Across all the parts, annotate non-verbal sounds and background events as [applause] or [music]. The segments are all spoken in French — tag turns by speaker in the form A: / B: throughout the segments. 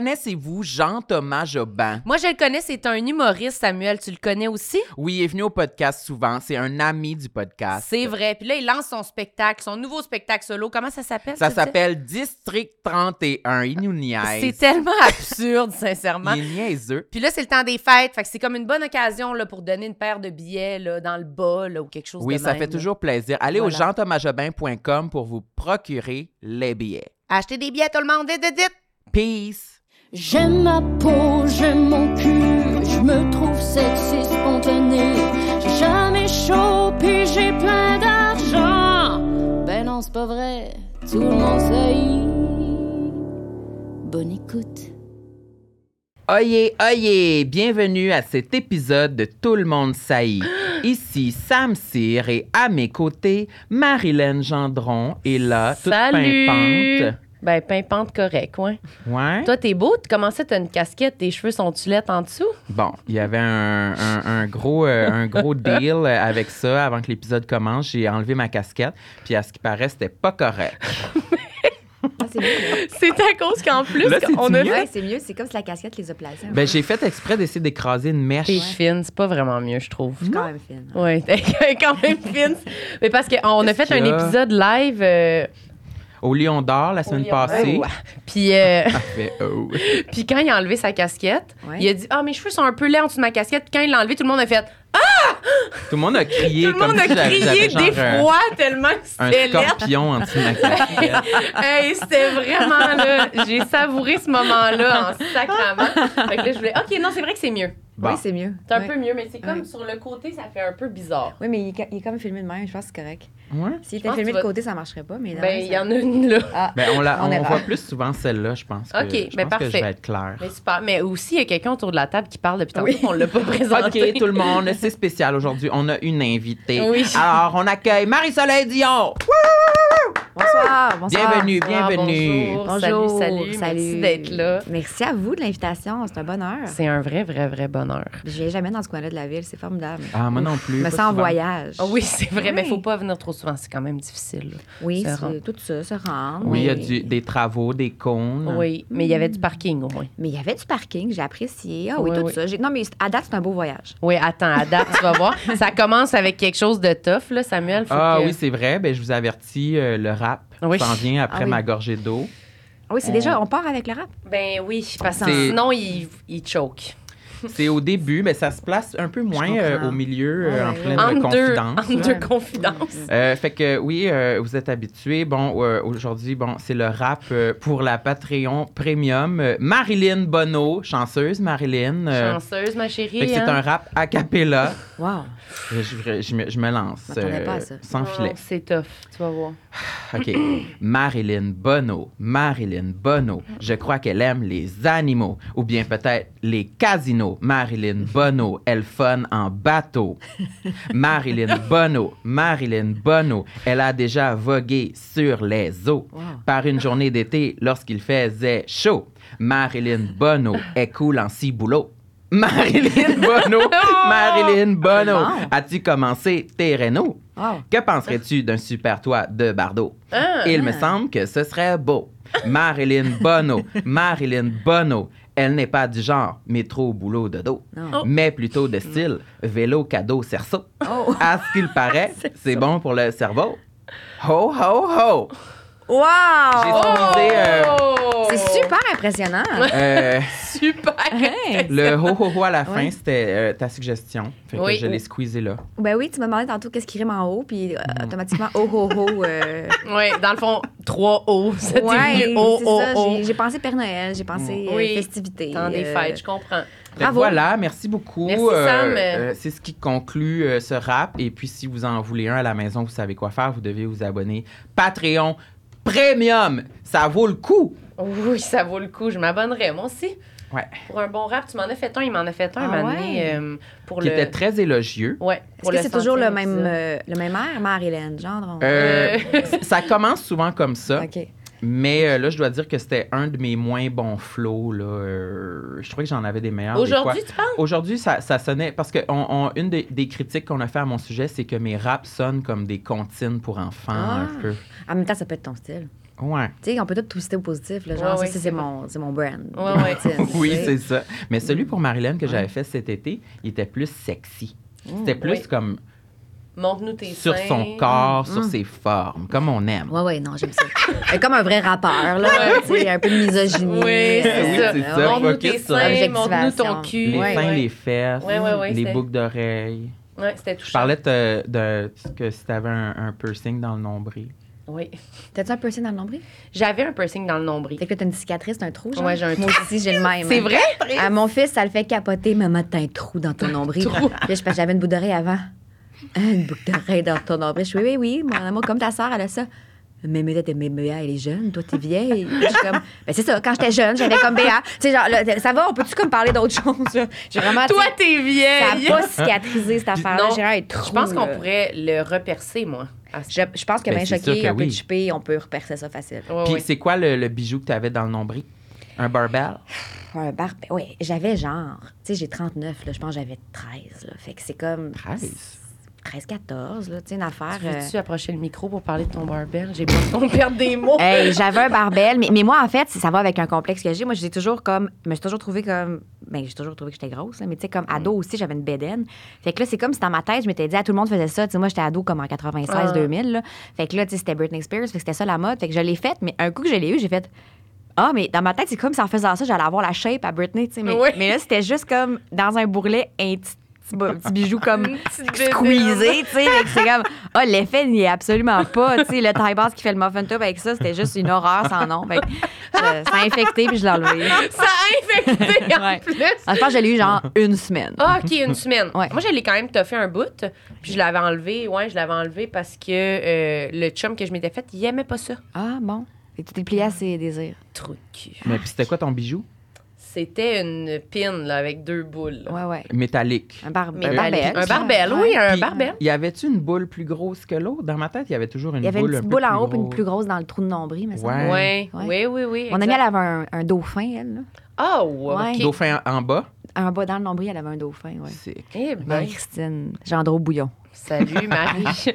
A: Connaissez-vous Jean-Thomas Jobin?
B: Moi, je le connais, c'est un humoriste, Samuel. Tu le connais aussi?
A: Oui, il est venu au podcast souvent. C'est un ami du podcast.
B: C'est vrai. Puis là, il lance son spectacle, son nouveau spectacle solo. Comment ça s'appelle?
A: Ça
B: tu disais?
A: s'appelle District 31. Il nous niaise.
B: C'est tellement absurde, [laughs] sincèrement.
A: Il est niaiseux.
B: Puis là, c'est le temps des fêtes. Fait que c'est comme une bonne occasion là, pour donner une paire de billets là, dans le bas là, ou quelque chose
A: Oui,
B: de
A: ça
B: même,
A: fait
B: là.
A: toujours plaisir. Allez au
B: Voilà.
A: jean-thomasjobin.com pour vous procurer les billets.
B: Achetez des billets, tout le monde, vite, vite, vite!
A: Peace!
C: J'aime ma peau, j'aime mon cul, je me trouve sexy spontané. J'ai jamais chaud, puis j'ai plein d'argent. Ben non, c'est pas vrai, tout le monde sait. Bonne écoute.
A: Oyez, oyez, bienvenue à cet épisode de Tout le monde
B: [gasps]
A: saillit. Ici Sam Cyr et à mes côtés, Marilyn Gendron est là, toute pimpante.
B: Ben, pimpante correct, ouais.
A: Ouais.
B: Toi, t'es beau, tu commençais, t'as une casquette, tes cheveux sont tulettes en dessous.
A: Bon, il y avait un, un- un gros, euh, un gros
B: [laughs]
A: deal euh, avec ça avant que l'épisode commence. J'ai enlevé ma casquette, puis à ce qui paraît, c'était pas correct.
B: [laughs] C'est à cause qu'en plus,
A: Là, c'est
B: on a
A: mieux?
B: fait.
D: Ouais, c'est mieux, c'est comme si la casquette les a placés.
A: Ben, j'ai fait exprès d'essayer d'écraser une mèche.
B: T'es fine, c'est pas vraiment mieux, je trouve.
D: Je suis quand même fine.
B: Oui, quand même fine. Mais parce qu'on a fait
A: qu'il y
B: un
A: a?
B: épisode live. euh,
A: Au Lion d'Or la semaine
B: Lyon.
A: passée.
B: Oh. Puis,
D: [laughs]
B: euh,
A: Parfait. Oh.
B: puis quand il a enlevé sa casquette,
D: Ouais.
B: il a dit Ah, mes cheveux sont un peu laids en dessous de ma casquette. Puis quand il l'a enlevé, tout le monde a fait
A: Tout le monde a crié
B: Tout le
A: comme
B: monde a
A: si j'avais-
B: crié
A: j'avais genre, euh,
B: d'effroi tellement que
A: un
B: c'était laid.
A: scorpion en dessous de ma casquette.
B: [laughs] Hey, c'était vraiment là. J'ai savouré ce moment-là en sacrament. Fait que là, je voulais. OK, non, c'est vrai que c'est mieux.
A: Bon.
D: Oui, c'est mieux.
B: C'est un
D: Ouais.
B: peu mieux, mais c'est comme
D: Ouais.
B: sur le côté, ça fait un peu bizarre.
D: Oui, mais il est, ca- il est comme filmé de même, je pense que c'est correct.
A: Ouais.
D: S'il
B: pense
D: était
B: que
D: filmé
B: tu
D: de
B: vas-
D: côté, ça marcherait pas, mais de
B: Ben,
D: même,
B: il
D: ça-
B: y en a une là.
D: Ah,
A: Ben, on, la,
D: En
A: on
D: erreur.
A: voit plus souvent celle-là, je pense. Que,
B: Ok,
A: je
B: ben,
A: pense
B: parfait.
A: que je vais être claire.
B: Mais super. Mais aussi, il y a quelqu'un autour de la table qui parle depuis tantôt.
D: Oui.
B: On l'a [laughs] pas présenté.
A: OK, tout le monde, c'est spécial aujourd'hui. On a une invitée.
B: Oui.
A: Alors, on accueille Marie-Soleil Dion.
D: bonsoir, bonsoir.
A: Bienvenue, bienvenue.
B: Ah, bonjour.
D: Bonjour.
B: Salut, salut. Merci d'être là.
D: Merci à vous de l'invitation, c'est un bonheur.
B: C'est un vrai, vrai, vrai bonheur.
D: Je viens jamais dans ce coin-là de la ville, c'est formidable.
A: Ah, moi non plus.
D: Je me
A: pas
D: sens en
A: souvent.
D: voyage.
B: Ah oui, c'est vrai, mais
D: Oui.
B: faut pas venir trop souvent. C'est quand même difficile. là.
D: Oui,
B: Se
D: c'est-
B: rendre.
D: tout ça, se rendre.
A: Oui, il y a
D: mais-
A: du- des travaux, des cônes.
B: Oui, mais il y avait du parking au moins.
D: Mais il y avait du parking, j'ai apprécié. Ah oui,
B: Oui,
D: tout
B: oui.
D: ça. J'ai- Non, mais c'est- à date, c'est un beau voyage.
B: Oui, attends, à date, tu vas [laughs] voir. Ça commence avec quelque chose de tough, là, Samuel. Faut
A: Ah
B: que-
A: oui, c'est vrai. Ben, je vous avertis, euh, le rap
B: Oui.
A: s'en vient après
D: Ah oui.
A: ma gorgée
D: [laughs]
A: d'eau.
D: Ah
A: Euh.
D: oui, c'est déjà, on part avec le rap.
B: Ben oui, parce que
A: C'est-
B: sinon, il, il choke.
A: C'est au début, mais ça se place un peu moins
D: comprends.
A: euh, au milieu, euh,
D: Ouais,
A: en
D: ouais.
A: pleine
B: En deux, en
A: confidence.
B: deux confidences.
A: Euh, fait que oui, euh, vous êtes habitués. Bon, euh, aujourd'hui, bon, c'est le rap euh, pour la Patreon Premium. Euh, Marilyn Bonneau, chanceuse Marilyn. euh,
B: Chanceuse, ma
A: fait que
B: chérie.
A: c'est
B: hein.
A: un rap a cappella.
D: Wow.
A: je, je- je me- je me lance. euh,
D: M'attendais pas à ça.
A: Sans
B: Non,
A: filet.
B: Oh, C'est tough, tu vas voir.
A: [coughs] OK. Marilyn Bonneau, Marilyn Bonneau. Je crois qu'elle aime les animaux. Ou bien peut-être les casinos. Marilyn Bonneau, elle fun en bateau. Marilyn Bonneau, Marilyn Bonneau. Elle a déjà vogué sur les eaux. Par une journée d'été lorsqu'il faisait chaud. Marilyn Bonneau est cool en ciboulot. Marilyn Bonneau, Marilyn Bonneau. As-tu commencé tes rénaux?
D: Wow.
A: Que penserais-tu d'un super toit de Bardo?
B: Ah.
A: Il me semble que ce serait beau. Marilyn
B: [laughs]
A: Bono, Marilyn Bono, elle n'est pas du genre métro, boulot, de dos,
D: Non.
B: Oh.
A: mais plutôt de style vélo, cadeau, cerceau.
D: Oh.
A: À ce qu'il
B: [laughs]
A: paraît, c'est bon pour le cerveau. Ho, ho, ho! J'ai
D: Wow!
A: utilisé euh,
B: Oh!
D: C'est super impressionnant.
B: [laughs]
A: euh,
B: super.
D: Hey.
A: le ho, ho, ho à la fin,
D: Ouais.
A: c'était euh, ta suggestion. Fait que
B: Oui.
A: je l'ai squeezé là.
D: Ben oui, tu m'as demandé tantôt qu'est-ce qui rime en haut, puis euh,
B: Mm.
D: automatiquement, oh, oh, oh.
B: [laughs]
D: euh,
B: Ouais, dans le fond, trois O. C'était
D: ouais,
B: venu O,
D: c'est
B: O,
D: ça.
B: O.
D: j'ai- J'ai pensé Père Noël, j'ai pensé euh,
B: oh, Mm. Oui,
D: festivité.
B: Dans des
D: euh,
B: fêtes, je comprends.
A: Fait que
D: Bravo.
A: Voilà, merci beaucoup. Euh,
B: Merci, Sam.
A: c'est ce qui conclut euh, ce rap. Et puis, si vous en voulez un à la maison, vous savez quoi faire. Vous devez vous abonner. Patreon Premium. Ça vaut le coup.
B: Oui, ça vaut le coup. Je m'abonnerais, moi aussi.
A: Ouais.
B: Pour un bon rap, tu m'en as fait un, il m'en a fait un,
D: Ah
B: un moment donné,
D: ouais?
B: euh, pour
A: Qui
B: le...
A: était très
B: [laughs]
A: élogieux.
B: Ouais,
D: Est-ce
B: pour
D: que
B: le
D: c'est toujours le
B: centième épisode.
D: même, euh, le même air, Marie-Hélène Gendron?
A: Euh,
B: Euh.
A: ça commence souvent comme ça.
D: OK.
A: Mais euh, là, je dois dire que c'était un de mes moins bons flows. Là. Euh, je trouvais que j'en avais des meilleurs. des fois.
B: Aujourd'hui, tu parles?
A: Aujourd'hui, ça, ça sonnait. Parce que on- on- une des, des critiques qu'on a fait à mon sujet, c'est que mes raps sonnent comme des comptines pour enfants,
D: Ah.
A: un peu.
D: En même temps, ça peut être ton style.
A: Ouais.
D: Tu sais, on peut tout twister au positif. Là, genre,
B: Ouais,
D: ça,
B: ouais,
D: c'est,
B: c'est
D: mon, c'est mon brand.
B: Ouais,
D: de
B: ouais. [laughs]
D: routine,
A: [laughs]
D: tu
A: Oui,
D: sais.
A: c'est ça.
D: Mm.
A: Mais celui pour Marilyn que j'avais fait cet été, il était plus sexy.
D: Mm.
A: C'était plus
B: Oui.
A: comme
B: Montre-nous tes
A: sur
B: seins.
A: son corps, sur
D: Mm.
A: ses formes, comme on aime.
D: Ouais, ouais, non, j'aime ça. Euh, Comme un vrai rappeur, là.
B: Ouais.
D: tu sais, un peu de misogynie. euh,
B: Oui, c'est
A: Oui,
B: ça.
A: c'est ça.
D: ouais.
B: Montre-nous
A: Focus
B: tes
A: sur
B: seins, montre-nous
D: l'objectivation.
B: ton cul.
A: Les
D: Ouais.
A: seins,
B: ouais.
A: les fesses,
B: Ouais, ouais, ouais,
A: les
B: c'est-
A: boucles d'oreilles.
B: Ouais, c'était touchant.
A: Je parlais de, de- que si t'avais un, un piercing dans le nombril.
B: Oui.
D: T'as-tu un piercing dans le nombril?
B: J'avais un piercing dans le nombril.
D: Fait que là, t'as une cicatrice, t'as un trou, genre?
B: Ouais, j'ai un
D: Moi aussi, j'ai le même.
B: C'est
D: hein.
B: vrai?
D: À mon fils, ça le fait capoter. Maman, t'as un trou dans ton nombril.
B: trou.
D: Puis [laughs] là, je- parce que j'avais une boucle d'oreille avant. Ah, Une boucle d'oreille dans ton nombril. Je suis, oui, oui, oui, mon amour, comme ta sœur, elle a ça. Mais Méméa, t'es Méméa, elle est jeune, toi, t'es vieille. Je suis comme, ben c'est ça, quand j'étais jeune, j'avais comme BA. Tu sais, genre, là, ça va, on peut-tu comme parler d'autre chose, là? J'ai vraiment.
B: Toi,
D: tu
B: t'es
D: sais, ça
B: vieille.
D: a pas cicatrisé, cette affaire-là.
B: Non.
D: J'ai un trou.
B: Je pense qu'on
D: là.
B: pourrait le repercer, moi. à ce-
D: Je, je pense que
A: Ben,
D: bien
A: c'est sûr
D: choqué,
A: que
D: un peu
A: oui.
D: chipé, on peut repercer ça facile.
B: Ouais,
A: Puis
B: ouais.
A: c'est quoi le, le bijou que t'avais dans le nombril? Un barbell?
D: Un bar, ouais, j'avais genre, tu sais, j'ai 39, là, je pense que j'avais 13, là. Fait que c'est comme.
A: 13?
D: 13, 14, là, tu sais, une affaire.
B: Tu
D: euh,
B: Veux-tu approcher le micro pour parler de ton barbell? J'ai peur qu'on perde des mots.
D: Hey, j'avais un barbel, mais, mais moi, en fait, ça va avec un complexe que j'ai. Moi, j'ai toujours comme. Je me suis toujours trouvé comme. Ben, j'ai toujours trouvé que j'étais grosse, là, mais tu sais, comme ado aussi, j'avais une bédaine. Fait que là, c'est comme si dans ma tête, je m'étais dit, ah, tout le monde faisait ça. Tu sais, moi, j'étais ado comme en 96,
B: Ah.
D: 2000, là. Fait que là, tu sais, c'était Britney Spears, fait que c'était ça la mode. Fait que je l'ai faite, mais un coup que je l'ai eu, j'ai fait. Ah, mais dans ma tête, c'est comme si en faisant ça, j'allais avoir la shape à Britney, tu sais. Mais,
B: Oui.
D: mais là, c'était juste comme dans un bourrelet, un petit, petit bo- petit bijou
B: [laughs]
D: comme
B: Une petite bédaine.
D: [laughs] squeezé, tu sais. Fait que C'est comme, ah, l'effet n'y est absolument pas. Tu sais, le tie bass qui fait le muffin top avec ça, c'était juste une horreur sans nom. Fait que, euh, ça a infecté puis je l'ai enlevé.
B: Ça a infecté en
D: Ouais.
B: plus.
D: Ah, je pense que je l'ai eu genre une semaine.
B: Ah, OK, une semaine.
D: Ouais.
B: Moi, je l'ai quand même toffé un bout. Puis je l'avais enlevé. Ouais, je l'avais enlevé parce que euh, le chum que je m'étais fait, il aimait pas ça.
D: Ah, bon. Et tu t'es plié à ses désirs.
B: Truc.
A: Mais puis c'était quoi ton bijou?
B: C'était une pin là, avec deux boules. là.
D: Ouais, ouais.
A: Métallique.
D: Un, bar-
B: Mais
D: un barbel.
B: Un barbel,
D: Ouais.
B: oui, un
A: Puis,
B: barbel.
A: Y avait-tu une boule plus grosse que l'autre? Dans ma tête, il y avait toujours une boule
D: Il y avait une
A: un
D: petite
A: peu
D: boule en haut puis une
A: grosse.
D: plus grosse dans le trou de nombril, mais ça.
A: Ouais.
B: Ouais.
D: Ouais.
B: Oui, oui, oui.
D: Mon amie, elle
B: exact.
D: avait un, un dauphin, elle. là.
B: Oh, OK.
D: Ouais.
A: Dauphin en en bas?
D: Un bas dans le nombril, elle avait un dauphin, ouais.
A: C'est
B: Eh ben,
D: Marie-Christine, Gendreau Bouillon.
B: salut Marie.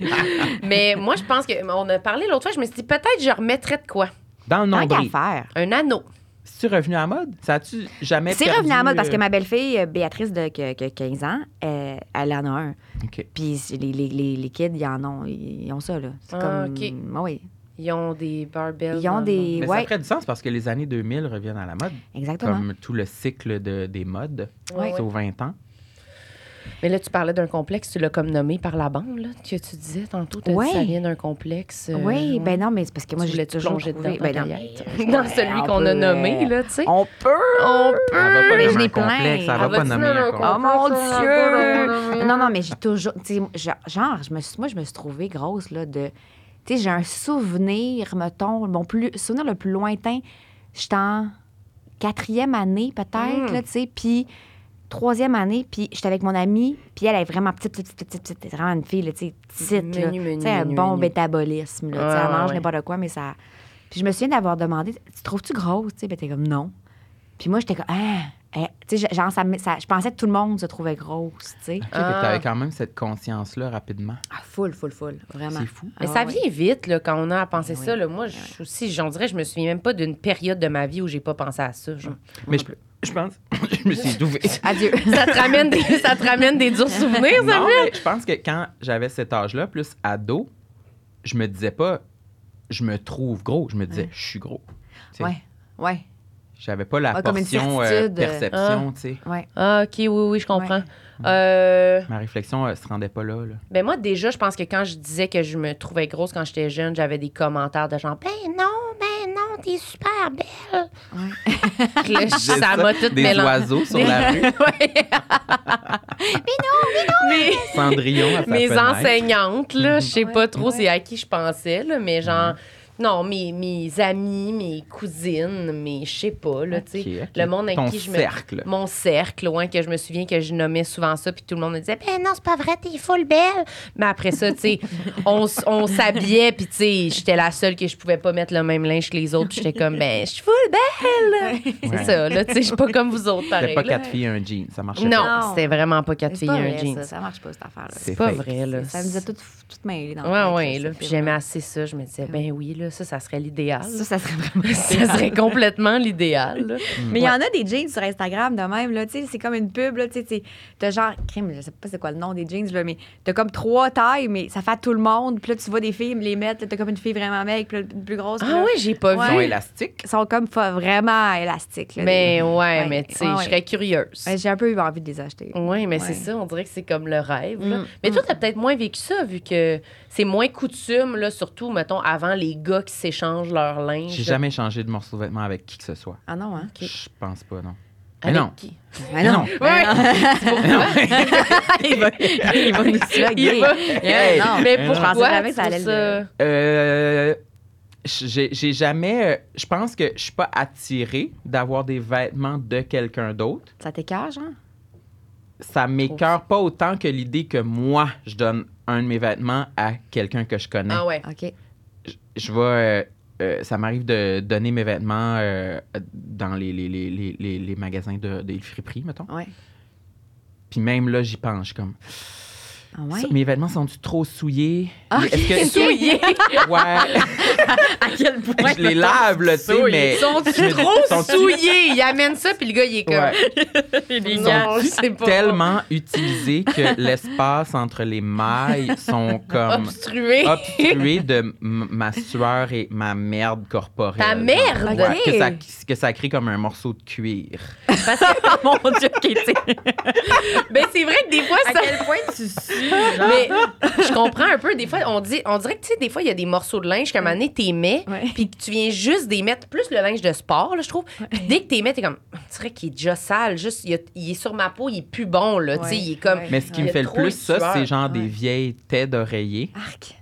B: Mais moi, je pense que on a parlé l'autre fois. Je me suis dit peut-être je remettrais de quoi
A: Dans le
D: Tant qu'à
A: nombril.
D: faire.
B: Un anneau.
A: C'est revenu à la mode? Ça a-tu jamais
D: C'est revenu à la
A: perdu,
D: mode parce que
A: euh,
D: ma belle-fille, euh, Béatrice, de que- que 15 ans, euh, elle en a un.
A: OK.
D: Puis c'est- les, les, les, les kids, ils en ont, ils ils ont ça, là. C'est
B: Ah,
D: comme...
B: ok.
D: Ah oui,
B: Ils ont des barbells.
D: Ils ont
B: dans le
D: des-
A: Mais
D: Ouais.
A: ça ferait du sens parce que les années 2000 reviennent à la mode,
D: exactement.
A: comme tout le cycle de- des modes,
B: monde. Ouais, ouais.
A: c'est aux 20 ans.
B: Mais là, tu parlais d'un complexe, tu l'as comme nommé par la bande, là, que tu disais tantôt. Tu as
D: Ouais.
B: dit ça vient d'un complexe. euh,
D: oui,
B: ouais.
D: ben non, mais c'est parce que moi,
B: tu
D: je l'ai
B: voulais
D: toujours
B: plonger dedans.
D: trouvé-
B: ta
D: ben non.
B: caillette. [laughs] dans celui
D: on
B: qu'on a
D: peut,
B: nommé,
D: euh,
B: là, tu sais.
D: On peut!
B: On
A: Ça va pas
D: Mais je
A: nommer
D: l'ai
A: un
D: plein.
A: complexe, ça
D: Ah,
A: va pas
B: vas-y,
A: nommer
B: non,
A: un
B: non,
A: complexe.
D: Oh mon
B: Dieu!
D: Dieu! Non, non, mais j'ai toujours. tu sais, moi, je- genre, je me suis, moi, je me suis trouvée grosse, là, de. Tu sais, j'ai un souvenir, mettons, mon plus, souvenir le plus lointain, j'étais en quatrième année, peut-être,
B: Mm.
D: là, tu sais, puis troisième année, puis j'étais avec mon amie, puis elle est vraiment petite, petite, petite, petite, petite, c'était vraiment une fille, là, tu sais, petite, là.
B: Menu, menu,
D: Tu sais, un
B: menu,
D: bon
B: menu.
D: métabolisme, là, tu sais,
B: Ah,
D: elle mange
B: ouais.
D: n'importe quoi, mais ça. Puis je me souviens d'avoir demandé, tu trouves-tu grosse, tu sais, ben t'es comme non. Puis moi, j'étais comme, ah, eh, tu sais, genre, ça, me- ça- je pensais que tout le monde se trouvait grosse, tu sais.
A: Ok, fait que
B: Ah.
A: T'avais quand même cette conscience-là rapidement.
D: Ah, full, full, full, vraiment.
A: C'est fou.
B: Mais
D: Ah,
B: ça
D: ouais.
B: vient vite là, quand on a à penser
D: Oui.
B: ça. Là. Moi, je, aussi, j'en dirais, je me souviens même pas d'une période de ma vie où j'ai pas pensé à ça. genre.
A: Mais je, je pense, [coughs] je me suis
D: [laughs]
A: douée.
D: Adieu.
B: ça, te ramène des, ça te ramène des durs souvenirs, ça?
A: Non, mais je pense que quand j'avais cet âge-là, plus ado, je me disais pas, je me trouve gros, je me disais, je suis gros. Tu sais,
D: ouais, ouais,
A: J'avais pas la
D: Ouais, Ah, comme une
A: portion euh,
D: certitude.
A: perception, tu sais.
D: ouais.
B: Ah, OK, oui, oui, je comprends.
D: Ouais.
B: Euh,
A: Ma réflexion euh, se rendait pas là. là.
B: ben moi, déjà, je pense que quand je disais que je me trouvais grosse quand j'étais jeune, j'avais des commentaires de genre « Ben non, ben non, t'es super belle! Puis là,
D: Ah,
A: J'ai
B: ça m'a tout
A: Des
B: mélangé.
A: oiseaux sur
D: [laughs]
A: la rue,
B: Ouais. Mes- [laughs]
A: Cendrillon à sa
B: mes
A: fenêtre.
B: enseignantes, là, je sais
D: Ouais,
B: pas trop
D: ouais.
B: c'est à qui je pensais, là, mais genre, non, mes, mes amis, mes cousines, mes je sais pas, là, tu sais.
A: Ok, ok.
B: Le monde avec
A: Ton
B: qui je me.
A: cercle.
B: Mon cercle, loin que je me souviens que je nommais souvent ça, puis tout le monde me disait, ben non, c'est pas vrai, t'es full belle. Mais après ça, tu
D: [laughs]
B: sais, on, s- on s'habillait, puis tu sais, j'étais la seule que je pouvais pas mettre le même linge que les autres, puis j'étais comme, ben, je suis full belle.
A: Ouais.
B: C'est ça, là, tu sais, je suis pas comme vous autres,
A: C'était
B: pareil.
A: pas
B: là.
A: quatre filles un jean, ça marchait pas.
B: Non,
D: Non.
B: c'était vraiment pas quatre
D: C'est
B: filles
D: pas
B: un
D: vrai,
B: jean.
D: ça, ça marche pas, cette affaire-là.
A: C'est
B: C'est pas
A: fake.
B: vrai, là.
D: Ça nous a toutes toutes mêlées dans
B: Ouais,
D: le
B: ouais, là. Puis j'aimais assez ça. Je me disais, ben oui, là, là, ça, ça serait l'idéal. [laughs]
D: Ça, ça serait vraiment.
B: Ça serait complètement l'idéal. là.
D: Mais il y en a des jeans sur Instagram de même, là, tu sais, c'est comme une pub, là, tu sais, c'est- t'as genre, crime, je sais pas c'est quoi le nom des jeans, là, mais t'as comme trois tailles, mais ça fait à tout le monde, puis là, tu vois des filles les mettre, là, t'as comme une fille vraiment maigre, puis là, une plus grosse, puis
B: Ah
D: là,
B: ouais, j'ai pas
A: Ils
D: Ouais.
A: sont
B: vu.
A: élastiques.
D: ils sont comme fa- vraiment élastiques, là,
B: Mais ouais,
D: Ouais,
B: mais tu sais,
D: ouais,
B: je serais curieuse.
D: des- Ouais, J'ai un peu eu envie de les acheter.
B: Oui, mais
D: Ouais.
B: c'est ça, on dirait que c'est comme le rêve. là.
D: Mm,
B: Mais toi, t'as peut-être moins vécu ça, vu que c'est moins coutume, là, surtout, mettons, avant les gars qui s'échangent leur linge.
A: J'ai jamais changé de morceau de vêtement avec qui que ce soit.
D: Ah non, hein?
A: Je pense pas, non.
B: Avec
A: Mais non.
B: qui?
D: Ah non!
B: Ouais,
D: [laughs]
A: [laughs]
D: il, va, il va nous
B: Il
D: slaguer.
B: va-
D: Hey, non.
B: mais
A: Je
B: pourquoi
D: pensais jamais
B: tu
D: que ça allait
B: trouves ça-
D: le-
A: Euh, j'ai j'ai jamais. euh, Je pense que je suis pas attirée d'avoir des vêtements de quelqu'un d'autre.
D: Ça t'écœure, genre?
A: Ça m'écœure pas autant que l'idée que moi, je donne un de mes vêtements à quelqu'un que je connais.
B: Ah ouais.
D: OK.
A: je- je vais. euh, euh, ça m'arrive de donner mes vêtements euh, dans les, les, les, les, les- les magasins de, des friperies, mettons.
D: Ouais.
A: Puis même là, j'y pense. je suis comme.
D: Ah ouais?
A: Ça, mes vêtements sont-ils trop souillés?
D: Ah, [laughs]
A: Est-ce
B: [laughs]
A: que.
B: Souillé. [laughs]
A: Ouais.
D: À quel point?
A: je les lave, là, tu sais,
D: Souillés.
A: mais.
B: Ils sont
A: je me dis,
B: trop
A: sont-ils-
B: souillés. Il amène ça, puis le gars, il est comme. [laughs]
A: Ouais.
B: Les
A: Ils
B: gars,
A: sont
B: je sais pas.
A: tellement utilisés que [laughs] l'espace entre les mailles sont
B: [laughs]
A: comme
B: obstrué.
A: hum. obstrué de m- ma sueur et ma merde corporelle.
B: Ta merde?
A: Ouais,
D: Ok.
A: que, ça, que ça crée comme un morceau de cuir.
D: Ah, mon Dieu, Katie!
B: Ben, c'est vrai que des fois, ça.
D: point tu sues?
B: Mais je comprends un peu. Des fois, on, dit, on dirait que, tu sais, des fois, il y a des morceaux de linge qu'à un moment donné, t'es mets,
D: Ouais.
B: puis que tu viens juste des mettre, plus le linge de sport, là, je trouve. Puis dès que t'es mets, t'es comme, on dirait qu'il est déjà sale, juste, il, a- il est sur ma peau, il est plus bon, là, tu sais, il est comme.
D: Ouais.
A: Mais ce qui
B: Il y
A: me
B: a
A: fait le
B: trop de
A: plus ça,
B: sueur.
A: c'est genre
D: Ouais.
A: des vieilles têtes d'oreiller
D: Arc!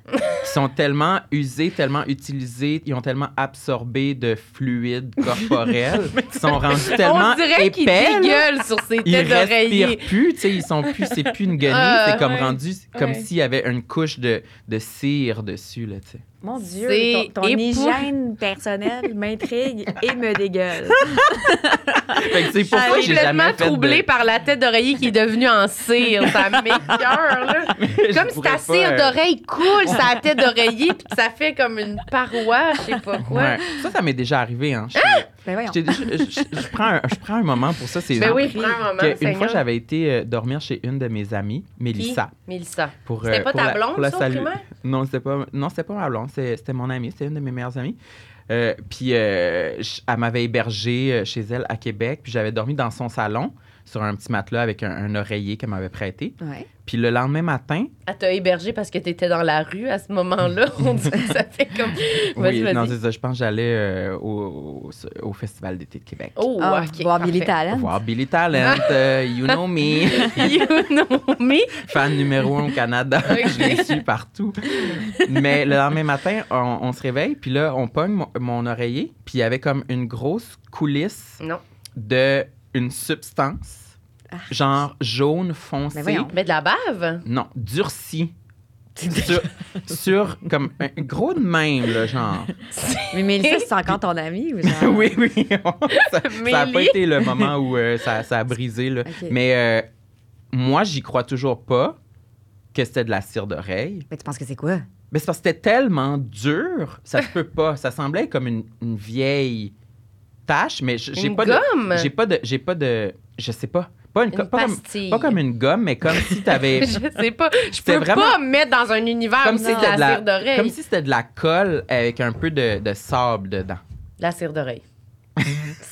A: qui sont tellement usées, tellement utilisées, ils ont tellement absorbé de fluide corporel,
B: [laughs]
A: ils sont rendus tellement
B: on dirait qu'il
A: épais. là,
B: dégueule sur ses
A: Ils
B: têtes
A: respirent
B: d'oreiller.
A: plus, tu sais, ils sont plus, c'est
B: [laughs]
A: plus une guenille,
B: Ah,
A: c'est comme
B: ouais.
A: rendu, comme
B: Ouais.
A: s'il y avait une couche de, de cire dessus, là, tu sais.
D: Mon Dieu,
B: C'est
D: ton, ton
B: épou-
D: hygiène personnelle [laughs] m'intrigue et me dégueule.
A: Fait que c'est pour ça
B: Ah, Je
A: que
B: suis
A: j'ai jamais
B: complètement
A: fait de-
B: troublée par la tête d'oreiller qui est devenue en cire.
D: [laughs]
B: Ça m'écoeure, là.
A: [laughs] Je
B: Comme si
A: pourrais
B: ta
A: pas,
B: cire
A: euh,
B: d'oreille coule sur la
A: [laughs]
B: tête d'oreiller, puis ça fait comme une paroi, je sais pas quoi.
A: euh, ouais. Ça, ça m'est déjà arrivé, hein. Je-
B: Ah,
D: Ben voyons.
A: je- je- je- je prends un- je prends un moment pour ça, c'est
B: Ben oui,
D: prie.
B: prends un moment,
A: que une
B: Seigneur.
A: fois, j'avais été euh, dormir chez une de mes amies, Mélissa.
B: Mélissa.
A: Pour,
B: C'était
A: euh,
B: pas
A: pour
B: ta
A: la-
B: blonde,
A: pour la
B: ça, au
A: saluer.
B: primaire?
A: Non, c'était pas, non, c'était pas ma blonde, c'est- c'était mon amie, c'était une de mes meilleures amies. Euh, puis euh, je- elle m'avait hébergée euh, chez elle à Québec, puis j'avais dormi dans son salon sur un petit matelas avec un, un oreiller qu'elle m'avait prêté.
D: Ouais.
A: Puis le lendemain
B: [laughs]
A: matin,
B: Elle t'a hébergé parce que t'étais dans la rue à ce
A: [laughs]
B: moment-là. On dirait que ça fait comme. Vas-y,
A: oui,
B: vas-y.
A: non, c'est ça, je pense que j'allais euh, au, au- au Festival d'été de Québec.
B: Oh,
D: Ah,
B: ok.
D: voir
B: parfait.
D: Billy Talent.
A: Voir Billy Talent, euh, you know
D: [laughs]
A: me,
B: [laughs]
A: [laughs]
B: you know me.
A: fan numéro un au Canada, je les suis partout. Mais le lendemain matin, on, on se réveille, puis là, on pogne mon, mon oreiller, puis il y avait comme une grosse coulisse
B: Non.
A: de une substance, genre jaune foncé.
D: Ben voyons.
B: Mais de la bave?
A: Non, durci. sur, sur comme un gros de même, là, genre.
D: Mais Mélissa,
B: [laughs]
D: c'est encore ton
A: [laughs]
D: amie ou genre?
A: oui, oui. ça n'a pas
B: Mélie.
A: été le moment où euh, ça, ça a brisé. Là.
D: Ok.
A: Mais euh, moi, j'y crois toujours pas que c'était de la cire d'oreille.
D: Mais Ben, tu penses que c'est quoi?
A: Mais c'est parce que c'était tellement dur, ça se peut pas. Ça semblait comme une, une vieille tache, mais j- j'ai
B: Une
A: pas
B: gomme?
A: de. J'ai pas de. J'ai pas de. Je sais pas. Pas, une,
B: Une
A: co- pas, comme,
B: pastille.
A: pas comme une gomme, mais comme si t'avais.
B: [laughs] Je sais pas. Je
A: C'était
B: peux
A: vraiment-
B: pas me mettre dans un univers
A: comme
B: où
A: si
B: c'est de
A: c'était
B: la,
A: de la-
B: cire d'oreille.
A: comme si c'était de la colle avec un peu de, de sable dedans.
B: La cire d'oreille.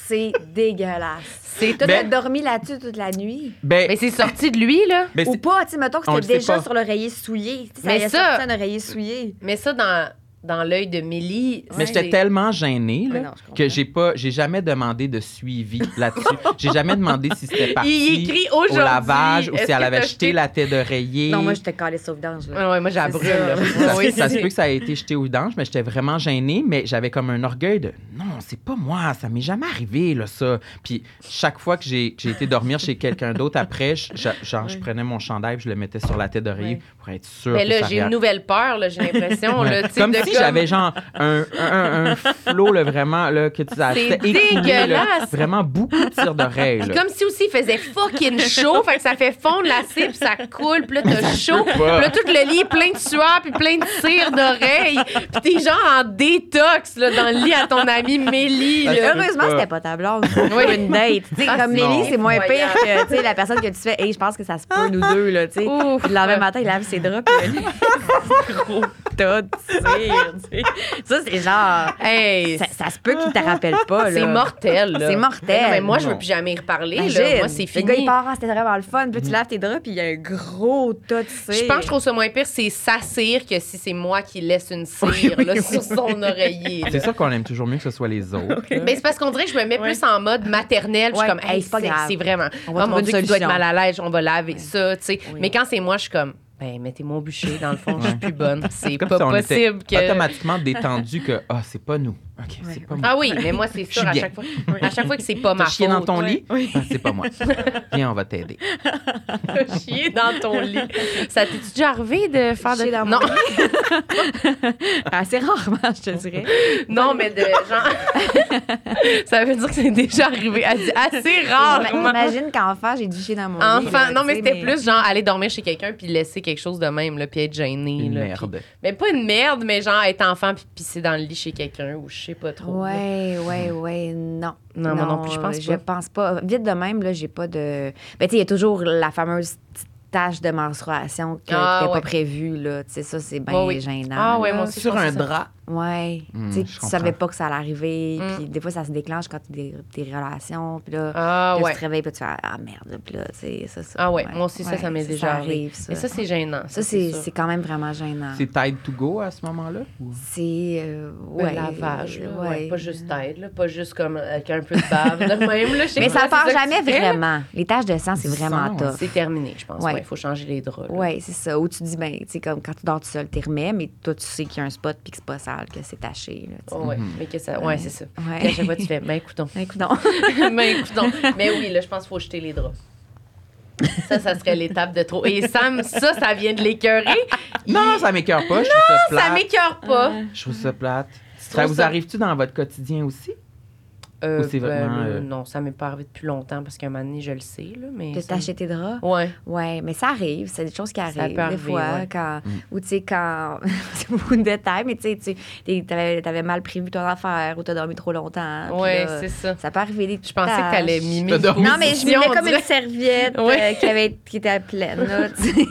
D: C'est dégueulasse.
B: [laughs] C'est
D: Toi,
A: Ben-
D: t'as dormi là-dessus toute la nuit?
A: Ben,
B: Mais c'est sorti de lui, là.
A: ben,
D: ou
A: c'est-
D: pas, tu sais, mettons que
A: On le
D: c'était
A: sait
D: déjà
A: pas.
D: sur l'oreiller souillé. Tu sais, Ça
B: Mais
D: y a
B: ça-
D: sorti un oreiller souillé.
B: Mais ça, dans, dans l'œil de Millie.
A: Mais j'étais tellement gênée là,
D: Ouais, non, je comprends.
A: que j'ai pas, j'ai jamais demandé de suivi là-dessus.
B: [laughs]
A: j'ai jamais demandé si c'était parti
B: Il écrit
A: au
B: aujourd'hui.
A: lavage ou
B: Est-ce
A: si elle
B: que
A: avait
B: t'as
A: jeté la tête d'oreiller.
D: Non, moi, j'étais calée sauve d'ange.
B: Ah ouais, moi, j'ai la
D: C'est
B: brûle.
D: ça.
B: là. [laughs]
A: ça,
B: Oui,
A: ça se
B: c'est-
A: peut que ça ait été jeté aux danges, mais j'étais vraiment gênée, mais j'avais comme un orgueil de non, non, c'est pas moi, ça m'est jamais arrivé, là, ça. Puis chaque fois que j'ai que j'ai été dormir chez quelqu'un d'autre après, je, je- genre, je prenais mon chandail puis je le mettais sur la tête d'oreiller
E: Ouais.
A: pour être sûr.
B: Mais
A: que
B: là,
A: ça
B: j'ai une
A: réa-
B: nouvelle peur, là, j'ai l'impression.
A: Ouais.
B: là, tu sais,
A: Comme
B: de
A: si j'avais genre un, un, un flot, là, vraiment, là, que tu as
B: C'est
A: c'était écoulé, là.
B: dégueulasse.
A: Vraiment beaucoup de tirs d'oreille.
B: Puis
A: là.
B: comme si aussi il faisait fucking chaud, fait que ça fait fondre la cire, puis ça coule, puis là t'as chaud, puis
A: pas.
B: là tout le lit est plein de sueur, puis plein de cire d'oreille, puis t'es genre en détox là, dans le lit à ton ami Mélie.
A: Ça
B: là.
A: se peut
D: Heureusement,
A: pas.
D: c'était pas ta
B: [laughs]
D: blonde. Pour une date. Tu sais,
B: Ah,
D: comme
A: non.
D: Lily, c'est moins pire
B: Incroyable.
D: que tu sais, la personne que tu fais. Hey, je pense que ça se peut, nous deux. Là, tu sais.
B: Ouf.
D: Puis le lendemain matin, il lave ses draps. Puis il y a un [laughs] gros tas de cire, tu sais. Ça, c'est genre.
B: Hey,
D: Ça, ça se peut qu'il te rappelle pas. là.
B: c'est mortel. là.
D: C'est mortel.
B: Non, mais moi, je veux
A: Non.
B: plus jamais y reparler. Là.
D: Imagine.
B: Moi, c'est
D: Le gars, il
B: fini.
D: part, Ah, c'était vraiment le fun. Puis tu laves tes draps, puis il y a un gros tas de cire.
B: Je pense que je trouve ça moins pire, c'est sa cire que si c'est moi qui laisse une cire là, sur son oreiller. là.
A: C'est sûr qu'on aime toujours mieux que ce soit les autres. là.
B: Mais c'est parce qu'on dirait que je me mets plus en mode maternelle. puis Je suis
D: Ouais,
B: comme, hey,
D: c'est pas
B: c'est
D: grave.
B: c'est vraiment.
D: On va
B: oh mon
D: trouver
B: Dieu,
D: une
B: tu dois être
D: solution.
B: mal à l'aise, on va laver ça, tu sais. Mais quand c'est moi, je suis comme, ben, mettez-moi au bûcher, dans le fond, je suis plus bonne. C'est
A: Comme
B: pas
A: si on était
B: possible que. [laughs]
A: automatiquement détendu que ah c'est pas nous. OK, c'est pas moi.
B: Ah oui, mais moi, c'est
A: Je suis
B: sûr, à
A: bien.
B: chaque fois. À chaque fois que c'est pas ma
A: T'as
B: faute.
A: chié dans ton
B: ouais.
A: lit Ah, C'est pas
B: [laughs]
A: moi. Viens, on va t'aider.
B: T'as chié dans ton lit. Ça t'est déjà arrivé de faire de.
D: Chier dans mon
B: non,
D: [laughs] Assez rarement, je te dirais.
B: non, mais
D: [laughs]
B: de genre. [laughs] ça veut dire que c'est déjà arrivé. Elle dit assez rarement.
D: Imagine qu'enfant, j'ai du chier dans mon lit.
B: Enfant,
D: là,
B: non,
D: tu
B: mais
D: sais,
B: c'était plus genre aller dormir chez quelqu'un puis laisser quelque chose de même, là, puis être gêné.
A: Une
B: là, puis-
A: merde.
B: Mais pas une merde, mais genre être enfant puis pisser dans le lit chez quelqu'un ou je sais pas trop. là.
D: Ouais, ouais, ouais, non.
B: Non, moi non plus, je pense
D: je
B: pas.
D: pense pas. Vite de même, là, j'ai pas de. Ben, tu sais, il y a toujours la fameuse petite tache de menstruation qui n'est
B: Ah, ouais.
D: pas prévue, là. Tu sais, ça, c'est bien
B: Ouais, oui.
D: gênant.
B: Ah ouais,
D: là.
B: moi aussi. je
A: Sur
B: pense
A: un
B: que ça-
A: drap.
D: Ouais.
A: Hmm,
D: tu sais,
A: je
D: tu
A: comprends.
D: savais pas que ça allait arriver.
B: Hmm.
D: Puis des fois, ça se déclenche quand tu des, des relations. Puis là,
B: Ah
D: là,
B: ouais.
D: tu te réveilles, puis tu fais Ah merde, puis là, tu sais, ça, ça.
B: Ah ouais, moi aussi, ça, ça m'est déjà arrivé.
D: arrive, ça.
B: Mais ça, c'est gênant.
D: Ça, c'est
B: sûr.
D: c'est quand même vraiment
B: Ah.
D: gênant.
A: C'est Tide to go à ce moment-là ou-
D: C'est. euh,
B: Le
D: ouais,
B: Ben, lavage, là, ouais,
D: ouais.
B: pas juste tête, là, pas juste comme avec un peu de bave, là, même, là, je sais
D: Mais
B: pas,
D: ça
B: c'est
D: part
B: que tu
D: jamais
B: fais, là.
D: vraiment. Les taches de sang, c'est
A: Du sang,
D: vraiment
A: ouais.
D: tough.
B: C'est terminé, je pense.
D: Ouais.
B: Ouais, il faut changer les draps. là.
D: Oui, c'est ça. Où tu dis, ben, tu sais, comme quand tu dors tout seul, tu remets, mais toi, tu sais qu'il y a un spot puis que c'est pas sale, que c'est taché. Là, tu
B: Oh, ouais, mais que ça, ouais,
D: Ouais.
B: c'est ça.
D: Ouais.
B: [laughs] Puis à chaque fois, tu fais, ben, écoutons.
D: sais. Écoute, non.
B: [laughs] ben, écoutons. Mais oui, là, je pense qu'il faut jeter les draps. Ça, ça serait l'étape de trop. Et Sam, ça, ça vient de l'écœurer.
A: Non, ça m'écœure pas, je trouve ça plate.
B: Ça m'écœure pas.
A: Je trouve ça plate. Ça
B: trouves
A: vous
B: ça-
A: arrive-tu dans votre quotidien aussi
B: Euh,
A: Ou c'est
B: ben,
A: vraiment,
B: euh,
A: euh,
B: Non, ça m'est pas arrivé depuis longtemps parce qu'à un moment donné, je le sais. Là, mais
D: De
B: ça-
D: tacher tes draps.
B: Ouais.
D: Ouais, mais ça arrive, c'est des choses qui arrivent.
B: peut
D: des
B: arriver,
D: fois,
B: ouais. Mm.
D: quand. Ou tu sais, quand. [laughs] c'est beaucoup de détails, mais tu sais, tu t'es- t'avais t'avais mal prévu ton affaire ou t'as dormi trop longtemps. Ah, puis
B: Ouais,
D: là,
B: c'est ça.
D: Ça peut arriver des
B: Je pensais que t'allais
D: mimer.
B: mimer.
A: Je te dormais.
D: Non, mais je
B: mets
D: mets comme une serviette
B: Ouais.
D: euh, qui, avait, qui était pleine. Là, tu sais.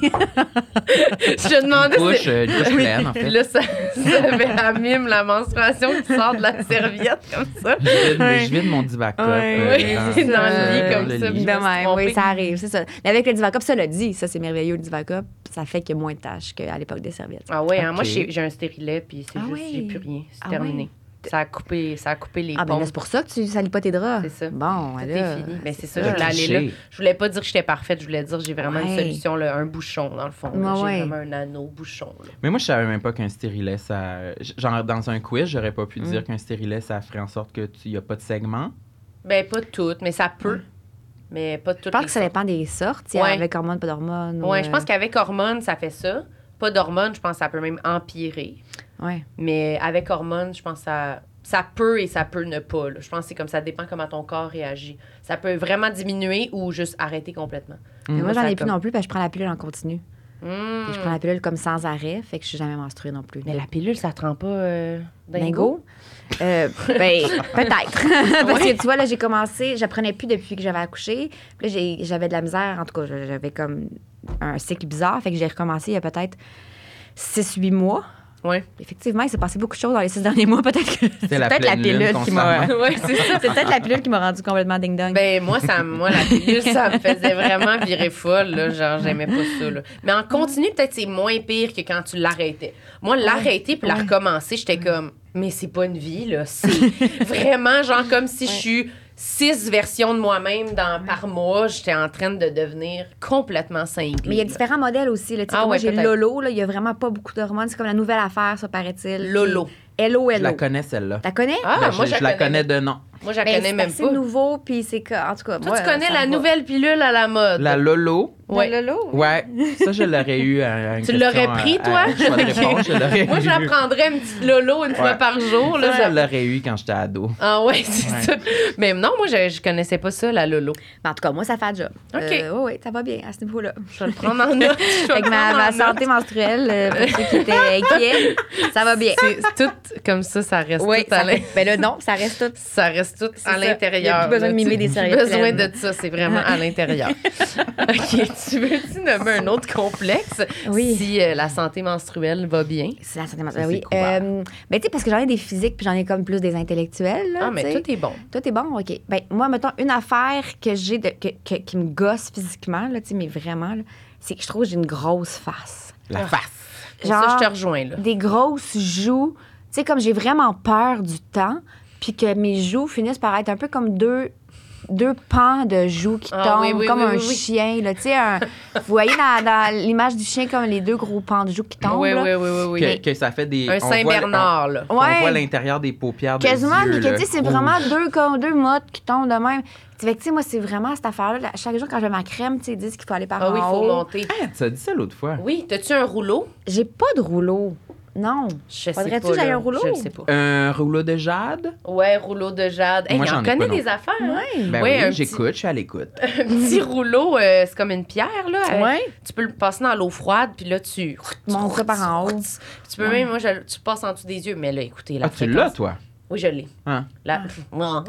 B: Je demandais.
A: Couche,
B: [laughs] c'est-
A: euh, une couche
B: Oui. [laughs]
A: pleine, en
B: Puis
A: fait.
B: là, ça, ça avait la mime, la menstruation qui sort de la serviette comme ça.
A: Je vide,
D: Ouais.
A: je vide mon divac up,
D: Ouais,
A: euh,
B: ouais, c'est dans
D: le lit,
B: comme
A: le
B: ça. Je
D: De
A: lit.
B: me suis
D: même,
B: trompée.
D: oui, ça arrive, c'est ça. Mais avec le Divacop, ça le dit, ça c'est merveilleux, le Divacop, ça fait qu'il y a moins de tâches qu'à l'époque des serviettes.
B: Ah ouais, hein,
A: Ok.
B: moi j'ai j'ai un stérilet puis c'est
D: Ah
B: juste
D: ouais.
B: j'ai plus rien, c'est
D: Ah
B: terminé. Ça a coupé, ça a coupé les
D: Ah, ben
B: ponts.
D: là, c'est pour ça que tu salis pas tes draps.
B: C'est ça.
D: Bon,
B: Tout
D: là.
B: est fini. Mais c'est ça,
A: ça.
B: je voulais aller euh, là.
A: Touché.
B: Je voulais pas dire que j'étais parfaite, je voulais dire que j'ai vraiment une
D: Ouais. Ah
B: solution, là, un bouchon dans le fond. là.
D: Ouais,
B: j'ai
D: ouais.
B: vraiment un anneau bouchon. là.
A: Mais moi, je savais même pas qu'un stérilet, ça. Genre, dans un quiz, j'aurais pas pu
B: Mm.
A: dire qu'un stérilet, ça ferait en sorte que tu y a pas de segment.
B: Ben pas toutes, mais ça peut. Mais pas
D: Je
B: toutes.
D: pense
B: les
D: que ça dépend des sortes, tu sais,
B: Ouais.
D: avec hormones, pas d'hormones. euh,
B: Ouais, je pense qu'avec hormones, ça fait ça. Pas d'hormones, je pense que ça peut même empirer.
D: que. Ouais.
B: Mais avec hormones, je pense que ça, ça peut et ça peut ne pas. là. Je pense que c'est comme ça dépend comment ton corps réagit. Ça peut vraiment diminuer ou juste arrêter complètement.
D: Mais moi,
B: Moi,
D: j'en
B: Mm, ça
D: ai plus
B: comme-
D: non plus parce que je prends la pilule en continu.
B: Hmm.
D: Puis Je prends la pilule comme sans arrêt, fait que je suis jamais menstruée non plus.
B: Mais la pilule, ça te rend pas euh, dingo?
D: Dingo? Euh,
B: [laughs]
D: ben, peut-être. [laughs] Parce que tu vois, là, j'ai commencé, j'apprenais plus depuis que j'avais accouché. Puis là, j'ai- j'avais de la misère, en tout cas, j'avais comme un cycle bizarre. Fait que j'ai recommencé il y a peut-être 6-8 mois.
B: Ouais.
D: Effectivement, il s'est passé beaucoup de choses dans les six derniers mois. Peut-être que c'est
A: la
D: peut-être la
A: pleine lune
D: pilule qui m'a.
A: constamment.
B: ouais, c'est ça.
D: [laughs] C'est peut-être la pilule qui m'a rendu complètement ding-dong.
B: Ben, moi, ça, moi, la pilule, ça me faisait vraiment virer folle, là. Genre, j'aimais pas ça, là. Mais en continu, peut-être c'est moins pire que quand tu l'arrêtais. Moi, l'arrêter puis la recommencer, j'étais comme, mais c'est pas une vie, là.
D: [laughs]
B: C'est vraiment, genre, comme si je suis six versions de moi-même dans, par mois. J'étais en train de devenir complètement cinglée.
D: mais il y a
B: là.
D: différents modèles aussi. Là. Tu sais,
B: Ah
D: comme moi,
B: ouais,
D: j'ai
B: peut-être.
D: Lolo. Là, il n'y a vraiment pas beaucoup d'hormones. C'est comme la nouvelle affaire, ça paraît-il.
B: Lolo.
D: Hello,
A: Je la
D: hello.
A: connais, celle-là.
D: T'as connais?
B: Ah,
A: je,
B: moi, je
A: Ben, je la
B: connais.
A: connais de nom.
B: Moi, je la
D: Ben,
B: connais même
D: C'est
B: pas.
D: assez nouveau, puis c'est que, en tout cas,
B: Toi,
D: moi,
B: tu connais
D: ça
B: la
D: me va.
B: nouvelle pilule à la mode.
A: La Lolo.
B: Ouais.
D: Le Lolo?
A: Ouais, ça, je l'aurais eu. à- à une
B: Tu
A: question, euh,
B: l'aurais
A: à-
B: pris,
A: à-
B: toi?
A: à un choix de
B: [laughs] Ok.
A: réponse, je l'aurais
B: Moi, je
A: eu.
B: la prendrais une petite lolo une fois
A: Ouais.
B: par jour. Là,
A: Ça,
B: je-
A: je l'aurais eu quand j'étais ado.
B: Ah ouais, c'est
A: Ouais.
B: ça. Mais non, moi, je, je connaissais pas ça, la lolo.
D: Mais en tout cas, moi, ça fait le job.
B: OK.
D: oui, ça va bien à ce niveau-là.
B: Je vais le prendre en note. Je vais
D: [laughs] Avec
B: le
D: ma,
B: prendre
D: ma
B: en note.
D: santé menstruelle, euh, pour ceux qui étaient inquiets, ça va bien.
B: C'est tout comme ça, ça reste
D: Oui,
B: tout à
D: ça
B: l'in-
D: fait- ben là, non, ça reste tout.
B: Ça reste tout
D: C'est
B: à
D: ça.
B: l'intérieur.
D: Il y a plus besoin de
B: là,
D: mimer
B: tu-
D: des serviettes
B: besoin
D: pleines.
B: de ça, c'est vraiment à
D: [laughs]
B: l'intérieur. OK, tu veux-tu nommer un autre complexe
D: Oui.
B: si euh, la santé menstruelle va bien?
D: C'est la santé
A: Ça,
D: menstruelle, oui.
A: c'est couvert.
D: Euh, ben, tu sais, parce que j'en ai des physiques, puis j'en ai comme plus des intellectuels. Là,
B: Ah, mais
D: tu sais.
B: tout est bon.
D: Toi, t'es bon, OK. Ben, moi, mettons, une affaire que j'ai de- que- que- qui me gosse physiquement, là, tu sais, mais vraiment, là, c'est que je trouve que j'ai une grosse face.
A: La face.
B: Ah. Pour ça, je te rejoins, là.
D: des grosses joues. Tu sais, comme j'ai vraiment peur du temps, puis que mes joues finissent par être un peu comme deux, deux pans de joues qui
B: Ah,
D: tombent,
B: oui, oui,
D: comme
B: oui,
D: un
B: oui, oui.
D: chien. Là, tu
B: [laughs]
D: sais, un- vous voyez dans, dans l'image du chien, comme les deux gros pans de joues qui tombent.
B: Oui,
D: là.
B: oui, oui, oui, oui.
A: Que, que ça fait des.
B: Un
A: on voit- on-
B: Saint-Bernard, là.
A: On,
D: Ouais.
A: voit l'intérieur des paupières de
D: Quasiment,
A: yeux,
D: mais que,
A: là. Oh,
D: tu sais, c'est
A: Rouge.
D: vraiment deux, comme, deux mottes qui tombent de même. Tu sais, fait que, tu sais, moi, c'est vraiment cette affaire-là. là, Chaque jour, quand je mets ma crème, tu sais, ils disent qu'il faut Ah. aller par
B: Ah
D: en
B: oui, il faut
D: haut.
B: monter.
A: Tu as dit ça l'autre fois.
B: Oui, t'as-tu un rouleau?
D: J'ai pas de rouleau. Non.
B: Je sais
D: Faudrait-tu
B: pas.
D: que j'aille
B: là.
D: un rouleau?
B: Je le sais pas.
A: Un rouleau de jade.
B: Ouais, rouleau de jade. Hey,
A: Moi,
B: il
A: j'en
B: en
A: ai pas
B: connaît
A: non
B: des
A: plus.
B: affaires. hein?
A: Ben
B: Ouais, un
A: oui,
B: petit-
A: j'écoute, je suis à l'écoute.
B: Un petit rouleau, euh, c'est comme une pierre, là. Euh,
D: Ouais.
B: Tu peux le passer dans l'eau froide, puis là, tu.
D: Monte ça par en haut.
B: Tu peux même, moi, je- tu passes en dessous des yeux. Mais là, écoutez, la
A: Ah, tu
B: fréquence.
A: l'as, toi?
B: Oui, je l'ai.
A: Hein?
B: La...
D: Ah.
B: [laughs] Non.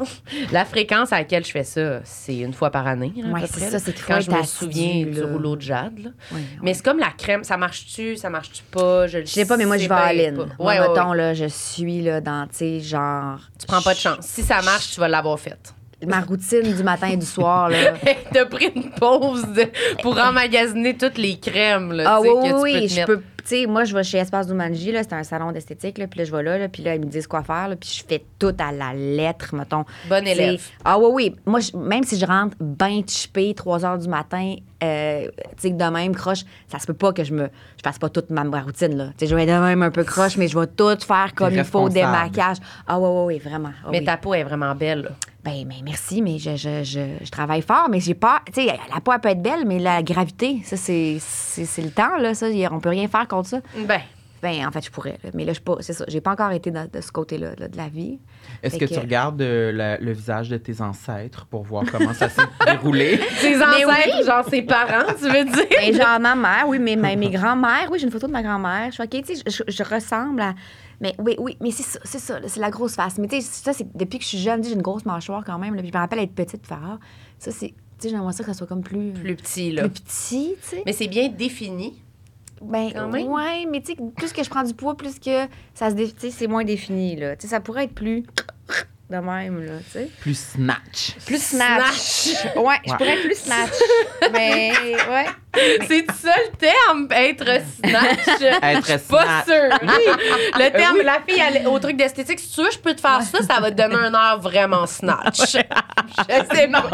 B: La fréquence à laquelle je fais ça, c'est une fois par année. là, à
D: Ouais,
B: peu
D: c'est
B: près,
D: ça,
B: là.
D: c'est qu'il faut
B: Quand
D: être
B: je me
D: assidu,
B: souviens du
D: là.
B: rouleau de jade, là.
D: Ouais,
B: Mais c'est comme la crème, ça marche-tu, ça marche-tu pas? Je le
D: Je sais pas, mais moi, je vais
B: bien
D: en ligne.
B: pas.
D: Moi,
B: Ouais, ouais,
D: mettons,
B: ouais.
D: là, je suis là, dans, tu sais, genre.
B: Tu prends pas de chance. Si ça marche, tu vas l'avoir [laughs] faite.
D: Ma routine du matin et du
B: [laughs]
D: soir, là.
B: T'as pris une pause de- pour emmagasiner toutes les crèmes là,
D: Ah
B: tu
D: oui,
B: sais,
D: oui,
B: que tu peux te
D: oui, je
B: mettre.
D: peux. Tu sais, moi, je vais chez Espace Dumanji, là, c'est un salon d'esthétique, là, puis là, je vais là, là, puis là, ils me disent quoi faire, là, puis je fais tout à la lettre, mettons.
B: Bonne
D: C'est-
B: élève.
D: Ah oui, oui. Moi, je- même si je rentre bien chippée, 3 heures du matin, euh, tu sais, que de même, croche, ça se peut pas que je me je fasse pas toute ma, ma routine, là. Tu sais, je vais être de même un peu croche, mais je vais tout faire comme
A: T'es
D: il faut, des
A: responsable.
D: maquillages. Ah oui, oui, oui, vraiment. Ah
B: Mais
D: oui.
B: ta peau est vraiment belle. là.
D: Ben, ben, merci, mais je, je, je, je travaille fort, mais j'ai pas. Tu sais, la peau, elle peut être belle, mais la gravité, ça, c'est, c'est, c'est le temps, là. Ça, y a- on peut rien faire contre ça.
B: Ben,
D: Ben, en fait, je pourrais, là, mais là, je suis pas. C'est ça, j'ai pas encore été dans- de ce côté-là là, de la vie.
A: Est-ce
D: Fait
A: que,
D: que-
A: tu regardes euh, la- le visage de tes ancêtres pour voir comment ça
B: [laughs]
A: s'est déroulé?
B: ses ancêtres, genre ses parents, tu veux [laughs] dire?
D: Ben, genre, ma mère, oui, mais mes, mes grands-mères, oui, j'ai une photo de ma grand-mère. Je suis OK, tu sais, je, je- je ressemble à. Mais oui, oui, mais c'est ça, c'est ça, là, c'est la grosse face. Mais tu sais, ça, c'est depuis que je suis jeune, tu sais, j'ai une grosse mâchoire quand même, là, puis je me rappelle être petite, faire ah, ça, c'est. Tu sais, j'aimerais ça que ça soit comme plus.
B: Plus petit, là.
D: plus petit, tu sais.
B: Mais c'est bien défini.
D: Ben,
B: Quand même.
D: ouais, mais tu sais, plus que je prends du poids, plus que ça se dé- tu sais, c'est moins défini, là. Tu sais, ça pourrait être plus de même, là, tu sais.
A: Plus snatch.
D: Plus
B: snatch.
D: Ouais, je
A: Ouais.
D: pourrais être plus snatch. mais,
B: [laughs]
D: ouais.
B: C'est ça le terme, être [laughs] snatch.
A: Être
B: Pas
A: snatch.
B: sûr.
A: Euh,
B: Le terme, la fille elle- au truc d'esthétique, si tu veux, je peux te faire ça, ça va te donner un air vraiment [laughs] snatch. Je sais pas.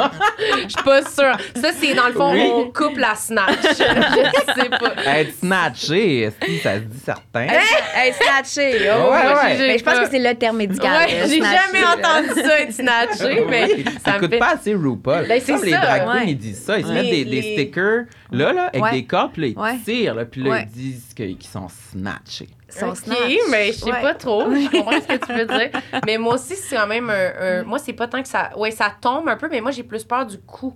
B: Je suis pas sûre. Ça, c'est dans le fond,
A: Oui.
B: on coupe la snatch. [laughs] Je sais pas.
A: Être snatché, est-ce que ça se dit certain?
D: Être snatché.
A: oh, Ouais, ouais.
B: j'ai-
D: Mais Ben, je pense
B: pas-
D: que c'est le terme médical.
B: Ouais,
D: là,
B: j'ai
D: snatché,
B: jamais
D: là.
B: entendu ça être snatché, mais
A: Oui,
B: ça me
A: T'écoutes
B: fait...
A: pas assez RuPaul.
B: Ben,
A: Ben,
B: c'est
A: les
B: ça,
A: drag queens,
D: ouais.
A: ils disent ça. Ils se
B: Ouais.
A: mettent des,
B: Les-
A: des stickers, là, là, avec
D: Ouais.
A: des corps, puis là, ils
D: Ouais.
A: tirent, là, puis là,
D: Ouais.
A: ils disent que- qu'ils sont snatchés.
D: Son
B: ok,
D: snatch.
B: mais je sais
D: Ouais.
B: pas trop. Je comprends ce que tu veux dire. Mais moi aussi, c'est quand même un, un- Moi, c'est pas tant que ça. Ouais, ça tombe un peu, mais moi, j'ai plus peur du cou.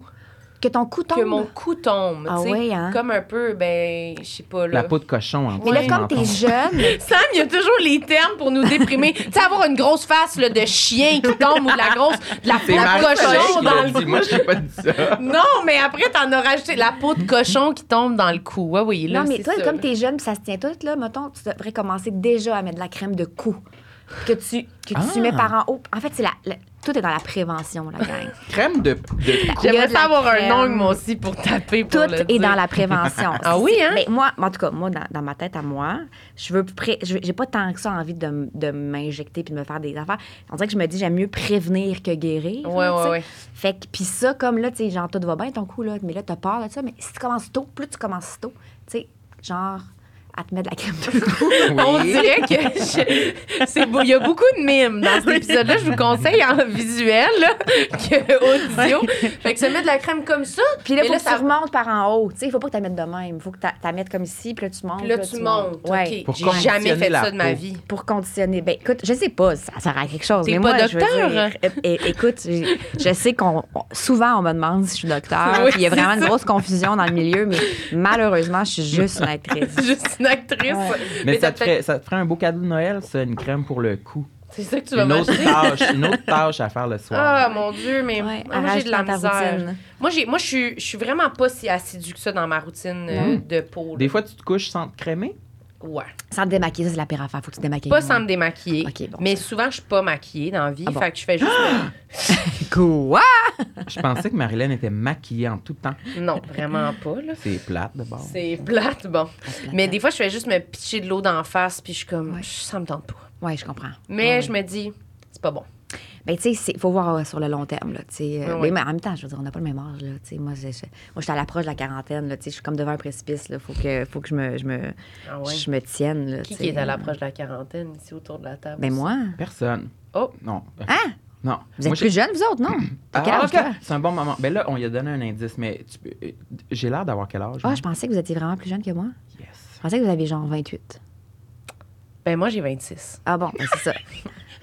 D: Que ton cou tombe.
B: Que mon cou tombe.
D: Ah
B: tu sais.
D: ouais, hein?
B: Comme un peu, ben, je sais pas. Là.
A: La peau de cochon, hein, en
D: Mais là,
A: dessous du
D: comme t'es
A: menton.
D: jeune,
B: [laughs] Sam, il y a toujours les termes pour nous déprimer. tu sais, avoir une grosse face là, de chien qui tombe ou de la grosse. De la peau
A: C'est
B: de
A: Marc
B: cochon
A: Soleil qui
B: dans
A: l'a
B: le
A: dit. Moi, j'ai pas dit ça.
B: Non, mais après, t'en as rajouté la peau de cochon qui tombe dans le cou. Ouais, oui, là,
D: non, mais
B: c'est
D: toi,
B: ça,
D: comme
B: là.
D: t'es jeune, puis ça se tient tout, là, mettons, tu devrais commencer déjà à mettre de la crème de cou. Que tu, que tu
A: Ah.
D: mets par en haut. En fait, c'est la, la- tout est dans la prévention, la
B: [laughs]
D: gang.
A: Crème de, de cou.
D: Il y a
B: J'aimerais
D: de la
B: ça avoir
D: crème.
B: un ongle, moi aussi, pour taper.
D: Tout
B: Pour le
D: est
B: dire.
D: dans la prévention.
B: [laughs] Ah oui, hein?
D: Mais moi, en tout cas, moi, dans, dans ma tête à moi, je veux pré- je veux- j'ai pas tant que ça envie de, m- de m'injecter puis de me faire des affaires. On dirait que je me dis, j'aime mieux prévenir que guérir.
B: Ouais,
D: hein, tu
B: ouais,
D: sais.
B: ouais.
D: Fait que, puis ça, comme là, tu sais, genre, tout va bien ton coup, là, mais là, t'as peur de ça. Mais si tu commences tôt, plus tu commences tôt, tu sais, genre, elle te met de la crème de cou.
B: On
A: Oui.
B: dirait que je- c'est beau. Il y a beaucoup de mimes dans cet épisode-là. Je vous conseille en visuel là, que audio. Fait que se mettre de la crème comme ça,
D: Puis là,
B: Mais
D: faut
B: là,
D: que
B: ça-
D: tu remontes par en haut. Tu sais, il faut pas que tu la mettes de même. faut que tu la- tu la mettes comme ici, puis là, tu montes.
B: puis là, tu montes.
D: Ouais.
B: OK.
A: Pour
B: J'ai jamais
A: conditionner
B: fait
A: la
B: ça de ma
A: peau.
B: vie.
D: Pour conditionner. Ben, écoute, je sais pas, ça sert à quelque chose.
B: T'es
D: mais
B: pas
D: moi, je veux
B: docteur? [laughs]
D: dire, euh, é- écoute, j'ai- je sais qu'on. on- Souvent, on me demande si je suis docteur.
B: Oui,
D: puis il y a
B: c'est
D: vraiment une
B: ça.
D: grosse confusion dans le milieu, mais
B: [laughs]
D: malheureusement, je suis juste une actrice.
B: C'est juste une actrice.
D: Ouais.
A: Mais,
B: t'as
A: ça, te
B: peut-être-
A: ferait, ça te ferait un beau cadeau de Noël, ça, une crème pour le cou.
B: C'est ça que tu vas
A: Une autre
B: manger.
A: tâche, une autre tâche à faire le soir.
B: Ah, mon Dieu, mais moi,
D: Ouais,
B: j'ai
D: arrache
B: de la
D: dans ta
B: misère.
D: routine.
B: Moi, j'ai, moi je, suis, je suis vraiment pas si assidue que ça dans ma routine euh,
A: Non.
B: de peau. là.
A: Mm. Des fois, tu te couches sans te crémer.
B: Ouais.
D: Sans te démaquiller, ça, c'est la pire affaire. Faut que tu te démaquilles.
B: Pas sans me démaquiller.
D: Ok, bon,
B: mais souvent, je suis pas maquillée dans la vie.
D: Ah bon.
B: Fait que je
D: [gasps]
B: fais juste.
D: Quoi?
A: Je pensais que Marilyn était maquillée en tout temps.
B: non, vraiment pas, là.
A: C'est plate, de bord.
B: C'est plate, bon. Mais des fois, je fais juste me pitcher de l'eau d'en face, puis je suis comme,
D: Ouais.
B: ça me tente pas.
D: Ouais, je comprends.
B: Mais
D: Ouais.
B: je me dis, c'est pas bon.
D: Ben, tu sais, il faut voir euh, sur le long terme. Là, tu sais. Euh,
B: Ouais, ouais.
D: mais, mais en même temps, je veux dire, on n'a pas le même âge. Là, tu sais. moi, je, je- moi, je suis à l'approche de la quarantaine. Là, tu sais, je suis comme devant un précipice. Il faut que, faut que je, me, je, me,
B: Ah ouais.
D: je me tienne. Là,
B: Qui,
D: tu
B: qui
D: sais.
B: est à l'approche de la quarantaine, ici, autour de la table?
D: Ben, moi.
A: Personne.
B: Oh.
A: Non.
D: Hein?
A: Non.
D: Vous
A: Moi,
D: êtes
A: j'ai-
D: plus jeunes, vous
A: [clears throat]
D: autres, non? T'as quel
A: Ah,
D: âge,
A: ok.
D: toi?
A: C'est un bon moment. Ben là, on lui a donné un indice, mais tu peux- euh, j'ai l'air d'avoir quel âge?
D: Ah,
A: moi?
D: je pensais que vous étiez vraiment plus jeune que moi.
A: Yes.
D: Je pensais que vous aviez genre 28.
B: Ben, moi, j'ai 26.
D: Ah bon, ben,
B: [laughs]
D: c'est ça.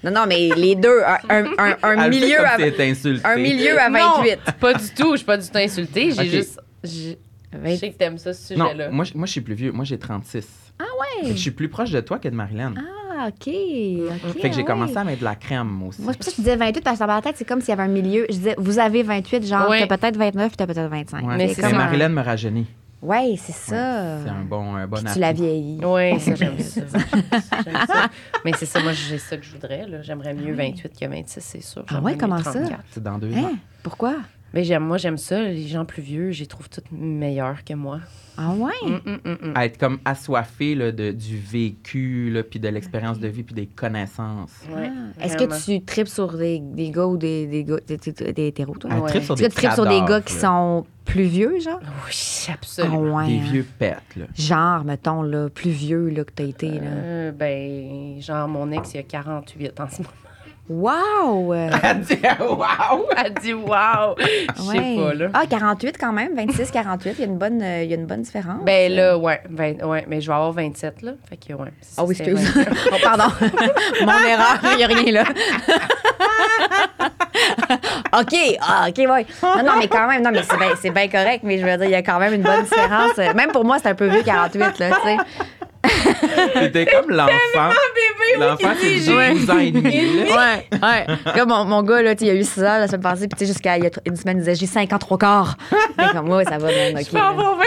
D: non, non, mais les deux, un, un- un- un
A: Elle fait
D: milieu
A: comme
D: à,
A: si elle était insultée.
D: un milieu à 28.
B: Non, pas du tout. Je suis pas du tout insultée. J'ai
A: Ok.
B: juste. j'ai- Je
D: Vingt-
B: sais que t'aimes ça, ce
A: Non,
B: sujet-là.
A: moi, je- moi, je suis plus vieux. Moi, j'ai 36.
D: Ah
A: Fait que
D: ouais?
A: je suis plus proche de toi que de Marilyn.
D: Ah, OK. ok,
A: fait que j'ai
D: ah
A: commencé
D: ouais.
A: à mettre de la crème, moi aussi.
D: Moi, c'est pour ça que je disais 28 parce que dans ma tête, c'est comme s'il y avait un milieu. Je disais, vous avez 28, genre,
B: Ouais.
D: t'as peut-être 29 puis t'as peut-être 25.
A: Ouais,
B: mais
A: mais
B: c'est
D: comme
B: ça.
D: un-
A: Marilyn me rajeunit.
D: Ouais, c'est
A: Ouais,
D: ça.
A: C'est un bon, un bon
D: Puis tu
A: atout.
D: l'as vieilli.
B: Oui, ça, j'aime ça. [laughs] J'aime ça. Ah Mais c'est ça, moi, j'ai ça que je voudrais. là. J'aimerais mieux 28 que 26, c'est sûr.
D: Ah
B: J'aimerais
D: ouais,
B: mieux
D: comment ça?
B: 34.
A: C'est dans deux ans.
D: Hein? Pourquoi?
B: Mais j'aime, moi, j'aime ça. Les gens plus vieux, je les trouve toutes meilleures que moi.
D: Ah ouais?
B: Mm, mm, mm, mm.
A: À être comme assoiffé là, de, du vécu, là, puis de l'expérience de vie, puis des connaissances.
B: Ouais,
D: Ah. Est-ce que
B: vraiment.
D: tu tripes sur des, des gars ou des, des, gars- des, des- des hétéros, toi?
A: Elle
B: Ouais.
A: tripe sur
D: Est-ce que
A: des
D: tu tripes sur des
A: cadavres,
D: gars qui
A: là,
D: sont plus vieux, genre?
B: Oui,
D: Ah
B: absolument.
D: ouais.
A: Des
D: hein?
A: vieux pets,
B: [laughs]
A: là.
D: Genre, mettons, là, plus vieux là, que t'as été. Ah Là.
B: Euh, ben, genre, mon ex, il a 48 en ce moment. [laughs]
D: Wow! Euh,
B: Ah,
A: Elle dit, Wow!
B: Elle dit, wow! Je sais
D: ouais.
B: pas, là.
D: Ah, 48 quand même, 26, 48, il y a une bonne, euh, il y a une bonne différence.
B: Ben là, ouais, vingt- ouais, mais je vais avoir 27, là. Fait que, ouais.
D: Ah oui,
B: c'était
D: excuse.
B: vingt-
D: Oh, pardon. Mon erreur, il n'y a rien là. [laughs] OK, ah, OK, oui. Non, non, mais quand même, non, mais c'est bien c'est bien correct, mais je veux dire, il y a quand même une bonne différence. Euh, Même pour moi, c'est un peu vieux, 48, là, tu sais.
A: C'était
B: [laughs]
A: comme l'enfant.
B: bébé, oui,
A: L'enfant,
B: qui
A: c'est
B: dit, j'ai-
A: 12 ans et demi. là.
D: Ouais, ouais. Là, mon, mon gars, là, tu sais, il a eu 6 ans la semaine passée, puis tu sais, jusqu'à il y a tr- une semaine, il disait, j'ai 5 ans, 3 quarts. Mais comme, ouais, ça va, man,
B: Je
D: OK.
B: vais
D: là.
B: avoir 20.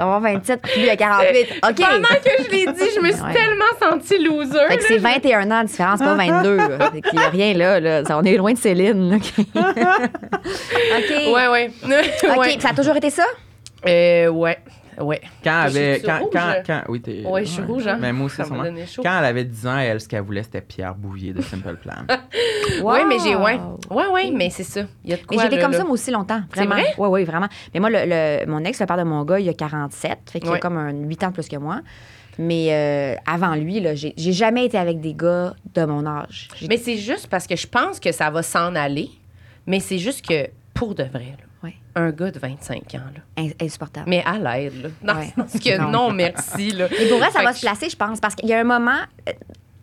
D: On va avoir 27, puis lui, il a 48. OK.
B: Pendant que je l'ai dit, je me suis
D: Ouais.
B: tellement sentie loser.
D: Fait que c'est 21 ans de différence, pas 22. là. Fait qu'il y a rien là, là. Ça, On est loin de Céline. là. OK.
B: là. Ouais, ouais. [laughs]
D: OK,
B: ouais.
D: puis ça a toujours été ça?
B: Euh, ouais. Ouais.
A: Quand elle
B: Je
A: avait.
B: suis
A: Quand,
B: rouge.
A: quand, quand, oui, t'es-
B: Ouais, je suis rouge, hein.
A: Mais moi aussi,
B: Ça m'a
A: sûrement.
B: donné chaud.
A: Quand elle avait 10 ans, elle, ce qu'elle voulait, c'était Pierre Bouvier de Simple
B: [laughs]
A: Plan.
B: Ah, Ouais, mais j'ai. Ouais.
D: Wow.
B: Ouais, ouais, mais c'est ça. Il y a de quoi.
D: Mais j'étais
B: là,
D: comme
B: là.
D: ça, moi aussi, longtemps.
B: C'est
D: Vraiment.
B: vrai?
D: Oui, oui, vraiment. Mais moi, le, le- mon ex, le père de mon gars, il a 47. Fait qu'il
B: Ouais.
D: a comme un 8 ans de plus que moi. Mais euh, avant lui, là, j'ai j'ai jamais été avec des gars de mon âge. J'ai-
B: Mais c'est juste parce que je pense que ça va s'en aller, mais c'est juste que pour de vrai, là,
D: Ouais.
B: un gars de 25 ans, là,
D: In- insupportable.
B: mais à l'aide, là, dans
D: Ouais.
B: le sens que non,
D: Non.
B: merci. Là.
D: Mais pour vrai, ça
B: Fait
D: va
B: que
D: se
B: je-
D: placer, je pense. Parce qu'il y a un moment. euh,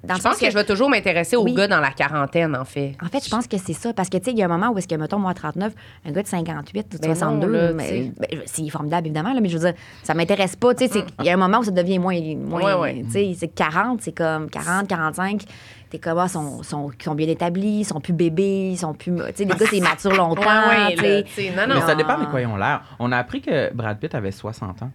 D: Dans
B: Je pense que je vais toujours m'intéresser aux
D: Oui.
B: gars dans la quarantaine, en fait.
D: En fait, je pense que c'est ça. Parce que, tu sais, il y a un moment où est-ce que, mettons, moi, à 39, un gars de 58 ou de
B: Ben non,
D: 62,
B: là,
D: mais- ben, c'est formidable, évidemment, là, mais je veux dire, ça m'intéresse pas. Tu sais, c'est- il y a un moment où ça devient moins. moins
B: Mm. Ouais, ouais.
D: Tu sais, c'est 40, c'est comme 40, 45. T'es comme, ah, sont, sont, ils sont bien établis, ils sont plus bébés, ils sont plus. Tu sais, les gars, c'est mature longtemps.
B: [laughs] ouais, là,
D: tu sais.
B: tu sais, non,
A: Mais
B: non.
A: ça dépend de quoi ils ont l'air. On a appris que Brad Pitt avait 60 ans.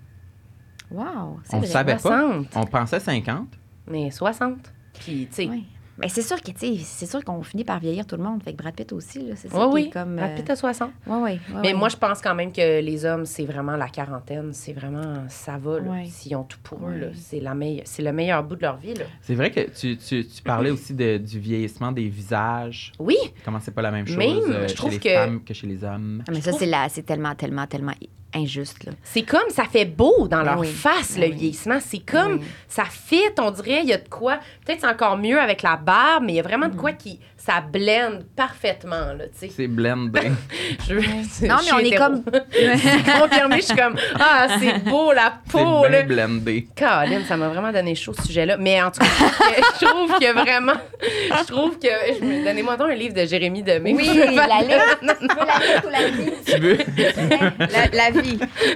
D: Wow, c'est
A: On le
D: vrai.
A: savait pas.
B: 60.
A: On pensait 50.
B: Mais 60. Puis, tu sais.
D: Ouais. Mais c'est sûr que, tu sais, c'est sûr qu'on finit par vieillir tout le monde. Fait que Brad Pitt aussi, là, c'est ça
B: Ouais,
D: qui est
B: oui,
D: comme.
B: Brad Pitt à 60.
D: euh, ouais, ouais, ouais,
B: Mais
D: ouais.
B: moi, je pense quand même que les hommes, c'est vraiment la quarantaine. C'est vraiment, ça va, là.
D: Ouais.
B: S'ils ont tout pour eux,
D: Ouais.
B: là. C'est la meille- c'est le meilleur bout de leur vie, là.
A: C'est vrai que tu, tu, tu parlais aussi de- du vieillissement des visages.
B: Oui,
A: Comment c'est pas la même chose
B: Même,
A: euh,
B: je
A: chez
B: trouve
A: les
B: que-
A: femmes que chez les hommes.
D: Ah, mais ça, c'est la- c'est tellement, tellement, tellement injuste. Là.
B: C'est comme ça fait beau dans leur
D: Oui.
B: face, le
D: Ben Oui.
B: vieillissement. C'est comme
D: Oui.
B: ça fit, on dirait, il y a de quoi. Peut-être c'est encore mieux avec la barbe, mais il y a vraiment
D: Mm-hmm.
B: de quoi qui. Ça blende parfaitement, là, tu sais.
A: C'est
B: [laughs]
A: blendé.
B: Je-
D: Non,
B: je
D: mais on
B: suis
D: est
B: hétéro.
D: comme-
B: [laughs] Confirmé, je suis comme, ah, c'est
D: [laughs]
B: beau la
A: C'est
B: peau, là.
A: bien
B: [laughs]
A: blendé.
B: Caroline, ça m'a vraiment donné chaud ce sujet-là. Mais en tout cas, je trouve que vraiment, je trouve que. je me- Donnez-moi donc un livre de Jérémy Demé. [laughs]
E: Oui, la liste. Tu veux la liste ou la
A: Tu veux?
E: vie? La, la vie.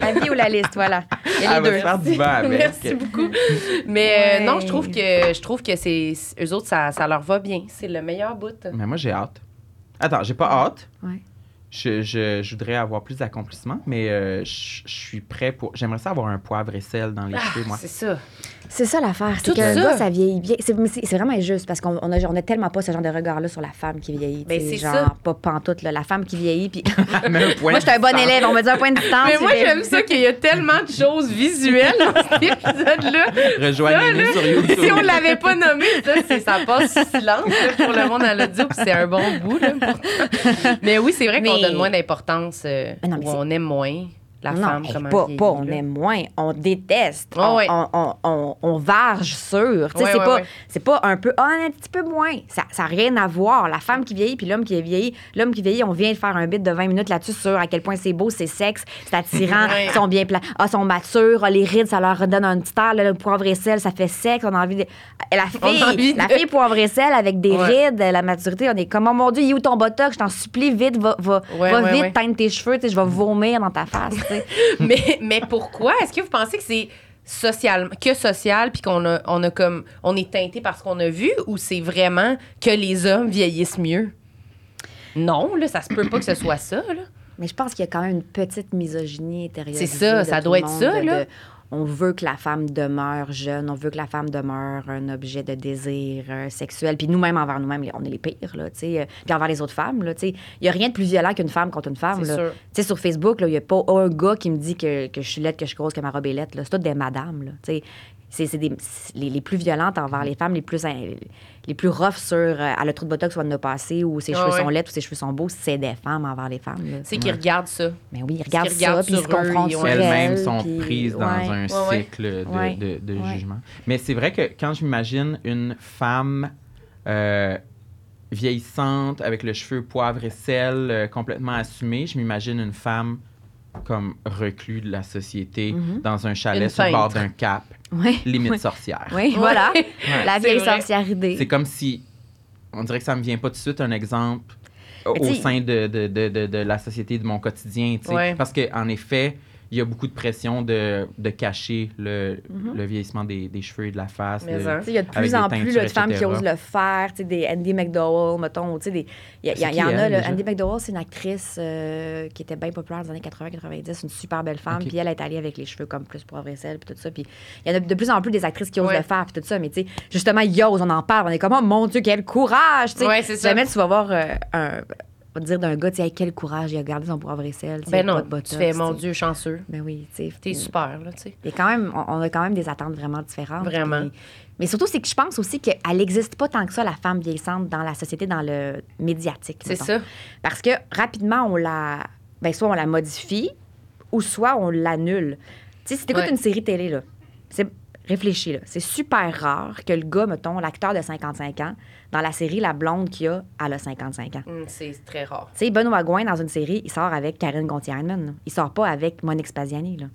E: La vie ou la liste, voilà. Il y a
A: Elle
E: les
A: va
E: deux.
A: se faire du vent avec.
B: Merci beaucoup. Mais euh,
E: Ouais.
B: non, je trouve que je trouve que c'est eux autres ça, ça leur va bien, c'est le meilleur bout.
A: Mais moi, j'ai hâte. Attends, j'ai pas hâte.
D: Ouais.
A: Je, je- je voudrais avoir plus d'accomplissements, mais euh, je, je suis prêt pour. J'aimerais ça avoir un poivre et sel dans les cheveux, moi. [laughs]
B: Ah, C'est ça.
D: C'est ça l'affaire, c'est
B: Tout
D: qu'un
B: ça.
D: gars, ça vieillit bien. C'est, mais c'est- c'est vraiment injuste parce qu'on on a, on a tellement pas ce genre de regard-là sur la femme qui vieillit.
B: Ben,
D: tu sais,
B: c'est
D: genre,
B: ça.
D: pas pantoute, là, la femme qui vieillit. Puis...
A: Mais un point
D: moi, j'étais un bon
A: de
D: élève, on me dit un point de
E: Ah,
D: distance.
B: Mais moi
D: c'est-
B: j'aime ça qu'il y a tellement de choses visuelles dans
E: [laughs]
B: cet épisode-là.
A: distance. Rejoignez-nous sur YouTube.
B: [laughs] Si on l'avait pas nommé, ça, c'est- ça passe sous silence là, pour le monde à l'audio, puis c'est un bon bout. Là, pourtant. mais oui, c'est vrai qu'on
D: Mais-
B: donne moins d'importance, euh,
D: Mais non, mais
B: ou
D: c'est-
B: on aime moins la
D: non,
B: femme
D: hey,
B: comme un
D: pas,
B: vieilli,
D: pas on
B: là.
D: aime moins, on déteste,
B: Ouais,
D: on,
B: ouais.
D: on, on, on- on varge sur. Tu sais,
B: Ouais,
D: c'est
B: ouais,
D: pas,
B: ouais.
D: c'est pas un peu, ah, un petit peu moins. Ça n'a rien à voir. La femme qui vieillit puis l'homme qui est vieilli, l'homme qui vieillit, on vient de faire un bit de 20 minutes là-dessus sur à quel point c'est beau, c'est sexe, c'est attirant,
B: Ouais.
D: ils sont bien plats, ah, ils sont matures, ah, les rides, ça leur redonne un petit air, là, le poivre et sel, ça fait sexe, on a envie de. La
B: [laughs] On a
D: fille,
B: envie de-
D: la fille poivre et sel avec des
B: Ouais.
D: rides, la maturité, on est comme, oh mon Dieu, il est où ton botox? Je t'en supplie, vite, va, va,
B: Ouais,
D: va
B: ouais,
D: vite
B: ouais. Mm.
D: teindre tes cheveux, tu sais, je vais vomir dans ta face. tu sais. [laughs]
B: mais, mais pourquoi? Est-ce que vous pensez que c'est social, que social, puis qu'on a, on a comme, on est teinté par ce qu'on a vu, ou c'est vraiment que les hommes vieillissent mieux? Non, là, ça se peut pas que ce soit ça, là.
D: Mais je pense qu'il y a quand même une petite misogynie intérieure.
B: C'est ça, ça doit être ça, là.
D: on veut que la femme demeure jeune, on veut que la femme demeure un objet de désir euh, sexuel. Puis nous-mêmes, envers nous-mêmes, on est les pires, là, tu sais. euh, Puis envers les autres femmes, là, tu sais. Il n'y a rien de plus violent qu'une femme contre une femme,
B: C'est
D: Ah, là.
B: sûr.
D: Tu sais, sur Facebook, là, il n'y a pas un gars qui me dit que, que je suis laide, que je suis grosse, que ma robe est laide, là. C'est toutes des madames, là, tu sais. C'est c'est des- c'est les, les plus violentes envers les femmes, les plus, hein, les plus rough sur euh, elle a trop de botox ou elle en a pas assez, ou ses
B: Ah
D: cheveux
B: ouais.
D: sont laides, ou ses cheveux sont beaux. C'est des femmes envers les femmes, là.
B: C'est qu'ils regardent ça.
D: Mais oui, ils regardent
B: qu'ils regardent
D: ça, puis ils se
B: sur eux,
D: confrontent
B: ils ont-
D: sur elles.
A: Elles-mêmes sont
D: puis-
A: prises dans
D: ouais.
A: un
B: Ouais, ouais.
A: cycle de,
D: Ouais.
A: de- de
D: Ouais.
A: jugement. Mais c'est vrai que quand je m'imagine une femme euh, vieillissante, avec le cheveu poivre et sel euh, complètement assumé, je m'imagine une femme comme reclue de la société
D: Mhm.
A: dans un chalet
B: Une
A: sur le bord
B: peintre.
A: d'un cap,
B: [laughs]
D: Ouais.
A: limite sorcière.
D: Oui, voilà.
A: Ouais.
D: La
B: C'est
D: vieille
B: vrai.
D: sorcière
A: C'est
D: idée.
A: comme si, on dirait que ça me vient pas tout de suite un exemple au
D: Mais
A: au
D: t'sais-
A: sein de, de, de, de, de la société, de mon quotidien. tu sais.
B: Ouais.
A: Parce qu'en effet, il y a beaucoup de pression de, de cacher le,
D: Mm-hmm.
A: le vieillissement des, des cheveux et de la face.
B: Mais
A: de-
B: hein.
D: Tu sais, Il y a de
A: Avec
D: plus
A: des
D: en plus là, de
A: teintures,
D: femmes qui
A: etc.
D: osent le faire, tu sais, des Andy McDowell, mettons, tu sais, des- il y, a-
A: C'est
D: il y a- il
A: qui,
D: y en
A: elle,
D: a. là.
A: déjà?
D: Andy McDowell, c'est une actrice euh, qui était bien populaire dans les années 80-90, une super belle femme,
A: Ok.
D: puis elle est allée avec les cheveux comme plus poivre et sel, puis tout ça, puis il y en a de plus en plus des actrices qui osent
B: Ouais.
D: le faire, puis tout ça, mais tu sais, justement, ils osent, on en parle, on est comme, oh mon Dieu, quel courage, tu sais.
B: Ouais, c'est ça.
D: Jamais tu vas voir euh, un... on va dire d'un gars, tu sais, Hey, quel courage, il a gardé son poivre et sel. tu sais,
B: Ben
D: pas
B: non,
D: de botox,
B: tu fais, mon
D: tu sais.
B: Dieu, chanceux.
D: Ben oui, tu sais.
B: T'es
D: mm.
B: super, là, tu sais.
D: Il y a quand même, on, on a quand même des attentes vraiment différentes.
B: Vraiment.
D: Puis- mais surtout, c'est que je pense aussi qu'elle n'existe pas tant que ça, la femme vieillissante, dans la société, dans le médiatique.
B: C'est
D: mettons.
B: ça.
D: Parce que rapidement, on la. Ben, soit on la modifie, ou soit on l'annule. Tu sais, si t'écoutes
B: Ouais.
D: une série télé, là, c'est. Réfléchis, là. C'est super rare que le gars, mettons, l'acteur de 55 ans, dans la série, la blonde qu'il a, elle a 55 ans.
B: Hum, c'est très rare.
D: Tu sais, Benoît Gouin, dans une série, il sort avec Karine Gontier-Hanneman. là. Il sort pas avec Monique Spaziani, là.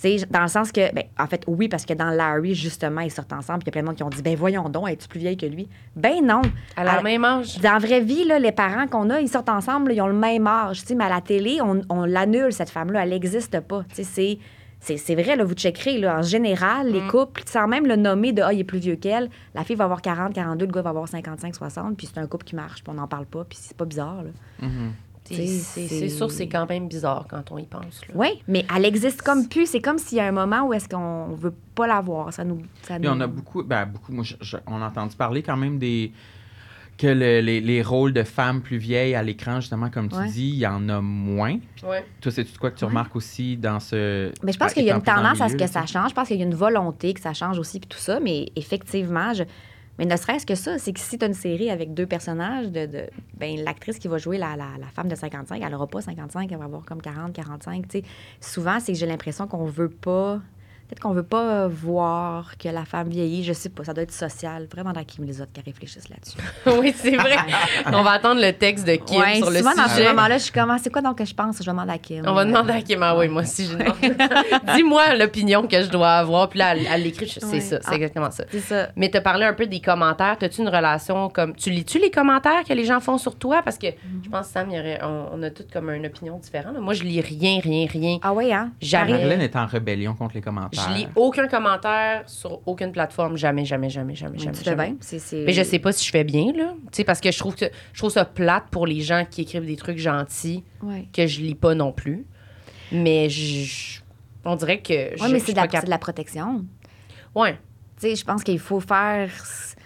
D: Tu sais, dans le sens que, ben, en fait, oui, parce que dans Larry, justement, ils sortent ensemble, puis il y a plein de monde qui ont dit, ben voyons donc, es-tu plus vieille que lui? Ben non.
B: À la
D: À-
B: même âge.
D: Dans la vraie vie, là, les parents qu'on a, ils sortent ensemble, là, ils ont le même âge. Tu sais, mais à la télé, on, on l'annule, cette femme-là. Elle n'existe pas. Tu sais, c'est- c'est. C'est vrai, là, vous checkerez. Là, en général, les couples, sans même le nommer de Ah, il est plus vieux qu'elle, la fille va avoir 40, 42, le gars va avoir 55, 60, puis c'est un couple qui marche, puis on n'en parle pas, puis c'est pas bizarre. Là.
A: Mm-hmm.
B: C'est c'est- c'est sûr, c'est quand même bizarre quand on y pense. là.
D: Oui, mais elle existe comme plus. C'est comme s'il y a un moment où est-ce qu'on on veut pas la voir. Ça nous. Ça
A: Puis
D: nous-
A: on a beaucoup, ben, beaucoup moi, je- je- on a entendu parler quand même des que le- les, les rôles de femmes plus vieilles à l'écran, justement, comme tu
D: Ouais.
A: dis, il y en a moins.
B: Ouais.
A: Toi, c'est-tu de quoi que tu remarques aussi dans ce...
D: Mais je pense
A: ben,
D: qu'il y
A: étant
D: a une
A: plus dans le
D: tendance à ce
A: milieu,
D: que
A: là,
D: ça change. Je pense qu'il y a une volonté que ça change aussi, puis tout ça. Mais effectivement, je, Mais ne serait-ce que ça, c'est que si tu as une série avec deux personnages, de, de- ben, l'actrice qui va jouer la, la- la femme de 55, elle n'aura pas 55, elle va avoir comme 40, 45. tu sais. Souvent, c'est que j'ai l'impression qu'on veut pas. Peut-être qu'on veut pas voir que la femme vieillit, je sais pas, ça doit être social. Vraiment dans Kim les autres qui réfléchissent là-dessus.
B: [laughs] oui, c'est [laughs] vrai. On va attendre le texte de Kim
D: Ouais,
B: sur le
D: souvent dans ce
B: sujet.
D: moment-là, je suis comme, Ah, c'est quoi donc que je pense? Je demande à Kim. Euh,
B: On va demander à Kim, ah oui, moi aussi, je demande. [laughs] Dis-moi l'opinion que je dois avoir. Puis là, elle elle l'écrit, je- c'est
D: Ouais.
B: ça, c'est
D: Ah.
B: exactement ça.
D: C'est ça.
B: Mais t'as parlé un peu des commentaires. T'as-tu une relation comme. Tu lis-tu les commentaires que les gens font sur toi? Parce que
D: Mm-hmm.
B: je pense, Sam, il y aurait- on, on a toutes comme une opinion différente. là. Moi, je lis rien, rien, rien.
D: Ah oui, hein?
B: Jamais.
D: Pareil.
A: Madeleine est en rébellion contre les commentaires.
B: Je lis aucun commentaire sur aucune plateforme. Jamais, jamais, jamais, jamais, jamais.
D: Tu fais
B: jamais.
D: bien. C'est- c'est-
B: Mais je sais pas si je fais bien, là. Tu sais, parce que je trouve que je trouve ça plate pour les gens qui écrivent des trucs gentils
D: Ouais.
B: que je lis pas non plus. Mais je. On dirait que. je-
D: Oui, mais
B: je suis
D: c'est de, la-
B: pas cap-
D: c'est de la protection.
B: Ouais.
D: Tu sais, je pense qu'il faut faire c-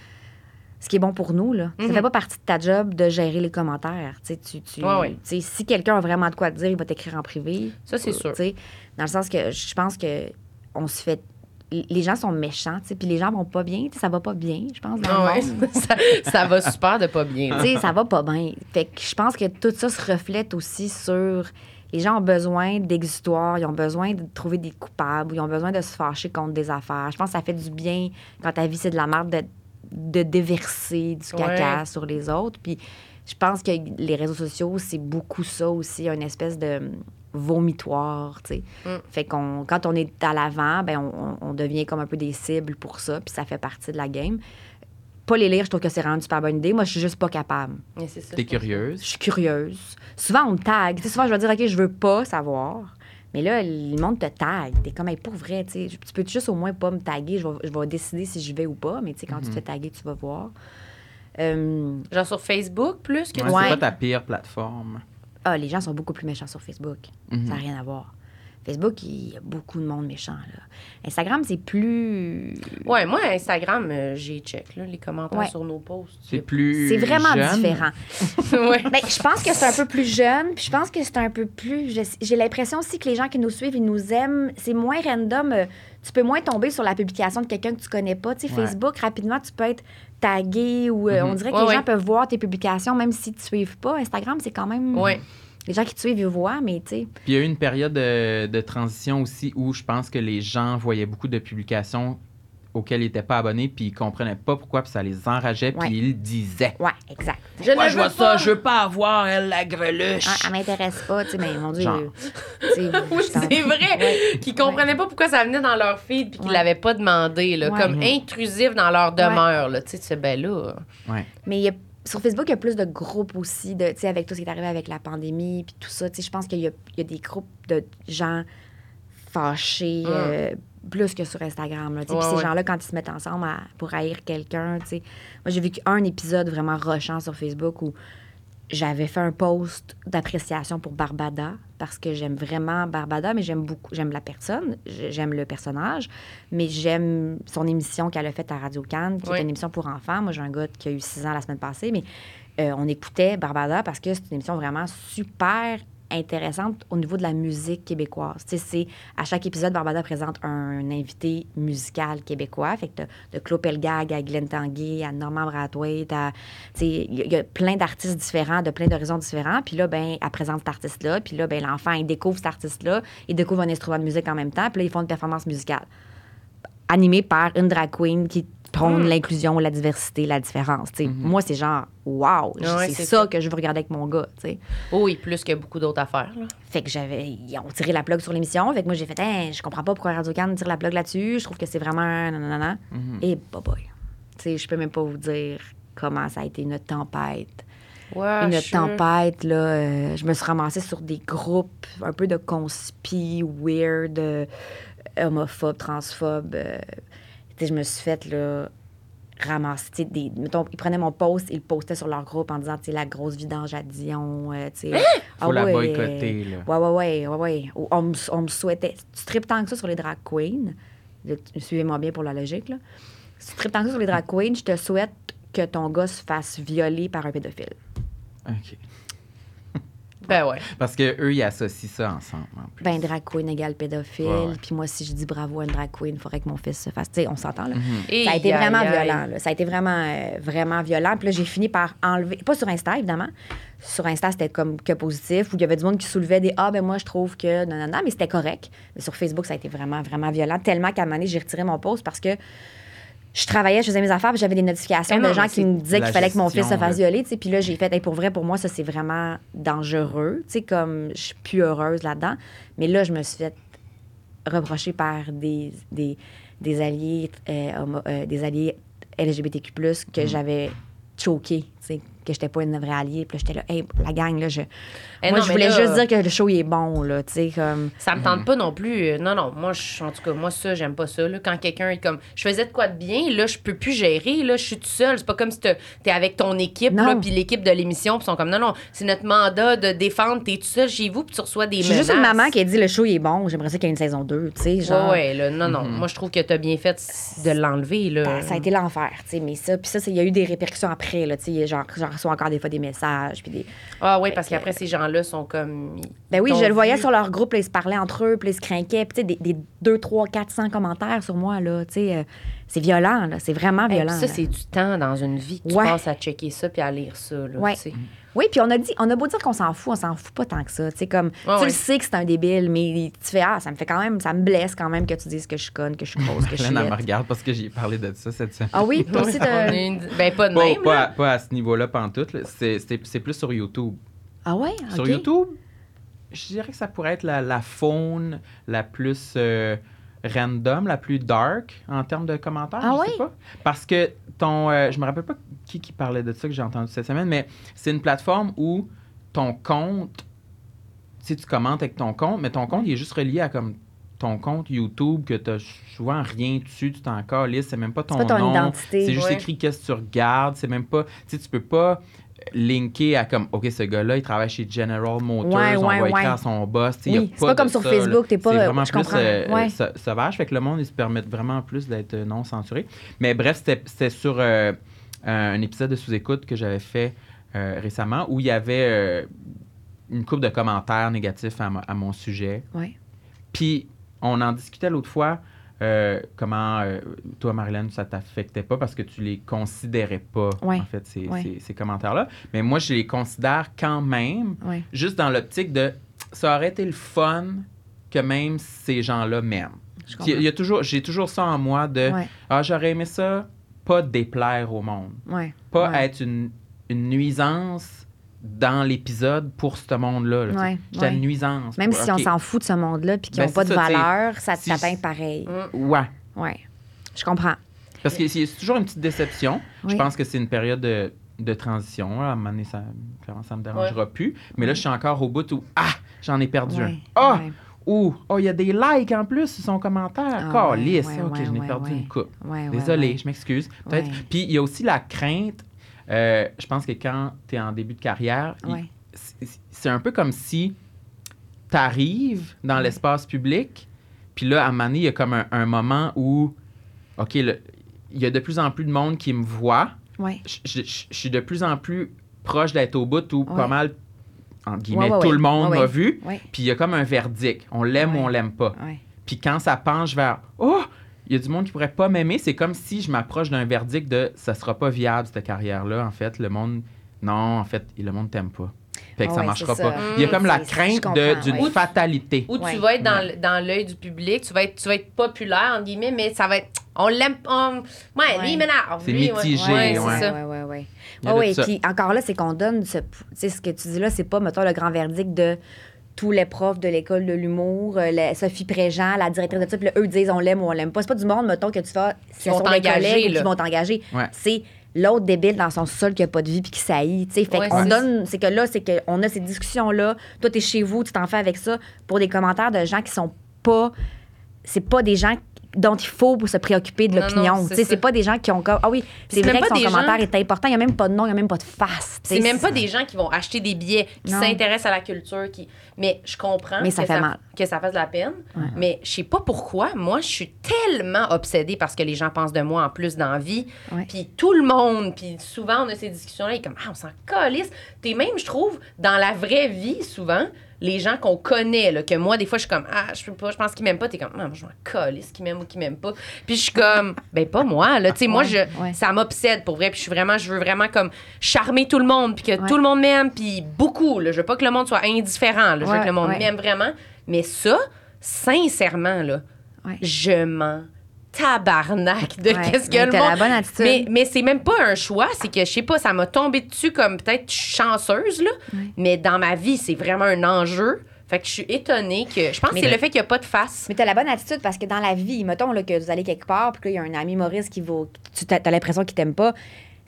D: ce qui est bon pour nous. Là. Ça
B: Mhm.
D: fait pas partie de ta job de gérer les commentaires. Tu sais, tu, tu-
B: Ouais, ouais.
D: tu sais, si quelqu'un a vraiment de quoi te dire, il va t'écrire en privé.
B: Ça, c'est
D: Euh,
B: sûr.
D: tu sais, Dans le sens que je pense que on se fait. Les gens sont méchants, tu sais, puis les gens vont pas bien. tu sais, Ça va pas bien, je pense. dans le
B: Ah ouais.
D: monde.
B: ça, [laughs] ça va super de pas bien. là.
D: tu sais, ça va pas bien. Fait que je pense que tout ça se reflète aussi sur. Les gens ont besoin d'exutoires, ils ont besoin de trouver des coupables, ils ont besoin de se fâcher contre des affaires. Je pense que ça fait du bien quand ta vie, c'est de la merde de, de déverser du caca
B: Ouais.
D: sur les autres. Puis je pense que les réseaux sociaux, c'est beaucoup ça aussi, une espèce de vomitoire, tu sais.
B: Mm.
D: Fait qu'on, quand on est à l'avant, ben on, on- on devient comme un peu des cibles pour ça, puis ça fait partie de la game. Pas les lire, je trouve que c'est vraiment une super bonne idée. Moi, je suis juste pas capable.
B: Mais c'est ça,
A: T'es
B: je pense.
A: curieuse.
D: Je suis curieuse. Souvent, on me tag. Tu sais, souvent, je vais dire, OK, je veux pas savoir. Mais là, le monde te tag. T'es comme, hey, pour vrai, tu sais, tu peux juste au moins pas me taguer. Je vais, je vais décider si je vais ou pas. Mais tu sais, quand
A: Mhm.
D: tu te fais taguer, tu vas voir. Euh,
B: Genre sur Facebook plus que
A: Ouais,
B: tu-
D: Ouais.
A: C'est pas ta pire plateforme.
D: ah, les gens sont beaucoup plus méchants sur Facebook.
A: Mhm.
D: Ça n'a rien à voir. Facebook, il y a beaucoup de monde méchant. Là. Instagram, c'est plus.
B: Ouais, moi, Instagram, euh, j'ai check là, les commentaires
D: Ouais.
B: sur nos posts.
A: C'est plus.
D: C'est vraiment
A: jeune.
D: différent.
B: [laughs] ouais.
D: Ben, je pense que c'est un peu plus jeune, puis je pense que c'est un peu plus. je- J'ai l'impression aussi que les gens qui nous suivent, ils nous aiment. C'est moins random. euh, Tu peux moins tomber sur la publication de quelqu'un que tu connais pas. Tu sais,
A: Ouais.
D: Facebook, rapidement, tu peux être tagué ou euh,
A: Mhm.
D: on dirait que
B: Ouais,
D: les
B: ouais.
D: gens peuvent voir tes publications, même si tu ne suives pas. Instagram, c'est quand même.
B: Ouais.
D: Les gens qui te suivent, ils voient, mais tu sais.
A: Puis il y a eu une période de, de transition aussi où je pense que les gens voyaient beaucoup de publications auxquelles ils n'étaient pas abonnés, puis ils comprenaient pas pourquoi, puis ça les enrageait,
D: Ouais.
A: puis ils le disaient.
D: Ouais, exact.
B: Je
A: Moi,
B: ne
A: je
B: veux
A: vois ça, je veux pas avoir, elle, la greluche.
D: Ah, elle m'intéresse pas, tu sais, mais mon Dieu.
A: Genre.
D: euh, tu sais,
B: Oui,
D: je t'en-
B: c'est vrai. Qu'ils comprenaient pas pourquoi ça venait dans leur feed puis qu'ils
D: Ouais.
B: l'avaient pas demandé, là,
D: Ouais.
B: comme intrusif dans leur demeure. Là. Tu sais, tu fais, ben là.
A: Ouais.
D: Mais il y a- sur Facebook, il y a plus de groupes aussi, de, tu sais, avec tout ce qui est arrivé avec la pandémie, puis tout ça. Tu sais, je pense qu'il y, a- il y a des groupes de gens fâchés
B: Mm.
D: euh, plus que sur Instagram. là, tu sais.
B: Ouais,
D: Puis ces
B: ouais.
D: gens-là, quand ils se mettent ensemble à- pour haïr quelqu'un, tu sais. Moi, j'ai vécu un épisode vraiment rochant sur Facebook où j'avais fait un post d'appréciation pour Barbada parce que j'aime vraiment Barbada, mais j'aime beaucoup, j'aime la personne, j- j'aime le personnage, mais j'aime son émission qu'elle a faite à Radio Cannes, qui
B: Oui.
D: est une émission pour enfants. Moi, j'ai un gars qui a eu 6 ans la semaine passée, mais euh, on écoutait Barbada parce que c'est une émission vraiment super intéressante au niveau de la musique québécoise. Tu sais, c'est à chaque épisode, Barbada présente un invité musical québécois. Fait que t'as de Claude Pelgag à Glenn Tanguy, à Norman Brathwaite, à tu sais, il y a- il y a plein d'artistes différents, de plein d'horizons différents. Puis là, ben, elle présente cet artiste-là. Puis là, ben, l'enfant, il découvre cet artiste-là. Il découvre un instrument de musique en même temps. Puis là, ils font une performance musicale animée par une drag queen qui prône l'inclusion, la diversité, la différence. tu sais. Moi, c'est genre, wow,
B: Ah ouais,
D: Mm-hmm. c'est
B: c'est
D: ça
B: ça.
D: que je veux regarder avec mon gars. tu sais.
B: Oh, oui, plus que beaucoup d'autres affaires. Là.
D: Fait que j'avais. Ils ont tiré la plug sur l'émission. Fait que moi, j'ai fait, Hein, je comprends pas pourquoi Radio-Can tire la plug là-dessus. Je trouve que c'est vraiment. Nanana. Et bah, boy. Tu sais, je peux même pas vous dire comment ça a été une tempête
B: Ouais,
D: une
B: Ah, je-
D: tempête, là. euh, je me suis ramassée sur des groupes un peu de conspi, weird, euh, homophobes, transphobes. euh. Tu sais, je me suis faite, là, ramasser. tu sais, Des, mettons, ils prenaient mon post, ils le postaient sur leur groupe en disant, tu sais, la grosse vidange à Dion, euh, tu sais.
A: Faut la
D: ouais,
A: boycotter, là.
D: Ouais, ouais, ouais, ouais, ouais. Ou On, me- on me souhaitait. Tu tripes tant que ça sur les drag queens. Le- Suivez-moi bien pour la logique, là. Si tu tripes tant que ça sur les drag queens, je te souhaite que ton gars se fasse violer par un pédophile.
A: OK.
B: Ben ouais.
A: Parce que eux, ils associent ça ensemble. en plus.
D: Ben, drag queen égale pédophile.
A: Ouais, ouais.
D: Puis moi, si je dis bravo à une drag queen, il faudrait que mon fils se fasse. Tu sais, on s'entend, là.
B: Et
D: Ça a été
B: aïe,
D: vraiment
B: aïe.
D: violent. là. Ça a été vraiment, euh, vraiment violent. Puis là, j'ai fini par enlever. Pas sur Insta, évidemment. Sur Insta, c'était comme que positif. Où il y avait du monde qui soulevait des Ah, ben moi, je trouve que. Non, non, non, mais c'était correct. Mais sur Facebook, ça a été vraiment, vraiment violent. Tellement qu'à un moment donné, j'ai retiré mon post parce que je travaillais, je faisais mes affaires, puis j'avais des notifications
B: Mais Eh non,
D: de gens
B: mais
D: qui me disaient
A: la
D: qu'il fallait que mon fils se
A: gestion,
D: fasse
A: là.
D: violer. tu sais. Puis là, j'ai fait Hey, pour vrai, pour moi, ça, c'est vraiment dangereux. Tu sais, comme je suis plus heureuse là-dedans. Mais là, je me suis fait reprocher par des, des, des alliés, euh, homo- euh, des alliés LGBTQ, que
B: Mm-hmm.
D: j'avais choqué, tu sais, que j'étais pas une vraie alliée. Puis là, j'étais là, hey, la gang, là, je.
B: Eh
D: moi,
B: non,
D: je
B: mais
D: voulais
B: là-
D: juste dire que le show, il est bon, là, tu sais, comme.
B: Ça me tente pas non plus. Euh, Non, non, moi, je, en tout cas, moi, ça, j'aime pas ça. Là. Quand quelqu'un est comme, je faisais de quoi de bien, là, je peux plus gérer, là, je suis tout seul. C'est pas comme si t'es t'es avec ton équipe,
D: Non.
B: là, puis l'équipe de l'émission, puis ils sont comme, non, non, c'est notre mandat de défendre, t'es tout seul chez vous, puis tu reçois des
D: Je
B: menaces.
D: suis juste une maman qui a dit le show, il est bon, j'aimerais ça qu'il y ait une saison 2, tu sais, genre.
B: Ouais, ouais, là, non, non. Moi, je trouve que t'as bien fait de l'enlever, là.
D: Ben, ça a été l'enfer, tu sais, mais ça, puis ça, c'est- il y a eu des répercussions après, là, tu sais, genre, j'en reçois encore des fois des messages, puis des...
B: Ah, oui, parce qu'après, ces gens-là sont comme. ils
D: Ben oui,
B: t'ont
D: je le voyais
B: vu.
D: sur leur groupe, là, ils se parlaient entre eux, puis ils se craquaient, puis tu sais, des, des 2, 3, 400 commentaires sur moi, là, tu sais, euh, c'est violent, là, c'est vraiment
B: Hey, Eh, puis
D: violent.
B: ça,
D: là.
B: c'est du temps dans une vie que tu
D: Ouais.
B: passes à checker ça puis à lire ça. Là,
D: Ouais.
B: tu sais.
D: Oui, puis on a dit, on a beau dire qu'on s'en fout, on s'en fout pas tant que ça, tu sais, comme,
B: Ouais,
D: tu
B: ouais.
D: le sais que c'est un débile, mais tu fais, ah, ça me fait quand même, ça me blesse quand même que tu dises que je suis conne, que je suis grosse, que je suis
A: Hélène, elle me
D: laide.
A: regarde parce que j'ai parlé de ça cette semaine.
D: Ah oui, toi aussi,
B: [laughs]
D: t'as-
B: On est une- Ben, pas de
A: Pas,
B: même.
A: pas
B: là.
A: à, pas à ce niveau-là, pantoute. là. C'est- C'est c'est plus sur YouTube.
D: Ah ouais,
A: Sur
D: ok.
A: YouTube, je dirais que ça pourrait être la, la faune la plus euh, random, la plus dark en termes de commentaires.
D: Ah
A: je
D: oui?
A: sais pas. Parce que ton. euh, je me rappelle pas qui, qui parlait de ça que j'ai entendu cette semaine, mais c'est une plateforme où ton compte. Tu sais, tu commentes avec ton compte, mais ton compte, il est juste relié à comme ton compte YouTube que tu souvent rien dessus, tu t'en calisses, c'est même pas ton,
D: pas ton
A: nom.
D: identité.
A: C'est juste
B: Ouais.
A: écrit qu'est-ce que tu regardes, c'est même pas. Tu sais, tu peux pas linker à comme, OK, ce gars-là, il travaille chez General Motors,
D: Ouais,
A: on
D: ouais,
A: va écrire
D: ouais.
A: à son boss. tu sais,
D: Oui,
A: y a
D: c'est pas
A: de
D: comme sur
A: ça,
D: Facebook,
A: là.
D: t'es pas-
A: C'est
D: euh,
A: vraiment
D: je
A: plus
D: comprends,
A: euh,
D: ouais.
A: sau- sauvage, fait que le monde, ils se permettent vraiment plus d'être euh, non censuré. Mais bref, c'était c'était sur euh, euh, un épisode de sous-écoute que j'avais fait euh, récemment où il y avait euh, une coupe de commentaires négatifs à, mo- à mon sujet.
D: Ouais.
A: Puis, on en discutait l'autre fois, euh, comment euh, toi, Marilyn, ça t'affectait pas parce que tu les considérais pas,
D: Ouais.
A: en fait, ces,
D: Ouais.
A: ces- ces commentaires-là. Mais moi, je les considère quand même,
D: Ouais.
A: juste dans l'optique de ça aurait été le fun que même ces gens-là m'aiment.
D: Je
A: Il y a- il y a toujours, j'ai toujours ça en moi de
D: Ouais.
A: ah, j'aurais aimé ça, pas déplaire au monde,
D: Ouais.
A: pas
D: Ouais.
A: être une, une nuisance dans l'épisode pour ce monde-là. là, tu sais.
D: Ouais,
A: J'étais
D: ouais.
A: une nuisance.
D: Même
A: pour-
D: si on
A: OK,
D: s'en fout de ce monde-là puis qu'ils
A: Ben,
D: n'ont pas de
A: c'est ça, t'sais,
D: valeur, ça
A: si-
D: t'atteint pareil.
A: Ouais.
B: Mm.
D: Ouais. Je comprends.
A: Parce que c'est c'est toujours une petite déception. Je
D: Oui.
A: pense que c'est une période de, de transition. À un moment donné, ça, clairement, ça me dérangera plus. Mais là, je suis encore au bout où Ah, j'en ai perdu un.
D: Ouais,
A: Ah!
D: ouais.
A: Ou Oh, il y a des likes en plus sur son commentaire.
D: Ah, ouais,
A: Calisse.
D: ouais,
A: Ah, OK,
D: ouais,
A: je n'ai
D: ouais,
A: perdu
D: ouais.
A: une coupe.
D: Ouais, ouais,
A: Désolée,
D: ouais.
A: je m'excuse. Peut-être.
D: Ouais.
A: Puis il y a aussi la crainte. euh, je pense que quand tu es en début de carrière, il-
D: Ouais.
A: c'est- c'est un peu comme si tu arrives dans l'espace public, puis là, à un moment donné, il y a comme un, un moment où, OK, le- il y a de plus en plus de monde qui me voit.
D: Ouais.
A: Je- Je je- je suis de plus en plus proche d'être au bout où
D: Ouais.
A: pas mal, entre guillemets,
D: Ouais, ouais,
A: tout
D: ouais.
A: le monde
D: Ouais,
A: m'a
D: ouais.
A: vu.
D: Ouais.
A: Puis il y a comme un verdict. On l'aime ou on
D: Ouais.
A: l'aime pas.
D: Ouais.
A: Puis quand ça penche vers Oh, il y a du monde qui pourrait pas m'aimer, c'est comme si je m'approche d'un verdict de ça sera pas viable cette carrière-là. En fait, le monde, non, en fait, le monde t'aime pas. Fait que
D: Ah
A: ça
D: ouais,
A: marchera
D: c'est
A: pas.
D: ça.
A: Il y a
D: Mm,
A: comme la
D: c'est- je
A: crainte de-
D: comprends,
A: d'une
D: ouais.
A: fatalité.
B: Ou
D: Ouais.
B: tu vas être dans, l- dans l'œil du public, tu vas être, tu vas être populaire, entre guillemets, mais ça va être. On l'aime. On... Ouais, lui,
D: Ouais.
B: il m'énerve.
A: C'est
B: lui,
A: mitigé,
B: Ouais,
A: ouais.
B: c'est ça.
D: Ouais, ouais, ouais.
A: Il y a
D: Ouais,
A: de
D: ouais,
A: ça.
D: Puis encore là, c'est qu'on donne ce, tu sais, ce que tu dis là, c'est pas, mettons, le grand verdict de tous les profs de l'école de l'humour, euh, la- Sophie Préjean, la directrice de ça, puis là, eux disent on l'aime ou on l'aime pas. C'est pas du monde, mettons, que tu fais, ce
B: vont
D: sont des
B: t'engager,
D: collègues
B: là.
D: qui vont t'engager.
A: Ouais.
D: C'est l'autre débile dans son sol qui a pas de vie puis qui saillit, tu sais. Fait
B: Ouais,
D: qu'on
B: c'est
D: donne, c'est que là, c'est qu'on a ces discussions-là. Toi, t'es chez vous, tu t'en fais avec ça pour des commentaires de gens qui sont pas c'est pas des gens dont il faut pour se préoccuper de
B: Non, non,
D: l'opinion.
B: c'est
D: Tu sais,
B: ça.
D: C'est pas des gens qui ont comme. Ah oui, c'est
B: c'est
D: vrai
B: même
D: que
B: pas
D: son
B: des gens-
D: commentaire est important. Il n'y a même pas de nom, il n'y a même pas de face. tu sais.
B: C'est même pas des gens qui vont acheter des billets, qui
D: Non.
B: s'intéressent à la culture, qui. Mais je comprends
D: Mais ça
B: que,
D: fait mal.
B: que ça fasse de la peine. Mais je sais pas pourquoi. Moi, je suis tellement obsédée parce que les gens pensent de moi en plus dans la vie.
D: Ouais.
B: Puis tout le monde, puis souvent on a ces discussions-là, ils sont comme ah on s'en calisse. T'es même, je trouve, dans la vraie vie souvent. Les gens qu'on connaît, là, que moi, des fois, je suis comme, ah, je peux pas, je pense qu'ils m'aiment pas. T'es comme, ah, moi, je m'en calisse qui m'aime ou qui m'aime pas. Puis je suis
D: [laughs]
B: comme, ben, pas moi, là. Tu sais, moi, je,
D: ouais.
B: ça m'obsède pour vrai. Puis je suis vraiment, je veux vraiment comme charmer tout le monde, puis que
D: Ouais.
B: tout le monde m'aime, puis beaucoup. Là. Je veux pas que le monde soit indifférent. là. Je veux
D: Ouais,
B: que le monde
D: ouais.
B: m'aime vraiment. Mais ça, sincèrement, là,
D: Ouais.
B: je m'en tabarnak de
D: Ouais,
B: qu'est-ce que
D: mais
B: le
D: t'as
B: monde.
D: la bonne attitude.
B: Mais, mais c'est même pas un choix, c'est que je sais pas, ça m'a tombé dessus comme peut-être chanceuse, là.
D: Ouais.
B: Mais dans ma vie, c'est vraiment un enjeu. Fait que je suis étonnée que. Je pense que
D: Mais-
B: c'est le fait qu'il n'y a pas de face.
D: Mais t'as la bonne attitude parce que dans la vie, mettons là, que vous allez quelque part, puis que là, il y a un ami Maurice qui vaut. Tu t'as t'as l'impression qu'il t'aime pas.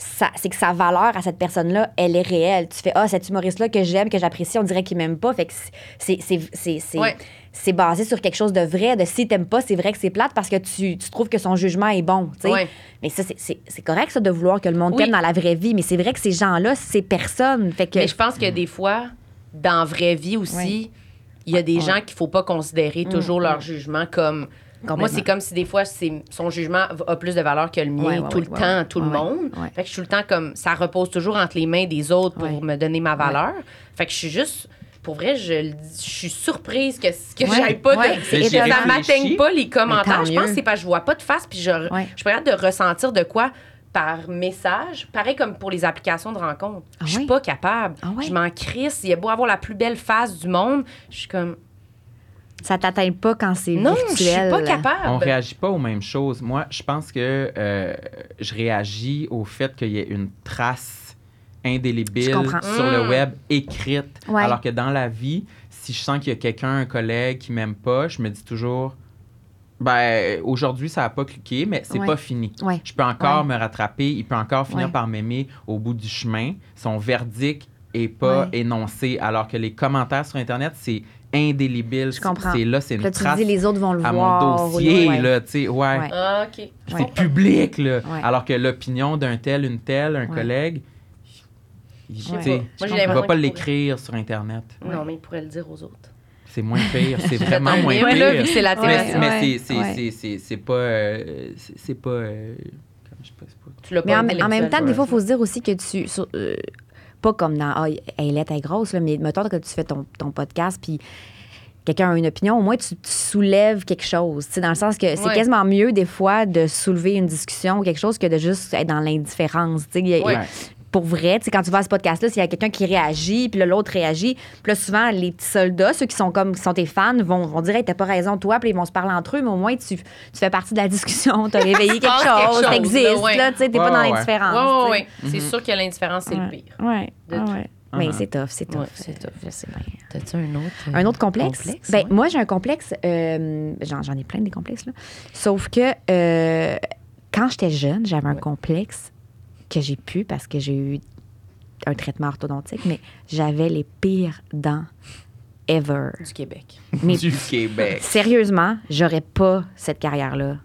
D: Ça, c'est que sa valeur à cette personne-là, elle est réelle. Tu fais, ah, cet humoriste-là que j'aime, que j'apprécie, on dirait qu'il m'aime pas. Fait que c'est, c'est, c'est, c'est,
B: Ouais.
D: c'est basé sur quelque chose de vrai. De s'il t'aime pas, c'est vrai que c'est plate parce que tu, tu trouves que son jugement est bon. tu sais.
B: Ouais.
D: Mais ça, c'est, c'est, c'est correct, ça, de vouloir que le monde
B: Oui.
D: t'aime dans la vraie vie. Mais c'est vrai que ces gens-là, c'est personne. Fait que.
B: Mais je pense que des fois, dans la vraie vie aussi, il y a des gens qu'il ne faut pas considérer
D: Mm,
B: toujours leur jugement comme. Moi, c'est comme si des fois, c'est- son jugement v- a plus de valeur que le mien
D: Ouais, ouais,
B: tout le
D: ouais,
B: temps,
D: ouais.
B: tout le
D: Ouais, ouais,
B: monde.
D: ouais.
B: Fait que je suis tout le temps comme. Ça repose toujours entre les mains des autres pour
D: Ouais.
B: me donner ma valeur. Fait que je suis juste. Pour vrai, je, le dis- je suis surprise que, que
D: Ouais,
B: j'aille pas de-
D: ouais, c'est
B: que
D: étonnant.
B: ça m'atteigne pas les
D: tant
B: commentaires. Je pense
D: mieux.
B: que c'est parce que je vois pas de face, puis je,
D: Ouais.
B: je suis pas capable de ressentir de quoi par message. Pareil comme pour les applications de rencontre.
D: Ah
B: je suis
D: ouais?
B: pas capable.
D: Ah ouais?
B: Je m'en crisse. Il est beau avoir la plus belle face du monde. Je suis comme,
D: Ça t'atteint pas quand c'est
B: non,
D: virtuel.
B: je suis pas
D: Ah,
A: On
D: ben-
B: capable.
A: réagit pas aux mêmes choses. Moi, je pense que euh, je réagis au fait qu'il y ait une trace
D: Je
A: indélébile
D: comprends.
A: sur
B: Mm.
A: le web écrite.
D: Ouais.
A: Alors que dans la vie, si je sens qu'il y a quelqu'un, un collègue qui m'aime pas, je me dis toujours ben aujourd'hui ça a pas cliqué mais c'est
D: Ouais.
A: pas fini.
D: Ouais.
A: Je peux encore me rattraper, il peut encore finir
D: Ouais.
A: par m'aimer au bout du chemin. Son verdict est pas
D: Ouais.
A: énoncé alors que les commentaires sur internet c'est indélébile.
D: Je comprends.
A: C'est là c'est une
D: Là, tu te
A: trace
D: dis, les autres vont le
A: à
D: voir.
A: mon
D: ou-
A: dossier,
D: ouais.
A: là, tu sais, ouais.
D: Ouais.
B: Ah, OK.
A: C'est
D: Ouais.
A: public, là.
D: Ouais.
A: Alors que l'opinion d'un tel, une telle, un
D: Ouais.
A: collègue, il- tu
D: Ouais.
A: sais,
B: Moi, j'ai
A: on va
B: l'impression
A: pas
B: qu'il
A: l'écrire sur Internet.
B: Non, mais il pourrait le dire aux autres.
A: C'est moins pire, c'est
B: [laughs]
A: vraiment moins
B: Mais là, vu
A: pire.
B: que c'est la
A: Mais,
B: thématique.
D: Ouais.
A: mais c'est- c'est-
D: Ouais.
A: c'est- c'est c'est pas... euh, c'est c'est pas... euh, comment je sais pas, c'est pas-
B: Tu l'as
D: Mais
B: pas
D: en, en même
B: intellectuel,
D: temps, des
B: ouais.
D: fois, il faut se dire aussi que tu. sur- euh, pas comme dans. Ah, elle est, elle est grosse, là, mais mettons que tu fais ton, ton podcast, puis quelqu'un a une opinion, au moins tu, tu soulèves quelque chose. Tu sais, dans le sens que c'est
B: Ouais.
D: quasiment mieux, des fois, de soulever une discussion ou quelque chose que de juste être dans l'indifférence. Tu sais, il y a-
B: Ouais.
D: Pour vrai, tu sais, quand tu vas à ce podcast-là, s'il y a quelqu'un qui réagit, puis là, l'autre réagit, puis là, souvent, les petits soldats, ceux qui sont comme qui sont tes fans, vont, vont dire, hey, t'as pas raison, toi, puis ils vont se parler entre eux, mais au moins, tu, tu fais partie de la [laughs] discussion, t'as réveillé quelque
B: passe quelque
D: chose,
B: chose, là,
D: t'existes,
B: ouais.
D: là, tu sais, t'es
A: Ouais,
D: pas dans
A: ouais, ouais.
D: l'indifférence. tu sais.
B: Ouais, ouais, ouais. C'est
A: Mhm.
B: sûr que l'indifférence, c'est le pire.
D: Ouais.
B: De
D: ah
B: tout.
D: ouais. Mais
A: Uh-huh.
D: c'est tough, c'est tough.
B: Ouais, c'est tough.
D: Je sais bien.
B: T'as-tu un autre? euh,
D: Un autre Mm. complexe?
B: complexe,
D: ben,
B: ouais.
D: Moi, j'ai un complexe. euh, J'en j'en ai plein des complexes, là. Sauf que euh, quand j'étais jeune, j'avais un complexe que j'ai pu parce que j'ai eu un traitement orthodontique, mais j'avais les pires dents ever.
B: Du Québec.
D: [laughs] Mais
A: Du Québec.
D: sérieusement, j'aurais pas cette carrière-là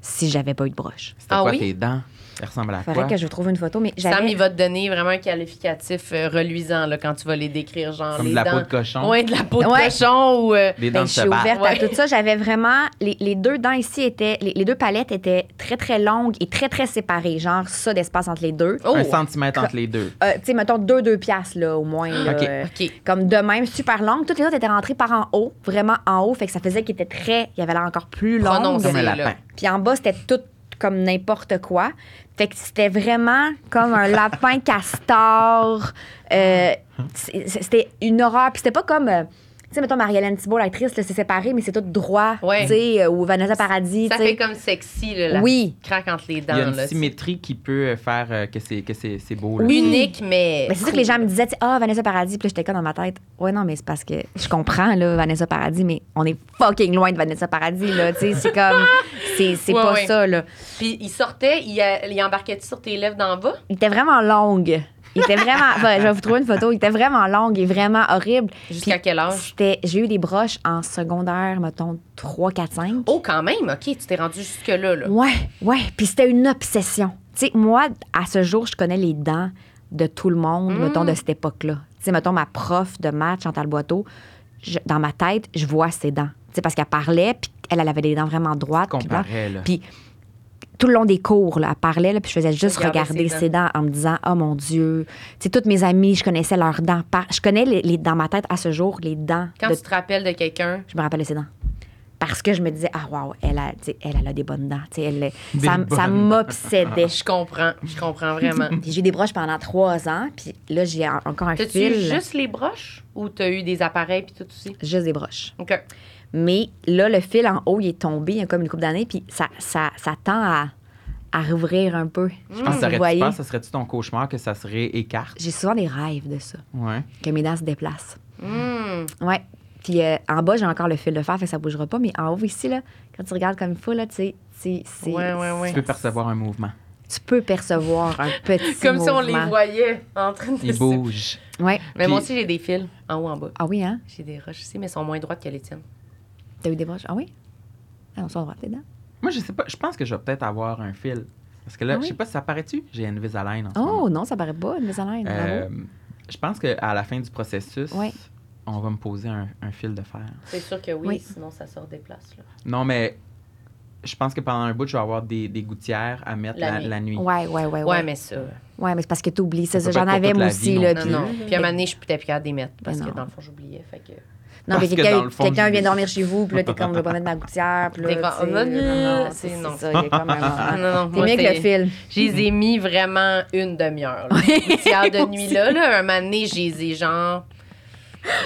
D: si j'avais pas eu de broche.
A: C'était
B: Ah
A: quoi
B: oui?
A: tes dents? Elles ressemblent à
D: Faudrait
A: quoi?
D: que je vous trouve une photo, mais
B: Sam,
D: j'avais.
B: il va te donner vraiment un qualificatif euh, reluisant là, quand tu vas les décrire, genre
A: Comme
B: les
A: de la
B: dents.
A: peau de cochon?
B: Ouais, de la peau de
D: Ouais.
B: cochon ou... euh,
A: Des
D: Ben,
A: dents de
D: je suis
A: cheval?
D: ouverte à
B: Ouais.
D: tout ça. J'avais vraiment. Les, les deux dents ici étaient. Les, les deux palettes étaient très, très longues et très, très séparées. Genre, ça d'espace entre les deux.
B: Oh!
A: Un centimètre entre les deux.
D: Euh, tu sais, mettons deux, deux piastres, là, au moins. là.
A: Ok.
D: Euh,
B: OK.
D: Comme de même, super longues. Toutes les autres étaient rentrées par en haut, vraiment en haut. Fait que ça faisait qu'ils étaient très. Il y avait là encore plus longues.
B: Prononcé,
A: Comme un
B: là.
A: lapin.
D: Puis en bas, c'était tout comme n'importe quoi. Fait que c'était vraiment comme
B: [laughs]
D: un lapin castor. Euh, c'est- c'était une horreur. Puis c'était pas comme. euh, tu sais, mettons, Marie-Hélène Thibault, l'actrice, là, c'est séparé, mais c'est tout droit.
B: Ouais.
D: Tu sais, euh, ou Vanessa Paradis.
B: Ça
D: tu sais.
B: fait comme sexy, là, la
D: Oui.
B: craque entre les dents.
A: Il y a une
B: là, c'est
A: symétrie qui peut faire euh, que c'est que c'est c'est beau. là.
D: Oui.
B: Unique, mais...
D: Mais c'est sûr que les gens me disaient, tu sais, ah, Vanessa Paradis. Puis là, j'étais comme dans ma tête, ouais, non, mais c'est parce que je comprends, là, Vanessa Paradis, mais on est fucking loin de Vanessa Paradis, là. Tu sais, c'est comme. C'est c'est
B: Ouais,
D: pas
B: ouais.
D: ça, là.
B: Puis il sortait, il, euh, il embarquait sur tes lèvres d'en bas?
D: Il était vraiment longue. Il
B: [laughs]
D: était vraiment. Faudrait- je vais vous trouver une photo. Il était vraiment long. Il est vraiment horrible.
B: Jusqu'à
D: Puis
B: quel âge?
D: C'était, j'ai eu des broches en secondaire, mettons, 3, 4, 5.
B: Oh, quand même, OK, tu t'es rendu jusque-là. Là.
D: Ouais, ouais. Puis c'était une obsession. Tu sais, moi, à ce jour, je connais les dents de tout le
B: Mm.
D: monde, mettons, de cette époque-là. Tu sais, mettons, ma prof de maths, Chantal Boiteau, je- dans ma tête, je vois ses dents. Tu sais, parce qu'elle parlait, puis elle, elle avait des dents vraiment droites. puis blanches.
A: Comparait, là.
D: Puis tout le long des cours, là, elle parlait, là, puis je faisais juste
B: Regardez
D: regarder
B: ses
D: ses dents en me disant Oh mon Dieu. Tu sais, toutes mes amies, je connaissais leurs dents. par- Je connais les, les- dans ma tête à ce jour les dents.
B: Quand
D: de-
B: tu te rappelles de quelqu'un,
D: Je me rappelle de ses dents. Parce que je me disais, ah, wow, elle a, tu sais, elle, elle a des bonnes dents. Tu sais, Elle,
A: Des
D: ça
A: bonnes
D: ça
A: dents.
D: m'obsédait.
B: je comprends, je comprends
D: [laughs]
B: vraiment.
D: Puis j'ai eu des broches pendant trois ans, puis là, j'ai en- encore un
B: T'as-tu
D: fil.
B: eu juste les broches ou t'as eu des appareils puis tout aussi?
D: Juste des broches.
B: OK.
D: Mais là, le fil en haut, il est tombé il y a comme une couple d'années, puis ça, ça, ça tend à, à rouvrir un peu.
A: Je
B: Mmh.
A: pense que
D: Vous
A: ça aurait
D: voyez?
A: tu penses, ça serait-tu ton cauchemar que ça se réécarte?
D: J'ai souvent des rêves de ça,
A: Ouais.
D: que mes dents se déplacent.
B: Hmm.
D: Ouais. Puis euh, en bas, j'ai encore le fil de fer, fait que ça bougera pas. Mais en haut, ici, là, quand tu regardes comme il faut, là, tu sais, c'est. c'est-
B: Ouais, ouais, ouais.
A: Tu peux percevoir un
B: [laughs]
A: mouvement.
D: Tu peux percevoir un petit.
B: Comme si on les
D: mouvement.
B: voyait en train de
A: Il
B: se-
A: bouge.
D: Ouais.
B: Mais moi
A: Puis-
B: aussi, j'ai des fils en haut, en bas.
D: Ah oui, hein?
B: J'ai des roches ici, mais elles sont moins droites que les tiennes.
D: T'as eu des broches? Ah oui? Ah, on s'en droite dedans.
A: Moi, je sais pas. Je pense que je vais peut-être avoir un fil. Parce que là,
D: Ah oui?
A: je sais pas si ça paraît-tu. J'ai une Invisalign en ce moment.
D: Oh non, ça paraît pas, une mise en l'air.
A: Euh, je pense qu'à la fin du processus,
D: Ouais.
A: on va me poser un, un fil de fer.
B: C'est sûr que oui,
D: Oui.
B: sinon ça sort des places. Là.
A: Non, mais je pense que pendant un bout, je vais avoir des, des gouttières à mettre
B: La
A: la,
B: nuit.
A: la nuit.
D: Bravo. Ouais, ouais, ouais.
B: Ouais,
D: Ah Ouais,
B: mais ça.
D: Ouais, mais c'est parce que t'oublies. C'est
A: Ça
D: ça,
A: peut pas
D: j'en
A: être pour
D: avais
A: toute
D: moi
A: la
D: aussi,
A: vie
D: là.
A: non
B: Non,
D: puis-
A: plus.
B: non. Puis à un moment donné, je suis plus capable d'y mettre parce
D: Ben
B: que
D: non.
B: dans le fond, j'oubliais. Fait que.
D: Non, mais
A: Parce que dans
D: quelqu'un
A: le fond,
D: quelqu'un
A: je-
D: vient dormir chez vous, puis là, t'es comme, je vais pas mettre ma gouttière, puis là.
B: T'es comme,
D: tu sais,
B: ah,
D: non,
B: non,
D: c'est
B: c'est
D: c'est
B: non.
D: ça, il y a
A: [laughs]
D: comme
B: Ah,
D: un.
B: non, non,
D: T'es
B: moi,
D: mieux que le
B: c'est-
D: fil.
B: Je les ai mis vraiment une demi-heure. là. Une tiers de nuit là,
D: [laughs]
B: là, un moment donné, je les ai genre.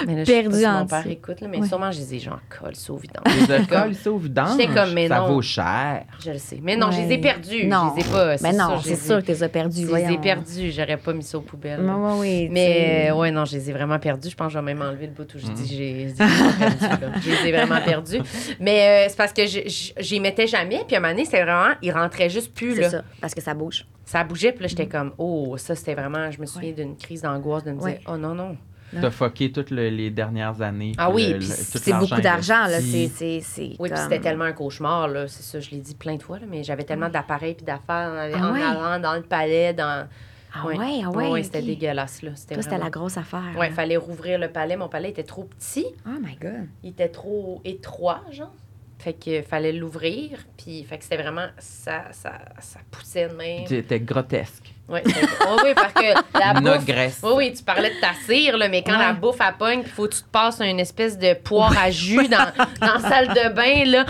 B: Mais là, je sais
D: Perdu
B: pas si
D: en
B: mon père
D: dessous.
B: écoute, là, mais
D: Ouais.
B: sûrement, je les ai genre colle au vidange.
A: Les
B: Comme-
A: écoles, ça, au vidange,
B: J'étais comme, mais
A: ça
B: non.
A: vaut cher.
B: Je le sais. Mais non, je les ai
D: Ouais.
B: perdus.
D: Non.
B: Je les ai pas.
D: Mais non,
B: je
D: c'est
B: les ai-
D: sûr que t'es as perdu,
B: Je
D: voyons.
B: les ai perdus. J'aurais pas mis ça aux poubelles.
D: Ouais,
B: là.
D: ouais, oui.
B: Mais
D: tu-
B: euh, ouais, non, je les ai vraiment perdus. Je pense que je vais même enlever le bout où je
A: Mhm.
B: dis j'ai j'ai vraiment perdu. là. Je les ai vraiment
D: [laughs]
B: perdus. Mais euh, c'est parce que je- je- j'y mettais jamais. Puis à un moment donné, c'est vraiment, ils rentraient juste plus.
D: C'est
B: Là.
D: ça, parce que ça bouge.
B: Ça bougeait. Puis là,
D: Mm.
B: j'étais comme, oh, ça, c'était vraiment. Je me souviens d'une crise d'angoisse de me
D: Ouais.
B: dire, oh non, non.
D: Ah.
A: T'as fucké toutes le- les dernières années.
B: Ah oui,
A: le-
B: puis
A: le- tout
D: C'est beaucoup
A: l'argent
D: d'argent, là. C'est.
A: investi.
D: c'est- c'est
B: Oui, puis
D: comme-
B: c'était tellement un cauchemar, là. C'est ça, je l'ai dit plein de fois, là, mais j'avais tellement d'appareils puis d'affaires en,
D: Ah
B: en
D: ouais?
B: allant dans le palais. Dans...
D: Ah ouais, ah ouais.
B: c'était
D: ok.
B: dégueulasse, là. C'était
D: Toi, c'était la hein.
B: vraiment-
D: grosse affaire.
B: Ouais,
D: là.
B: fallait rouvrir le palais. Mon palais était trop petit.
D: Oh my God.
B: il était trop étroit, genre. Fait que fallait l'ouvrir, puis fait que c'était vraiment ça, ça, ça poussait de même.
A: T'étais grotesque.
B: Ouais, c'était- [laughs] oh oui, parce que la bouffe.
A: Nogresse.
B: Oui, oui, tu parlais de ta cire, là, mais quand
D: Ouais.
B: la bouffe elle pogne, il faut que tu te passes une espèce de poire à jus
D: [laughs]
B: dans, dans la salle de bain, là.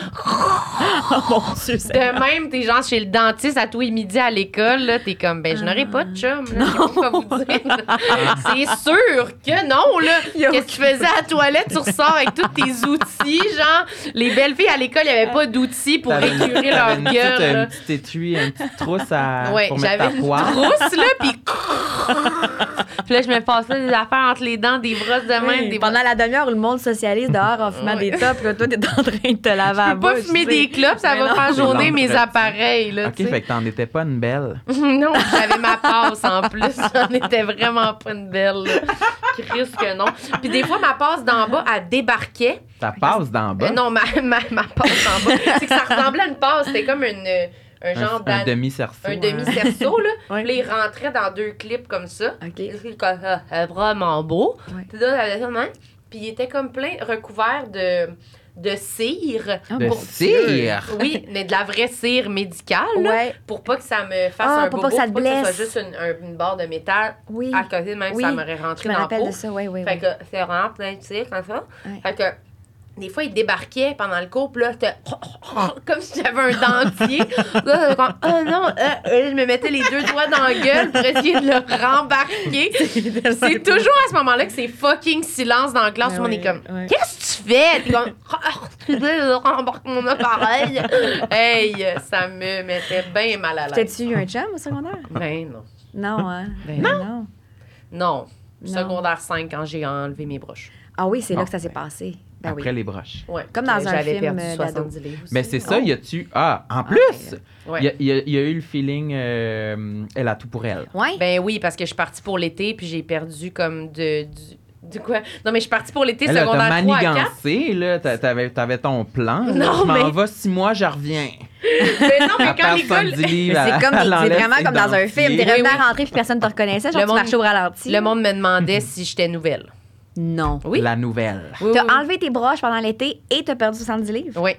B: De même, t'es genre chez le dentiste à tous les midis à l'école, là, t'es comme, ben, je n'aurai pas de chum, là, je sais pas quoi vous dire. C'est sûr que non,
D: [laughs]
B: là.
D: Y a
B: Qu'est-ce que tu faisais à la toilette? Tu ressors avec tous tes outils, genre. Les belles filles à l'école, il n'y avait pas d'outils pour
A: T'avais une-
B: écurer
A: t'avais
B: leur
A: une petite- euh,
B: gueule, là.
A: Une petite étui, une petite trousse à,
B: [laughs] Ouais,
A: pour mettre ta
B: j'avais une
A: poire.
B: trousse, là,
D: [laughs]
B: puis... [laughs] puis là, je me passais des affaires entre les dents, des brosses de main,
D: Oui,
B: des
D: pendant la demi-heure où le monde socialise dehors en fumant
B: Ouais.
D: des tops, là, toi, t'es en train de te laver
B: Je
D: la
B: peux pas
D: bouche,
B: fumer
D: tu sais.
B: des clopes, ça
D: Mais
B: va
D: non.
B: faire journer
A: C'est
B: mes
A: l'endroit,
B: appareils, là,
A: OK,
B: tu sais.
A: fait que t'en étais pas une belle.
B: [laughs] Non, j'avais ma
A: [laughs]
B: passe en plus. J'en étais vraiment pas une belle. là. Christ que non. Puis des fois, ma passe d'en bas, elle débarquait.
A: Ça passe d'en bas.
B: Euh, non, ma, ma, ma passe d'en bas. C'est que ça ressemblait à une passe. C'était comme une, euh, un
A: un,
B: genre
A: un
B: d'an-
A: demi-cerceau. hein,
B: un demi-cerceau,
D: [laughs]
B: là.
D: Ouais.
B: Puis là, il rentrait dans deux clips comme ça.
D: OK.
B: C'est comme, ah, ah, vraiment beau.
D: Ouais.
B: Puis là, j'avais ça, hein? Puis il était comme plein recouvert de, de cire.
D: Ah,
A: De
D: bon.
A: cire.
B: Oui, mais de la vraie cire médicale, là
D: Ouais,
B: pour pas que ça me fasse
D: Ah,
B: un
D: pour
B: bobo,
D: pas que ça te
B: pour pas que
D: blesse.
B: ce soit juste une, un- une barre de métal
D: oui.
B: à côté, même
D: Oui,
B: ça m'aurait rentré
D: Je me
B: dans la
D: rappelle
B: peau.
D: de ça, oui, oui.
B: Fait que c'est vraiment plein de cire comme ça.
D: Ouais.
B: Fait que des fois, il débarquait pendant le cours, puis là, c'était [laughs] comme si j'avais un
D: [laughs]
B: dentier. là, j'étais comme, oh non, euh, euh, je me mettais les deux doigts dans la gueule pour essayer de le
D: [laughs]
B: rembarquer. C'est toujours à ce moment-là que c'est fucking silence dans la classe.
D: Ben
B: Tout le monde est comme, Qu'est-ce que tu fais? T'es comme, [laughs] Ah, tu veux rembarquer mon appareil. Hey, ça me mettait bien mal à l'aise.
D: T'as-tu eu un chum au secondaire?
B: Ben non.
D: Non, hein?
B: Ben
D: non.
B: Non.
D: Non.
B: Secondaire 5, quand j'ai enlevé mes broches.
D: Ah oui, c'est
A: Bon,
D: là que ça s'est
A: ben.
D: passé. Ben oui.
A: après les broches.
B: Ouais.
D: Comme dans
B: Mais
D: un
B: J'avais
D: film,
B: perdu
D: euh, d'ado.
B: 70 livres.
A: Mais
B: aussi.
A: c'est ça,
D: Oh.
A: il y a-tu. Ah, en plus!
B: Ouais.
A: Il y a- il y, a- il y a eu le feeling, euh, elle a tout pour elle.
D: Ouais.
B: Ben oui, parce que je suis partie pour l'été, puis j'ai perdu comme de. Du, du quoi? Non, mais je suis partie pour l'été
A: Elle, t'a
B: secondaire 3 à 4.
A: manigancé, là. t'a- T'avais, t'avais ton plan.
B: Non,
A: je m'en
B: mais-
A: vais six mois, je reviens.
B: Mais Ben non, mais
A: À
B: quand
A: part
B: l'école.
A: 70 livres,
D: c'est
A: elle- [laughs]
D: comme,
A: elle
D: c'est
A: enlève
D: vraiment
A: ses
D: comme dans un film. T'es
A: dentiers.
D: revenu à rentrer puis personne ne te reconnaissait. Genre,
B: Le monde-
D: tu marchais au ralenti.
B: Le monde me demandait si j'étais nouvelle.
D: Non.
B: Oui.
A: La nouvelle.
B: Oui,
D: T'as
B: oui, oui.
D: enlevé tes broches pendant l'été et t'as perdu 70 livres.
B: Oui.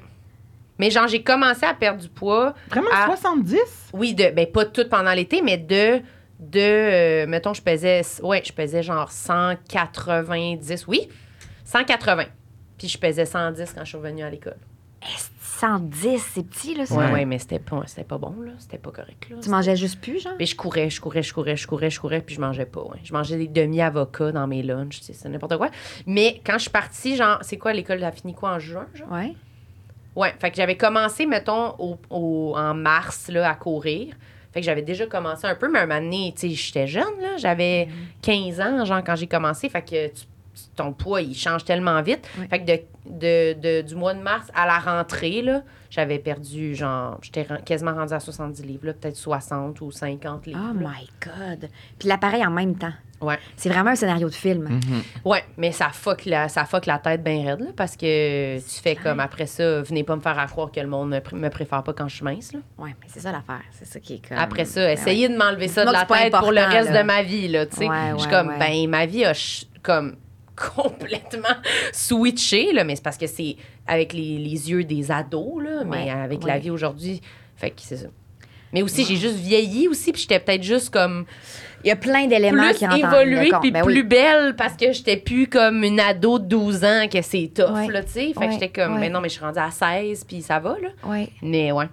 B: Mais genre, j'ai commencé à perdre du poids.
A: Vraiment,
B: Ah.
A: 70?
B: Oui, de, ben pas tout pendant l'été, mais de. De. euh, mettons, je pesais. Ouais, je pesais genre 190. Oui, 180. Puis je pesais 110 quand je suis revenue à l'école.
D: Est-ce que 110, c'est petit, là, ça.
B: Ouais,
A: Ouais.
B: ouais, mais c'était pas, c'était pas bon, là. C'était pas correct, là.
D: Tu mangeais juste plus, genre?
B: Mais je courais, je courais, je courais, je courais, je courais, puis je mangeais pas. ouais. Je mangeais des demi-avocats dans mes lunchs, tu sais, c'est n'importe quoi. Mais quand je suis partie, genre, c'est quoi, l'école a fini quoi en juin, genre?
D: Ouais.
B: Ouais, fait que j'avais commencé, mettons, au, au- en mars, là, à courir. Fait que j'avais déjà commencé un peu, mais un moment donné, tu sais, j'étais jeune, là. J'avais 15 ans, genre, quand j'ai commencé. Fait que tu- tu- ton poids, il change tellement vite.
D: Ouais.
B: Fait que de, de- de- du mois de mars à la rentrée, là, j'avais perdu, genre, j'étais ren- quasiment rendue à 70 livres, là, peut-être 60 ou 50 livres.
D: Oh
B: là.
D: my God. Puis l'appareil en même temps.
B: Ouais.
D: C'est vraiment un scénario de film.
A: Mhm.
B: Ouais, mais ça fuck la, ça fuck la tête bien raide, là, parce que tu fais comme après ça, venez pas me faire à croire que le monde me, pr- me préfère pas quand je suis mince. là.
A: Mm.
D: Ouais, mais c'est ça l'affaire. C'est ça qui est comme.
B: Après ça,
D: Ben
B: essayez de m'enlever ça de
D: Dis-moi que
B: la
D: c'est pas
B: tête pour le
D: important,
B: reste
D: là.
B: de ma vie, là, tu sais.
D: Ouais,
B: je suis
D: ouais,
B: comme,
D: ouais.
B: ben, ma vie a ch- comme [laughs] complètement switché, là, mais c'est parce que c'est avec les, les yeux des ados, là, mais
D: Ouais,
B: avec
D: ouais.
B: la vie aujourd'hui, fait que c'est ça. Mais aussi, j'ai juste vieilli aussi, puis j'étais peut-être juste comme
D: ouais. Il y a plein d'éléments
B: plus
D: qui rentrent en ligne de
B: évoluée
D: compte.
B: puis
D: Ben oui.
B: plus belle parce que j'étais plus comme une ado de 12 ans que c'est tough
D: Ouais.
B: là tu sais fait
D: Ouais.
B: que j'étais comme
D: Ouais.
B: mais non mais je suis rendue à 16 puis ça va là
D: Ouais.
B: mais ouais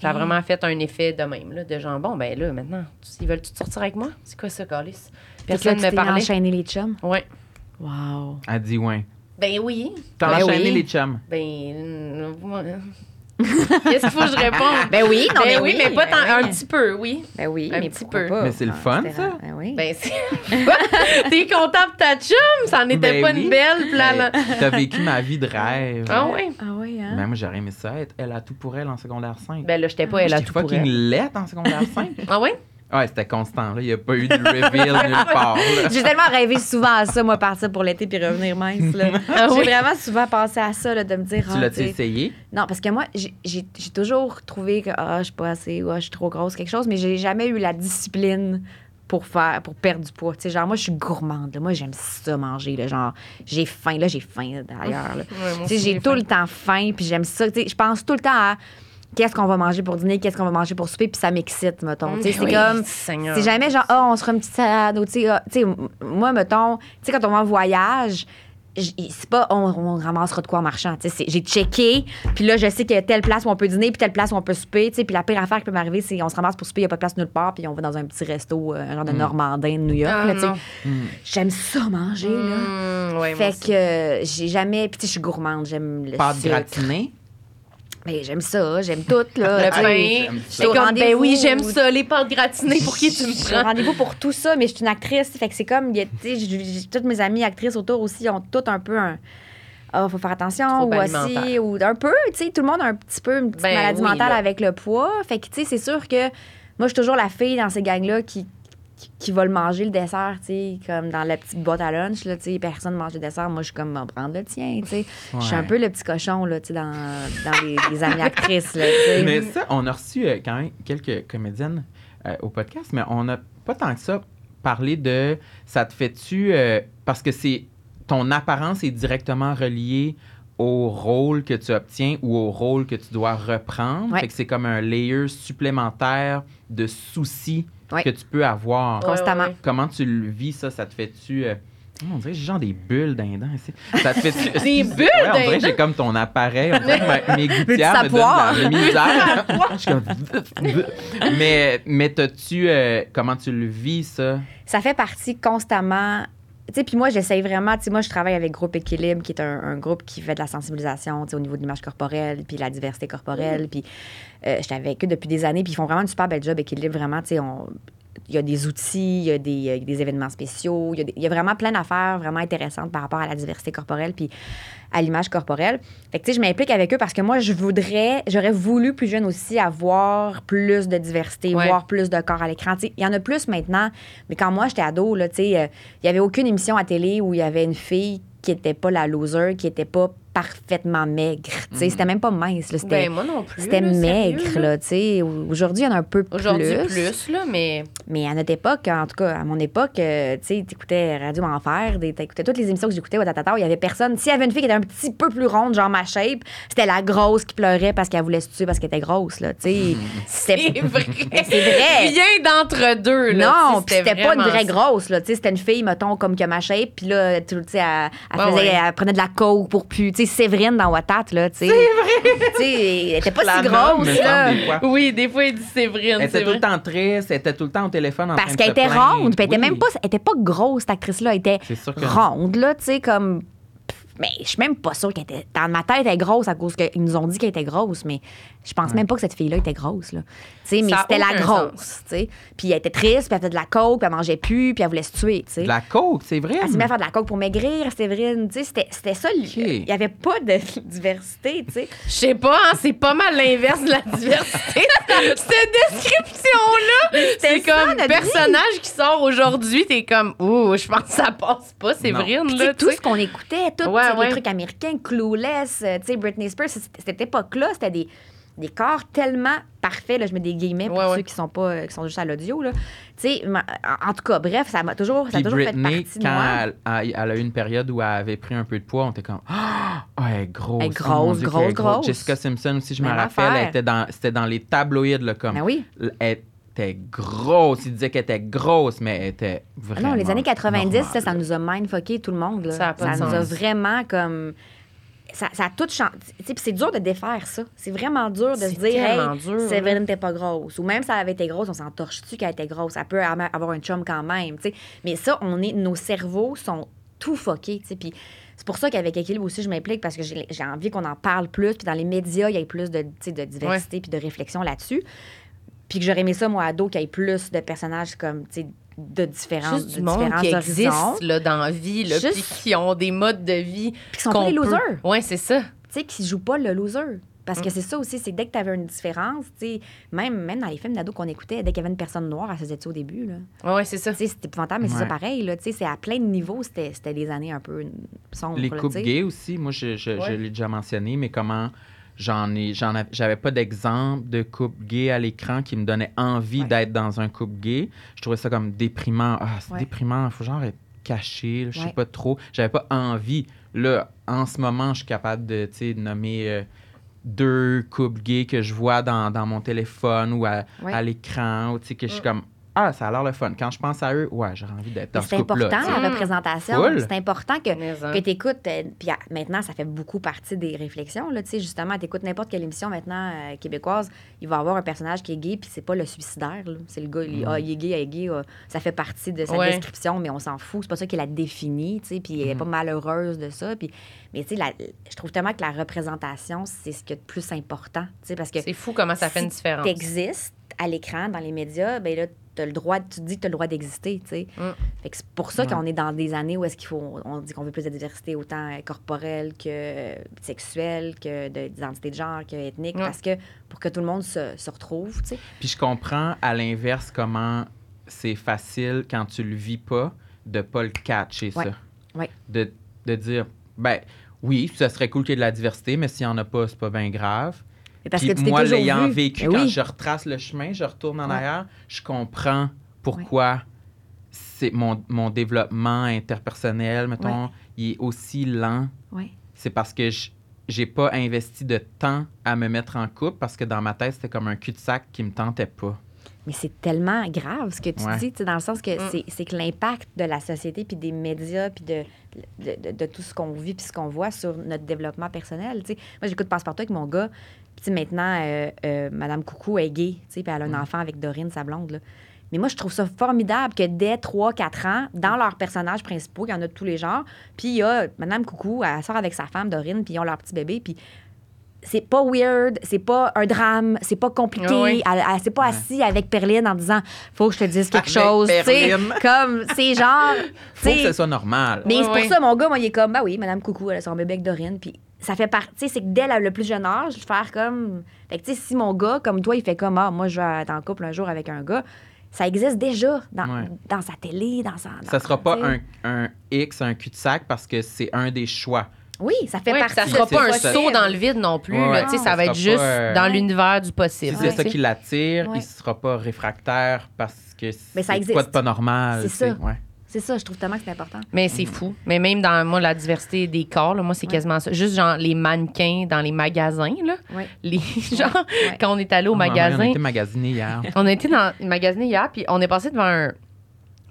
B: ça a
D: Hey.
B: vraiment fait un effet de même là de genre bon ben là maintenant ils veulent tout sortir avec moi c'est quoi ça Carlis personne
D: Fait que là,
B: ne me
D: tu t'es mis à
B: parlait
D: enchaîner les chums.
B: ouais
D: Wow.
A: Elle dit ouais.
B: ben oui
A: T'as
D: Ben
A: enchaîné
D: oui.
A: les chums.
B: ben euh, [laughs] ouais. qu'est-ce qu'il faut que je réponde
D: Ben oui, non,
B: ben
D: mais
B: oui, mais pas
D: ben
B: tant,
D: oui.
B: un petit peu oui
D: Ben oui,
B: Un
D: mais
B: petit
D: pourquoi
B: peu.
D: pas?
A: Mais c'est le
D: Ah,
A: fun,
D: c'était
A: ça.
D: rare. Ben oui.
B: ben
D: [laughs]
B: c'est t'es content pour ta chum ça
A: Ben
B: n'était pas
A: oui.
B: une belle puis là, là-
A: Hey, Ben, T'as vécu ma vie de rêve.
B: ah ouais
D: Ah oui, hein?
A: Ben, moi, j'aurais aimé ça être. Elle a tout pour elle en secondaire 5.
B: Ben là, j'étais pas elle à
A: J'étais
B: tout pour
A: fucking
B: elle.
A: lettre en secondaire 5.
B: [laughs] Ah ouais?
A: Ouais, c'était constant, là. Il n'y a pas eu de reveal nulle part.
B: [laughs]
A: là.
D: [laughs] J'ai tellement rêvé souvent à ça, moi, partir pour l'été puis revenir mince. Là.
B: [laughs] Ah
D: J'ai
B: oui?
D: vraiment souvent pensé à ça, là, de me dire. ah,
A: Tu l'as-tu
D: tu sais,
A: essayé?
D: Non, parce que moi, j'ai- j'ai j'ai toujours trouvé que ah, je suis pas assez, ou ah, je suis trop grosse, quelque chose, mais j'ai jamais eu la discipline pour faire pour perdre du poids. Tu sais, genre, moi, je suis gourmande. là. Moi, j'aime ça manger. Là, genre, j'ai faim. Là, j'ai faim, là, d'ailleurs. là.
B: [laughs] Ouais, moi
D: Tu sais,
B: aussi,
D: j'ai
B: j'ai
D: tout
B: faim.
D: le temps faim, puis j'aime ça. Tu sais, je pense tout le temps à qu'est-ce qu'on va manger pour dîner, qu'est-ce qu'on va manger pour souper, puis ça m'excite, mettons. Tu sais, c'est
B: Mm, Oui,
D: comme.
B: Hum, Seigneur.
D: C'est jamais genre, ah, on se fera une petite salade. Ou, tu sais, ah, tu sais, m- moi, mettons, tu sais, quand on va en voyage, j- c'est pas on, on ramassera de quoi en marchant. Tu sais, c'est- j'ai checké, puis là, je sais qu'il y a telle place où on peut dîner, puis telle place où on peut souper. tu sais, Puis la pire affaire qui peut m'arriver, c'est on se ramasse pour souper, il n'y a pas de place nulle part, puis on va dans un petit resto, euh, un
A: Mm.
D: genre de Normandin de New York.
B: Ah,
D: là, tu sais.
B: non.
D: J'aime ça manger, là.
B: Mmh, ouais, moi
D: fait
B: aussi.
D: que euh, j'ai jamais. Puis tu sais, je suis gourmande, j'aime le
A: Pâte
D: sucre.
A: gratinée? Ah,
D: Mais j'aime ça, j'aime tout, là.
B: Le
D: tu sais.
B: pain.
A: j'aime
B: J'étais
D: ça.
B: comme, ben oui,
D: Rendez-vous.
B: j'aime ça, les pâtes gratinées, pour qui tu
D: Je [laughs]
B: me
D: suis au
B: prends?
D: rendez-vous pour tout ça, mais je suis une actrice. Fait que c'est comme, il y a- tu sais, j'ai- j'ai- toutes mes amies actrices autour aussi ont toutes un peu un. Ah, faut faire attention,
B: Trouble
D: ou aussi,
B: alimentaire.
D: ou un peu, tu sais, tout le monde a un petit peu une petite
B: Ben
D: maladie
B: oui,
D: mentale
B: là.
D: avec le poids. Fait que, tu sais, c'est sûr que moi, je suis toujours la fille dans ces gangs-là qui, qui, qui va le manger, le dessert, tu sais, comme dans la petite boîte à lunch, là, tu sais, personne mange le dessert, moi, je suis comme, m'en prendre le tien, tu sais. Je suis
A: Ouais.
D: un peu le petit cochon, là, tu sais, dans, dans les, les amies actrices, là, tu sais.
A: Mais ça, on a reçu euh, quand même quelques comédiennes euh, au podcast, mais on n'a pas tant que ça parlé de ça te fait-tu euh, parce que c'est ton apparence est directement reliée au rôle que tu obtiens ou au rôle que tu dois reprendre.
D: Ouais.
A: Fait que c'est comme un layer supplémentaire de soucis
D: Ouais.
A: que tu peux avoir.
B: Ouais,
D: constamment.
B: ouais,
A: Comment tu le vis, ça? Ça te fait-tu. euh, on dirait que j'ai genre des bulles d'un dent ici. Ça te fait
B: Des bulles
A: Ouais, on
B: d'un
A: dirait que j'ai comme ton appareil. On dirait que ma- mes gouttières me donnent
D: savoir?
A: de la misère. Je suis comme. mais mais t'as-tu. euh, comment tu le vis, ça?
D: ça fait partie constamment. Tu sais, puis moi, j'essaye vraiment. Tu sais, moi, je travaille avec Groupe Équilibre, qui est un, un groupe qui fait de la sensibilisation tu sais, au niveau de l'image corporelle, puis la diversité corporelle. Puis euh, j'étais avec eux depuis des années, puis ils font vraiment une super belle job, Équilibre, vraiment. Tu sais, on- il y a des outils, il y a des, euh, des événements spéciaux, il y, a des- il y a vraiment plein d'affaires vraiment intéressantes par rapport à la diversité corporelle puis à l'image corporelle. Fait que, tu sais, je m'implique avec eux parce que moi, je voudrais, j'aurais voulu plus jeune aussi avoir plus de diversité,
B: Ouais.
D: voir plus de corps à l'écran. Tu sais, Il y en a plus maintenant, mais quand moi, j'étais ado, là, tu sais, euh, il n'y avait aucune émission à télé où il y avait une fille qui n'était pas la loser, qui n'était pas parfaitement maigre. Tu sais, C'était même pas mince. là, C'était
B: Mhm. Ben, moi non plus.
D: c'était
B: là,
D: maigre,
B: sérieux,
D: là, tu sais. Aujourd'hui, il y en a un peu plus.
B: Aujourd'hui, plus, là, mais.
D: Mais à notre époque, en tout cas, à mon époque, euh, tu sais, t'écoutais Radio Enfer, des- t'écoutais toutes les émissions que j'écoutais au Tatata, il y avait personne. S'il y avait une fille qui était un petit peu plus ronde, genre ma shape, c'était la grosse qui pleurait parce qu'elle voulait se tuer parce qu'elle était grosse, là, tu
B: [laughs]
D: sais. C'était [laughs]
B: C'est vrai.
D: c'est vrai.
B: Rien d'entre-deux, là. tu
D: non,
B: sais,
D: puis c'était pas une
B: vraiment
D: vraie
B: ça.
D: grosse, là. Tu sais, c'était une fille, mettons, comme que ma shape, puis là, tu sais, elle, elle
B: Ouais,
D: faisait-
B: ouais.
D: elle prenait de la coke pour pu. Tu sais, Séverine dans Watat, là, tu sais. C'est vrai! Tu sais, elle était pas si
A: Flamande, me
D: grosse,
A: semble,
D: là.
A: des fois.
B: Oui, des fois, il dit Séverine.
A: Elle
B: c'est
A: était tout
B: vrai.
A: le temps triste, elle était tout le temps au téléphone en
D: Parce
A: train
D: qu'elle
A: de se
D: était
A: plaindre.
D: ronde, puis elle était
A: Oui.
D: même pas, elle était pas grosse, cette actrice-là. Elle était
A: C'est sûr que-
D: ronde, là, tu sais, comme. Pff, Mais je suis même pas sûre qu'elle était. Dans ma tête, elle était grosse à cause qu'ils nous ont dit qu'elle était grosse, mais je pense même pas que cette fille-là était grosse, là. Tu sais, mais
B: Ça a
D: c'était la
B: aucun
D: grosse, tu sais. Puis elle était triste, puis elle faisait de la coke, puis elle mangeait plus, puis elle voulait se tuer, tu sais.
A: De la coke, c'est vrai.
B: Hum.
D: Elle s'est mis à faire de la coke pour maigrir, Séverine, tu sais. C'était- C'était ça, le-
A: Ok.
D: il y avait pas de [laughs] diversité, tu sais.
B: Je sais pas, hein, c'est pas mal l'inverse
D: [laughs]
B: de la diversité. Cette description-là, c'est
D: ça,
B: comme
D: notre
B: personnage qui sort aujourd'hui, t'es comme, ouh, je pense que ça passe pas, Séverine,
D: Puis, tu sais,
B: là.
D: tout
B: tu sais.
D: ce qu'on écoutait, tout
B: Ouais,
D: tu sais,
B: ouais.
D: les trucs américains, Clueless, euh, tu sais, Britney Spears, c- c- cette époque-là, c'était des, des corps tellement parfaits. Là, je mets des guillemets pour
B: Ouais,
D: ceux
B: ouais.
D: qui sont pas euh, qui sont juste à l'audio. là. Tu sais, ma- en, en tout cas, bref, ça m'a toujours, ça a
A: Puis
D: toujours fait
A: Britney,
D: partie de moi.
A: quand elle, elle- elle a eu une période où elle avait pris un peu de poids, on était comme Ah, Ah, elle est grosse.
D: Elle est
A: Oh mon
D: grosse,
A: Dieu,
D: grosse,
A: qu'elle est
D: grosse.
A: Jessica Simpson aussi, je me
D: Même
A: rappelle, elle
D: affaire.
A: était dans, c'était dans les tabloïds, là, comme.
D: Ben oui.
A: Elle était grosse. Ils disaient qu'elle était grosse, mais elle était
D: Ah
A: vraiment.
D: Non, les années 90,
A: normale.
D: ça, ça nous a mindfucké tout le monde. là.
B: Ça a pas de
D: nous a
A: sens.
D: vraiment comme. Ça, ça a tout changé. Tu sais, puis c'est dur de défaire ça. C'est vraiment dur de
B: C'est
D: se dire,
B: tellement
D: hey,
B: dur,
D: Séverine n'était pas grosse. Ou même si elle avait été grosse, on s'en torche-tu qu'elle était grosse. Elle peut ama- avoir un chum quand même. tu sais. Mais ça, on est, nos cerveaux sont tout fuckés. tu sais. Puis c'est pour ça qu'avec Équilibre aussi, je m'implique parce que j'ai j'ai envie qu'on en parle plus. Puis dans les médias, il y ait plus de, tu sais, de diversité puis de réflexion là-dessus. Puis que j'aurais aimé ça, moi, ado, qu'il y ait plus de personnages comme, tu sais, de différents,
B: Juste
D: de
B: du monde
D: différents
B: qui
D: horizons.
B: existe là, dans la vie, là,
D: Juste-
B: puis qui ont des modes de vie.
D: Puis qui sont pas les losers.
B: Oui, c'est ça.
D: Tu sais, qui jouent pas le loser. Parce
A: Mm.
D: que c'est ça aussi, c'est dès que tu avais une différence, tu sais, même, même dans les films d'ado qu'on écoutait, dès qu'il y avait une personne noire, elle se faisait ça au début, là.
B: Oui, ouais, c'est ça.
D: Tu sais, c'était épouvantable, mais c'est
A: Ouais.
D: ça pareil, là. Tu sais, c'est à plein de niveaux, c'était c'était des années un peu sombres,
A: Les
D: là,
A: couples
D: tu sais.
A: gays aussi, moi, je, je- je
B: Ouais.
A: l'ai déjà mentionné, mais comment j'en ai, j'en av- j'avais pas d'exemple de couple gay à l'écran qui me donnait envie
D: Ouais.
A: d'être dans un couple gay. Je trouvais ça comme déprimant. Ah, c'est
D: Ouais.
A: déprimant, faut genre être caché, là, je sais
D: Ouais.
A: pas trop. J'avais pas envie. Là, en ce moment, je suis capable de, tu sais, de nommer. euh, deux couples gays que je vois dans, dans mon téléphone ou à,
D: Ouais. Mm.
A: à l'écran, ou tu sais, que je suis comme, ah, ça a l'air le fun. Quand je pense à eux, ouais, j'aurais envie d'être
D: Mais
A: dans ce
D: C'est
A: couple-là.
D: important,
A: tu sais.
D: la
B: Mm.
D: représentation.
A: Full.
D: C'est important que
B: Mais, hein.
D: Que t'écoutes, euh, puis à- maintenant, ça fait beaucoup partie des réflexions. Là, tu sais, justement, t'écoutes n'importe quelle émission maintenant euh, québécoise, il va avoir un personnage qui est gay, puis c'est pas le suicidaire. là. C'est le gars, il, ah, il est gay, il est gay. ah. ça fait partie de sa
B: Ouais.
D: description, mais on s'en fout. C'est pas ça qui la définit, tu sais, puis elle est pas malheureuse de ça. Puis, mais tu sais, la- je trouve tellement que la représentation, c'est ce qui est le plus important, tu sais, parce que
B: C'est fou comment ça fait
D: si
B: une différence.
D: t'existes à l'écran, dans les médias, ben là, t'as le droit, tu te dis que t'as le droit d'exister, tu sais.
B: Mm.
D: Fait que c'est pour ça
A: Ouais.
D: qu'on est dans des années où est-ce qu'il faut, on dit qu'on veut plus de diversité, autant euh, corporelle que euh, sexuelle, que de- d'identité de genre, que ethnique,
A: Mm.
B: Ouais.
D: parce que pour que tout le monde se, se retrouve, tu sais.
A: Puis je comprends à l'inverse comment c'est facile quand tu le vis pas de pas le catcher
D: Ouais.
A: ça.
D: Ouais.
A: De, de dire ben oui, ça serait cool qu'il y ait de la diversité, mais s'il y en a pas, c'est pas bien grave.
D: Mais parce
A: Puis
D: que tu t'es
A: moi
D: toujours
A: l'ayant
D: vu.
A: vécu
D: Ben
A: quand
D: oui.
A: je retrace le chemin, je retourne en
D: Ouais.
A: arrière, je comprends pourquoi c'est mon, mon développement interpersonnel mettons, il est aussi lent
D: Ouais.
A: c'est parce que je j'ai pas investi de temps à me mettre en couple parce que dans ma tête, c'était comme un cul-de-sac qui me tentait pas.
D: Mais c'est tellement grave ce que tu
A: Ouais.
D: dis, tu sais, dans le sens que
B: Mm.
D: c'est- c'est que l'impact de la société, puis des médias, puis de, de, de- de tout ce qu'on vit, puis ce qu'on voit sur notre développement personnel. tu sais. Moi, j'écoute Passepartout avec mon gars, puis tu sais, maintenant, euh, euh, Madame Coucou est gay, tu sais, puis elle a un enfant avec Dorine, sa blonde. là. Mais moi, je trouve ça formidable que dès 3-4 ans, dans leurs personnages principaux, il y en a de tous les genres, puis il y a Madame Coucou, elle sort avec sa femme, Dorine, puis ils ont leur petit bébé, puis c'est pas weird, c'est pas un drame, c'est pas compliqué.
B: Ah ouais.
D: Elle, elle s'est pas assise avec Perline en disant faut que je te dise quelque
A: Avec
D: chose. tu sais,
A: Perline.
D: Comme, c'est genre. tu
A: Faut que
D: sais,
A: ce soit normal.
D: mais
B: Ouais,
D: Ben, c'est pour
B: ouais.
D: ça, mon gars, moi, il est comme, bah oui, Madame Coucou, elle a son bébé avec Dorine. Puis ça fait partie, c'est que dès la- le plus jeune âge, faire comme. Fait que, tu sais, si mon gars, comme toi, il fait comme, ah, moi, je vais être en couple un jour avec un gars, ça existe déjà dans,
A: Ouais.
D: dans sa télé, dans sa.
A: Ça
D: dans-
A: sera pas
D: tu sais.
A: un, un X, un cul-de-sac parce que c'est un des choix.
D: Oui, ça fait
B: Ouais, puis
D: partie.
B: ça sera
A: C'est
B: pas un
A: possible.
B: saut dans le vide non plus.
A: Ouais,
B: là,
A: ouais.
B: tu sais,
A: Ça
B: ça va
A: sera
B: être juste
A: pas, euh,
B: dans l'univers du
A: Si
B: possible.
A: c'est
D: Ouais.
A: ça qui l'attire,
D: Ouais.
A: il sera pas réfractaire parce que c'est
D: ça
A: quoi
D: existe.
A: de pas normal.
D: C'est
A: tu sais,
D: ça.
A: ouais.
D: C'est ça, je trouve tellement que c'est important.
B: Mais c'est
A: Mm.
B: fou. Mais même dans moi, la diversité des corps, là, moi, c'est quasiment ça. Juste genre les mannequins dans les magasins. Là. [laughs]
D: Oui.
B: Les, genre,
D: Ouais.
B: quand on est allé au
A: Ah, ouais, On
B: magasin,
A: a été magasiné
B: [laughs]
A: hier.
B: on a été dans le magasin hier, puis on est passé devant un,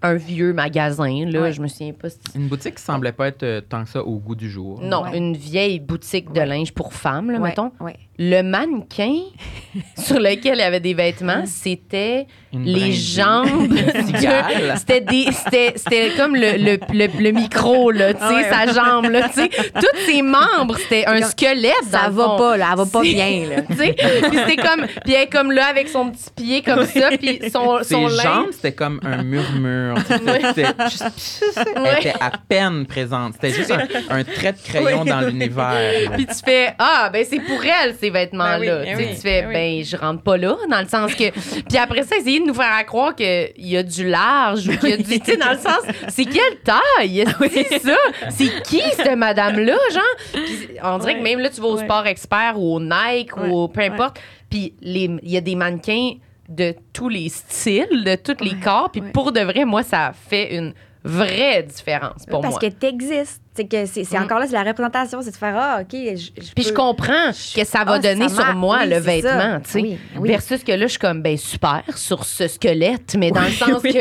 B: un vieux magasin. Là,
D: Ouais.
B: Je me souviens pas si
A: Une boutique qui semblait pas être euh, tant que ça au goût du jour.
B: Non,
D: Ouais.
B: une vieille boutique de linge pour femmes, là,
D: Ouais,
B: mettons.
D: ouais.
B: Le mannequin [laughs] sur lequel il y avait des vêtements, c'était
A: Une
B: les
A: brindille. [laughs]
B: jambes. de-
A: Cigale.
B: C'était des- c'était- c'était comme le, le, le- le micro, là, tu sais,
D: Ah
B: sa
D: Ouais.
B: jambe, là, tu sais. Tous ses membres, c'était un
D: comme-
B: squelette.
D: Ça
B: dans le
D: va
B: fond.
D: pas, là, elle va pas
B: C'est-
D: bien, là.
B: [laughs] Tu sais, puis c'était comme, puis elle est comme là avec son petit pied comme ça, puis son,
A: Ses
B: son linge.
A: jambes, c'était comme
B: [laughs]
A: un murmure. C'était- c'était- Elle
B: Ouais.
A: était à peine présente. C'était juste un, un trait de crayon
E: Oui.
A: dans l'univers.
B: Puis tu fais ah ben c'est pour elle ces vêtements là.
E: Ben oui, eh
B: tu sais,
E: oui,
B: tu fais
E: eh oui.
B: ben je rentre pas là dans le sens que [laughs] puis après ça essayer de nous faire à croire que il y a du large ou
E: Ben
B: qu'il y a du tu sais dans le sens c'est quelle taille c'est ça c'est qui cette madame là genre Puis on dirait que
E: Ouais,
B: même là tu vas au
E: ouais.
B: sport expert ou au Nike
E: Ouais,
B: ou au, peu importe puis les il y a des mannequins de tous les styles de tous les corps puis
D: ouais.
B: pour de vrai moi ça fait une vraie différence pour
D: Parce
B: moi
D: que t'existes. C'est que c'est c'est
B: Mm.
D: encore là, c'est la représentation, c'est de faire ah, ok, je, je
B: Puis Euh, je
D: peux-
B: comprends que ça va
D: Ah,
B: donner
D: ça
B: sur
D: marque.
B: moi
D: Oui,
B: le
D: c'est ça.
B: vêtement, tu sais.
D: Oui, oui.
B: Versus que là, je suis comme, ben super, sur ce squelette, mais dans le sens que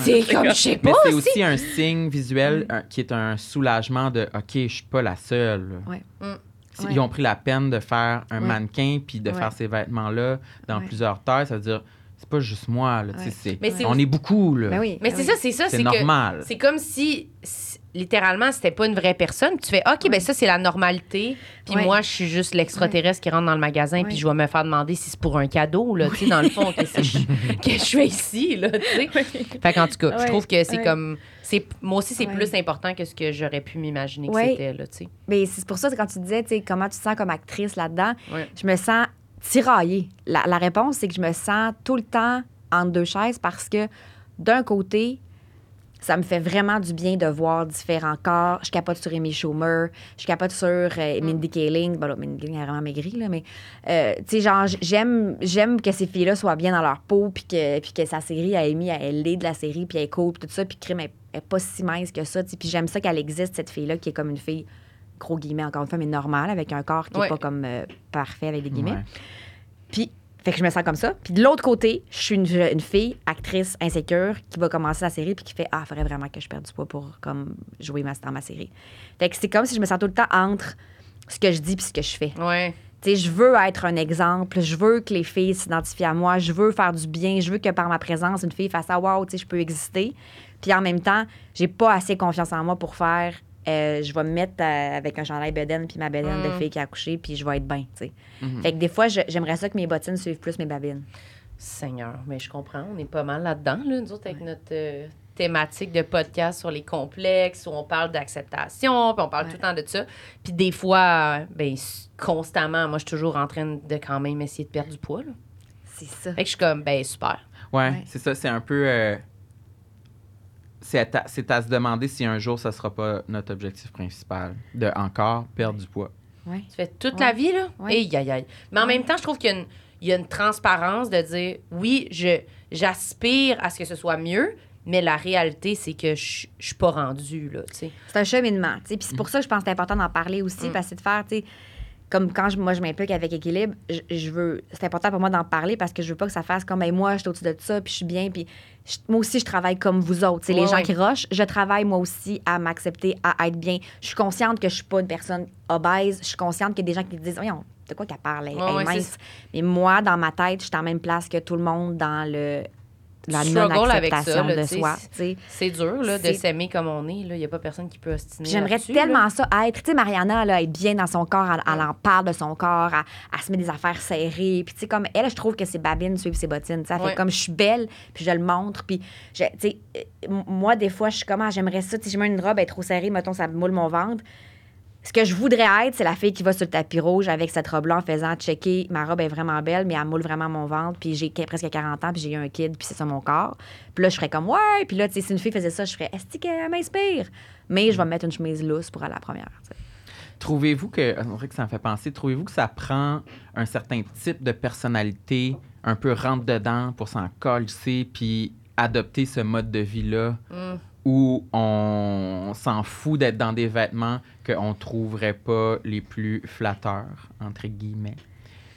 B: c'est comme, je sais
A: Mais
B: pas
A: c'est
B: aussi.
A: aussi
B: Mm.
A: un signe visuel un- qui est un soulagement de OK, je suis pas la seule.
D: Ouais.
B: Mm.
A: Si-
D: Ouais.
A: Ils ont pris la peine de faire un
D: Ouais.
A: mannequin puis de
D: Ouais.
A: faire ces vêtements-là dans
D: Ouais.
A: plusieurs tailles. Ça veut dire, c'est pas juste moi. là, tu sais,
D: Ouais.
A: c'est-
B: Mais c'est-
A: on est beaucoup. Là.
D: Ben oui.
B: Mais
D: ben
B: c'est
D: oui.
B: ça, c'est ça,
A: C'est
B: c'est que
A: normal.
B: c'est comme si, si- littéralement, c'était pas une vraie personne. Tu fais, OK, ben ça, c'est la normalité. Puis
D: Ouais.
B: moi, je suis juste l'extraterrestre qui rentre dans le magasin, puis
D: Ouais.
B: je vais me faire demander si c'est pour un cadeau, là, tu sais, dans le fond,
A: [laughs]
B: que, c'est- que je suis ici, là, tu sais. Fait qu'en tout cas, je
E: Ouais,
B: trouve que c'est
E: ouais.
B: comme. c'est- Moi aussi, c'est
D: Ouais.
B: plus important que ce que j'aurais pu m'imaginer que
D: Ouais.
B: c'était, là, tu sais.
D: Mais Ben, c'est pour ça que quand tu disais, tu sais, comment tu te sens comme actrice là-dedans,
B: Ouais.
D: je me sens tiraillée. La, la réponse, c'est que je me sens tout le temps entre deux chaises parce que d'un côté, ça me fait vraiment du bien de voir différents corps. Je capote sur Amy Schumer, je capote sur euh, Mindy Kaling. Bon, là, Mindy Kaling a vraiment maigri, là, mais euh, tu sais, genre, j- j'aime, j'aime que ces filles-là soient bien dans leur peau, puis que, puis que sa série, à Amy, elle, elle est de la série, puis elle est cool, puis tout ça, puis crime, elle elle est pas si mince que ça. tu sais. Puis j'aime ça qu'elle existe, cette fille-là, qui est comme une fille, gros guillemets, encore une fois, mais normale, avec un corps qui est
B: Ouais.
D: pas comme euh, parfait, avec des guillemets.
A: Ouais.
D: Puis, fait que je me sens comme ça. Puis de l'autre côté, je suis une, une fille, actrice insécure, qui va commencer la série puis qui fait Ah, faudrait vraiment que je perde du poids pour comme, jouer ma, dans ma série. Fait que c'est comme si je me sens tout le temps entre ce que je dis puis ce que je fais.
B: Ouais.
D: Tu sais, je veux être un exemple, je veux que les filles s'identifient à moi, je veux faire du bien, je veux que par ma présence, une fille fasse Ah, wow, tu sais, je peux exister. Puis en même temps, j'ai pas assez confiance en moi pour faire euh, Je vais me mettre euh, avec un chandail bedaine puis ma bedaine de
B: Mm.
D: fille qui a accouché puis je vais être bien, tu sais.
A: Mhm.
D: Fait que des fois, je- j'aimerais ça que mes bottines suivent plus mes babines.
B: Seigneur, mais je comprends, on est pas mal là-dedans, là, nous autres, avec notre euh, thématique de podcast sur les complexes, où on parle d'acceptation, puis on parle
D: Ouais.
B: tout le temps de ça. Puis des fois, euh, ben, s- constamment, moi, je suis toujours en train de quand même essayer de perdre du poids. Là.
D: C'est ça.
B: Fait que je suis comme, ben, super.
A: Ouais,
D: Ouais.
A: c'est ça, c'est un peu. euh, c'est à, ta- c'est à se demander si un jour ça sera pas notre objectif principal de encore perdre du poids.
D: Ouais.
B: Tu fais toute la
D: Ouais.
B: vie, là.
D: Ouais.
B: Aïe, aïe, aïe. Mais en même temps, je trouve qu'il y a une, il y a une transparence de dire, oui, je, j'aspire à ce que ce soit mieux, mais la réalité, c'est que je je suis pas rendue, là, tu sais.
D: C'est un cheminement. tu sais. Puis c'est pour ça que je pense que c'est important d'en parler aussi,
B: Mm.
D: parce que c'est de faire, tu sais, comme quand je- moi je m'implique avec équilibre, je, je veux, c'est important pour moi d'en parler parce que je veux pas que ça fasse comme, ben moi je suis au-dessus de ça, puis je suis bien, puis je- moi aussi je travaille comme vous autres. C'est
B: Ouais,
D: les gens
B: ouais.
D: qui rushent, je travaille moi aussi à m'accepter, à être bien. Je suis consciente que je suis pas une personne obèse, je suis consciente qu'il y a des gens qui disent, voyons, de quoi qu'elle parle, elle,
B: Ouais,
D: elle
B: ouais,
D: est
B: c'est
D: mince. Mais moi, dans ma tête, je suis en même place que tout le monde dans le la
B: Struggle avec ça,
D: non-acceptation
B: là,
D: de
B: tu sais,
D: soi. tu sais.
B: C'est dur là, de
D: C'est-
B: s'aimer comme on est. Il n'y a pas personne qui peut ostiner.
D: Puis J'aimerais
B: là-dessus,
D: tellement
B: là.
D: ça être. Tu sais, Mariana, là, être bien dans son corps, elle, elle en parle de son corps, elle, elle se met des affaires serrées. Puis, tu sais, comme elle, je trouve que ses babines suivent ses bottines. Tu sais, elle fait
B: Ouais.
D: comme je suis belle, puis je le montre. Puis, je- tu sais, euh, m- moi, des fois, je suis comme, ah, j'aimerais ça. Tu sais, je mets une robe, elle est trop serrée, mettons, ça me moule mon ventre. Ce que je voudrais être, c'est la fille qui va sur le tapis rouge avec cette robe-là en faisant checker ma robe est vraiment belle, mais elle moule vraiment mon ventre, puis j'ai qu- presque 40 ans, puis j'ai eu un kid, puis c'est ça mon corps. Puis là, je ferais comme ouais, puis là, tu sais, si une fille faisait ça, je ferais est-ce qu'elle m'inspire? Mais je vais me mettre une chemise lousse pour aller à la première. tu sais.
A: Trouvez-vous que, ah, on dirait que ça me fait penser, trouvez-vous que ça prend un certain type de personnalité un peu rentre-dedans pour s'en coller puis adopter ce mode de vie-là
B: Mm.
A: où on s'en fout d'être dans des vêtements qu'on trouverait pas les plus flatteurs, entre guillemets,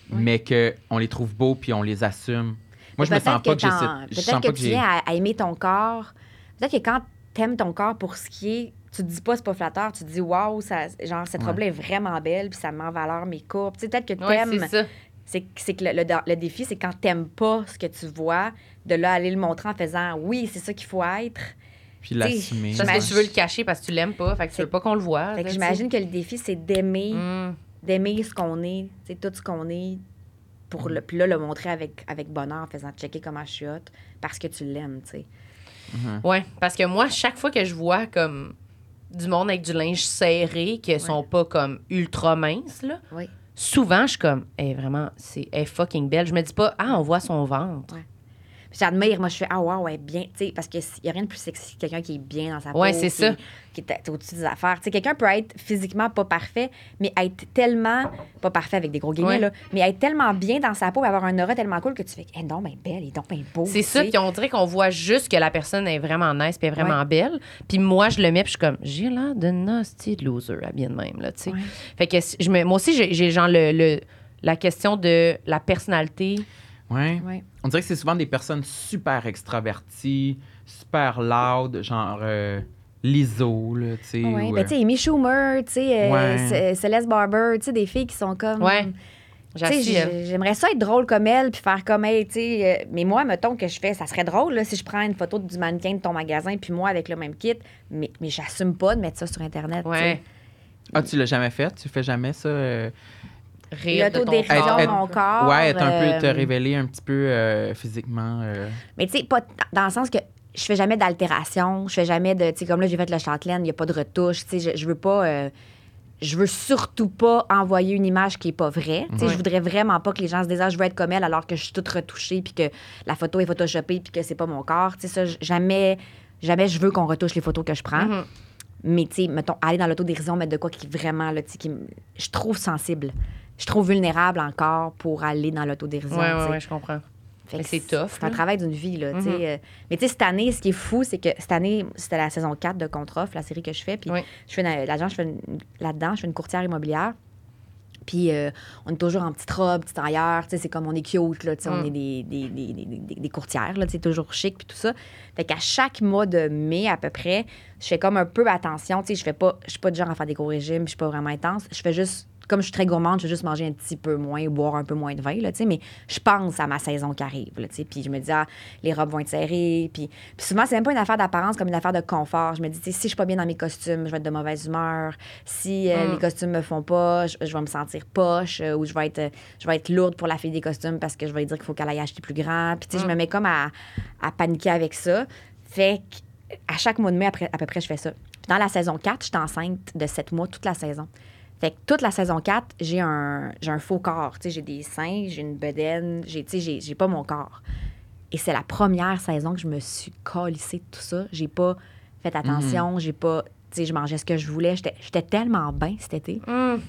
A: mais que on les trouve beaux puis on les assume. Moi, je me
D: Peut-être
A: sens pas que j'ai
D: t'en-
A: cette- je
D: Peut-être
A: sens
D: que,
A: pas que
D: tu
A: j'ai...
D: viens à, à aimer ton corps. Peut-être que quand t'aimes ton corps pour ce qui est, tu te dis pas c'est pas flatteur, tu te dis waouh, ça, genre cette
A: Ouais.
D: robe-là est vraiment belle, puis ça met en valeur mes courbes. Tu sais, peut-être que
B: Ouais,
D: t'aimes.
B: c'est ça.
D: c'est que- c'est que le, le- le défi, c'est quand t'aimes pas ce que tu vois, de là aller le montrer en faisant oui, c'est ça qu'il faut être.
A: Puis l'assumer.
B: Parce que
A: ouais.
B: tu veux le cacher parce que tu l'aimes pas. Fait que tu veux pas qu'on le voit.
D: Fait que
B: là,
D: j'imagine que le défi, c'est d'aimer,
B: tu sais. Ah, Mm.
D: d'aimer ce qu'on est, c'est tout ce qu'on est, pour le, puis là, le montrer avec, avec bonheur en faisant checker comment je suis hot parce que tu l'aimes, tu sais.
B: Ouais, parce que moi, chaque fois que je vois comme du monde avec du linge serré qui sont pas comme ultra minces, là,
D: Oui.
B: souvent je suis comme, elle est vraiment, c'est elle est fucking belle. Je me dis pas, ah, on voit son ventre.
D: Puis j'admire, moi, je fais ah, waouh, ouais, bien, tu sais, parce qu'il n'y a rien de plus sexy que quelqu'un qui est bien dans sa peau.
B: Ouais, c'est
D: qui-
B: ça.
D: Qui est t- au-dessus des affaires. Tu sais, quelqu'un peut être physiquement pas parfait, mais être tellement, pas parfait avec des gros guillemets,
B: Ouais.
D: là, mais être tellement bien dans sa peau, avoir un aura tellement cool que tu fais, eh non, ben belle, et donc, ben beau.
B: C'est
D: tu
B: ça,
D: sais.
B: puis on dirait qu'on voit juste que la personne est vraiment nice puis est vraiment belle. Puis moi, je le mets, puis je suis comme, j'ai l'air d'une nasty loser à bien de même, là, tu sais.
D: Ouais.
B: Fait que si- je me- moi aussi, j'ai j'ai genre le, le- la question de la personnalité.
A: Ouais.
D: Ouais.
A: On dirait que c'est souvent des personnes super extraverties, super loud, genre euh, l'ISO, là, tu sais.
D: Ouais,
A: ou,
D: ben,
A: euh,
D: tu sais, Amy Schumer, tu sais, euh,
A: Ouais.
D: Ce- Celeste Barber, tu sais, des filles qui sont comme.
B: Ouais.
D: Tu
B: J'assume.
D: sais, j'ai- J'aimerais ça être drôle comme elle, puis faire comme elle, tu sais. euh, mais moi, mettons que je fais, ça serait drôle là, si je prends une photo du mannequin de ton magasin, puis moi avec le même kit, mais, mais j'assume pas de mettre ça sur Internet. tu
B: Ouais.
D: sais.
A: Ah, tu l'as jamais fait? Tu fais jamais ça? euh,
B: Rire de ton
D: L'autodérision,
B: corps.
A: Être-
D: mon corps.
A: ouais, être un peu, te
D: euh,
A: révéler un petit peu euh, physiquement. euh.
D: Mais tu sais, pas t- dans le sens que je fais jamais d'altération, je fais jamais de. Tu sais, comme là, j'ai fait le Châtelaine, il n'y a pas de retouche, tu sais, je, je veux pas. euh, je veux surtout pas envoyer une image qui est pas vraie. Tu sais, Je voudrais vraiment pas que les gens se disent Ah, je veux être comme elle alors que je suis toute retouchée puis que la photo est photoshopée puis que c'est pas mon corps. Tu sais, ça, j- jamais, jamais je veux qu'on retouche les photos que je prends.
B: Mhm.
D: Mais tu sais, mettons, aller dans l'autodérision, mettre de quoi qui vraiment, là, tu sais, qui me- je trouve sensible. Je trouve vulnérable encore pour aller dans l'autodérision.
B: Ouais,
D: tu
B: ouais,
D: sais.
B: ouais, je comprends.
D: Fait
B: Mais
D: que
B: Ben, c'est tough,
D: C'est un
B: là.
D: travail d'une vie, là. tu sais,
B: Mhm.
D: euh, mais tu sais, cette année, ce qui est fou, c'est que cette année, c'était la saison 4 de Contre-Offre, la série que je fais. Puis
B: Oui.
D: je fais une- l'agent, je fais une- là-dedans, je fais une courtière immobilière. Puis euh, on est toujours en petite robe, petite tailleur, tu sais, c'est comme on est cute, là, tu sais, on
B: Mm.
D: est des, des, des, des- des- des courtières, là, tu sais, toujours chic, puis tout ça. Fait qu'à chaque mois de mai, à peu près, je fais comme un peu attention, tu sais, je fais pas, je suis pas du genre à faire des gros régimes, je suis pas vraiment intense, je fais juste, comme je suis très gourmande, je vais juste manger un petit peu moins, boire un peu moins de vin, là, tu sais, mais je pense à ma saison qui arrive, là, tu sais, puis je me dis, ah, les robes vont être serrées, puis puis souvent, c'est même pas une affaire d'apparence comme une affaire de confort. Je me dis, tu sais, si je suis pas bien dans mes costumes, je vais être de mauvaise humeur. Si euh,
B: Mm.
D: les costumes me font pas, je, je vais me sentir poche euh, ou je vais, être, euh, je vais être lourde pour la fille des costumes parce que je vais lui dire qu'il faut qu'elle aille acheter plus grand. Puis, tu sais, je me mets comme à, à paniquer avec ça. Fait que, à chaque mois de mai, après, à peu près, je fais ça. Puis dans la saison 4, je suis enceinte de 7 mois toute la saison. Fait que toute la saison 4, j'ai un, j'ai un faux corps. Tu sais, j'ai des seins, j'ai une bedaine, j'ai, tu sais, j'ai, j'ai pas mon corps. Et c'est la première saison que je me suis calissée de tout ça. J'ai pas fait attention, j'ai pas. Tu sais, je mangeais ce que je voulais. J'étais, j'étais tellement bien cet été
B: Mm.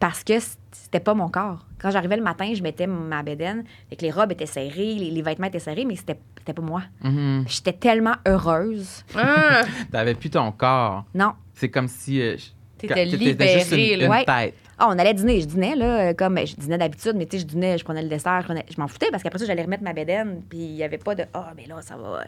D: parce que c- c'était pas mon corps. Quand j'arrivais le matin, je mettais ma bedaine. Fait que les robes étaient serrées, les, les vêtements étaient serrés, mais c'était, c'était pas moi.
A: Mhm.
D: J'étais tellement heureuse.
B: Ah,
A: T'avais plus ton corps.
D: Non.
A: C'est comme si. euh, je-
B: T'étais
A: quand- juste
B: libérée,
A: une,
B: là.
A: une
D: Ouais.
A: tête.
D: Ah, on allait dîner. Je dînais, là, euh, comme je dînais d'habitude, mais tu sais, je dînais, je prenais le dessert, je, prenais- je m'en foutais parce qu'après ça, j'allais remettre ma bédaine, puis il n'y avait pas de Ah, mais là, ça va.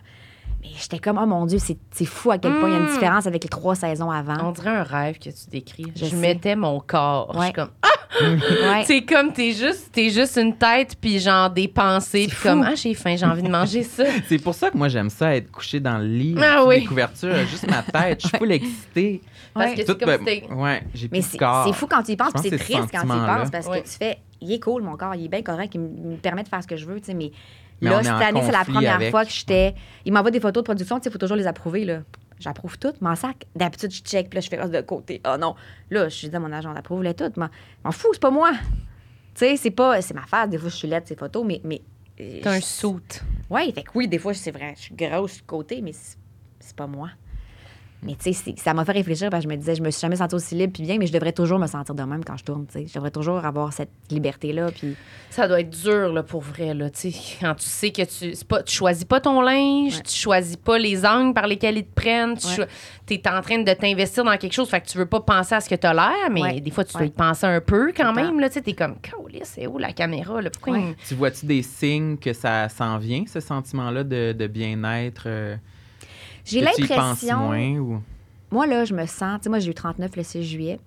D: Mais j'étais comme, oh mon Dieu, c'est c'est fou à quel point il y a une
B: Mm.
D: différence avec les trois saisons avant.
B: On dirait un rêve que tu décris. Je,
D: Je sais.
B: mettais mon corps. Je suis
D: Ouais.
B: comme Ah!
E: Ouais.
B: C'est comme t'es juste, t'es juste une tête puis genre des pensées puis comme ah j'ai faim, j'ai envie de manger
D: [laughs]
B: ça.
A: C'est pour ça que moi, j'aime ça, être couché dans le lit,
B: Ah
A: sous
B: oui.
A: les couvertures, euh, juste ma tête. Je suis full excitée.
B: Parce
E: Ouais.
B: que
A: Tout,
B: c'est comme
A: ben,
B: si t'es-
A: ouais, j'ai
D: Mais
A: plus de
D: c'est
A: corps.
D: c'est fou quand tu y penses,
A: Je pense
D: puis c'est
A: que c'est ce
D: triste quand tu y
A: sentiment-là.
D: penses parce
B: Ouais.
D: que tu fais, il est cool mon corps, il est bien correct, il me me permet de faire ce que je veux, tu sais, mais,
A: Mais on
D: là,
A: est
D: cette
A: en
D: année, c'est la
A: conflit
D: première
A: avec.
D: fois que j'étais. Il m'envoie des photos de production, tu sais, il faut toujours les approuver, là. J'approuve toutes, m'en sac. D'habitude, je check, puis là, je fais ah, de côté. Oh non. Là, je suis à mon agent, approuve-les toutes. M'en m'en fous, c'est pas moi. Tu sais, c'est pas. C'est ma face. Des fois, je suis laide, ces photos, mais. mais euh,
B: T'es un soute.
D: Ouais, fait que oui, des fois, c'est vrai, je suis grosse de côté, mais c'est c'est pas moi. Mais tu sais, c'est- ça m'a fait réfléchir parce que je me disais, je me suis jamais sentie aussi libre puis bien, mais je devrais toujours me sentir de même quand je tourne, tu sais. Je devrais toujours avoir cette liberté-là, puis
B: Ça doit être dur là, pour vrai là, tu sais, quand tu sais que tu c'est pas tu choisis pas ton linge, tu choisis pas les angles par lesquels ils te prennent, tu
D: Ouais.
B: cho- t'es en train de t'investir dans quelque chose, fait que tu veux pas penser à ce que t'as l'air, mais
D: Ouais.
B: des fois tu dois
D: Ouais.
B: y penser un peu quand
D: Tout le
B: même là, tu sais, t'es comme Calisse, c'est où la caméra là, pourquoi
D: Ouais.
B: ils me-
A: Tu vois-tu des signes que ça s'en vient, ce sentiment-là de, de bien-être? euh,
D: j'ai
A: que tu y penses
D: l'impression.
A: moins ou-
D: Moi, là, je me sens, tu sais, moi, j'ai eu 39 le 6 juillet.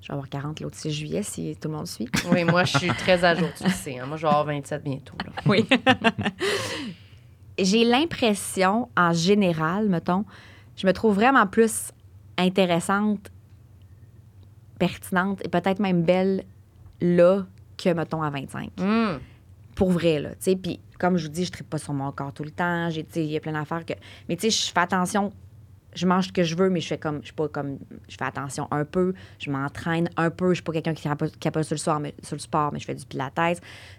D: Je vais avoir 40 l'autre 6 juillet si tout le monde suit.
B: Oui, moi je suis très à jour, tu le sais, hein. moi je vais avoir 27 bientôt là.
D: Oui. J'ai l'impression, en général, mettons, je me trouve vraiment plus intéressante, pertinente et peut-être même belle là que, mettons, à 25.
B: Hum.
D: Pour vrai, là. Tu sais, puis comme je vous dis, je ne pas sur mon corps tout le temps. J'ai, tu sais, Il y a plein d'affaires que. Mais tu sais, je fais attention. Je mange ce que je veux, mais je fais comme. Je suis pas comme. Je fais attention un peu. Je m'entraîne un peu. Je suis pas quelqu'un qui capote qui capote sur le, soir, mais, sur le sport, mais je fais du pilates.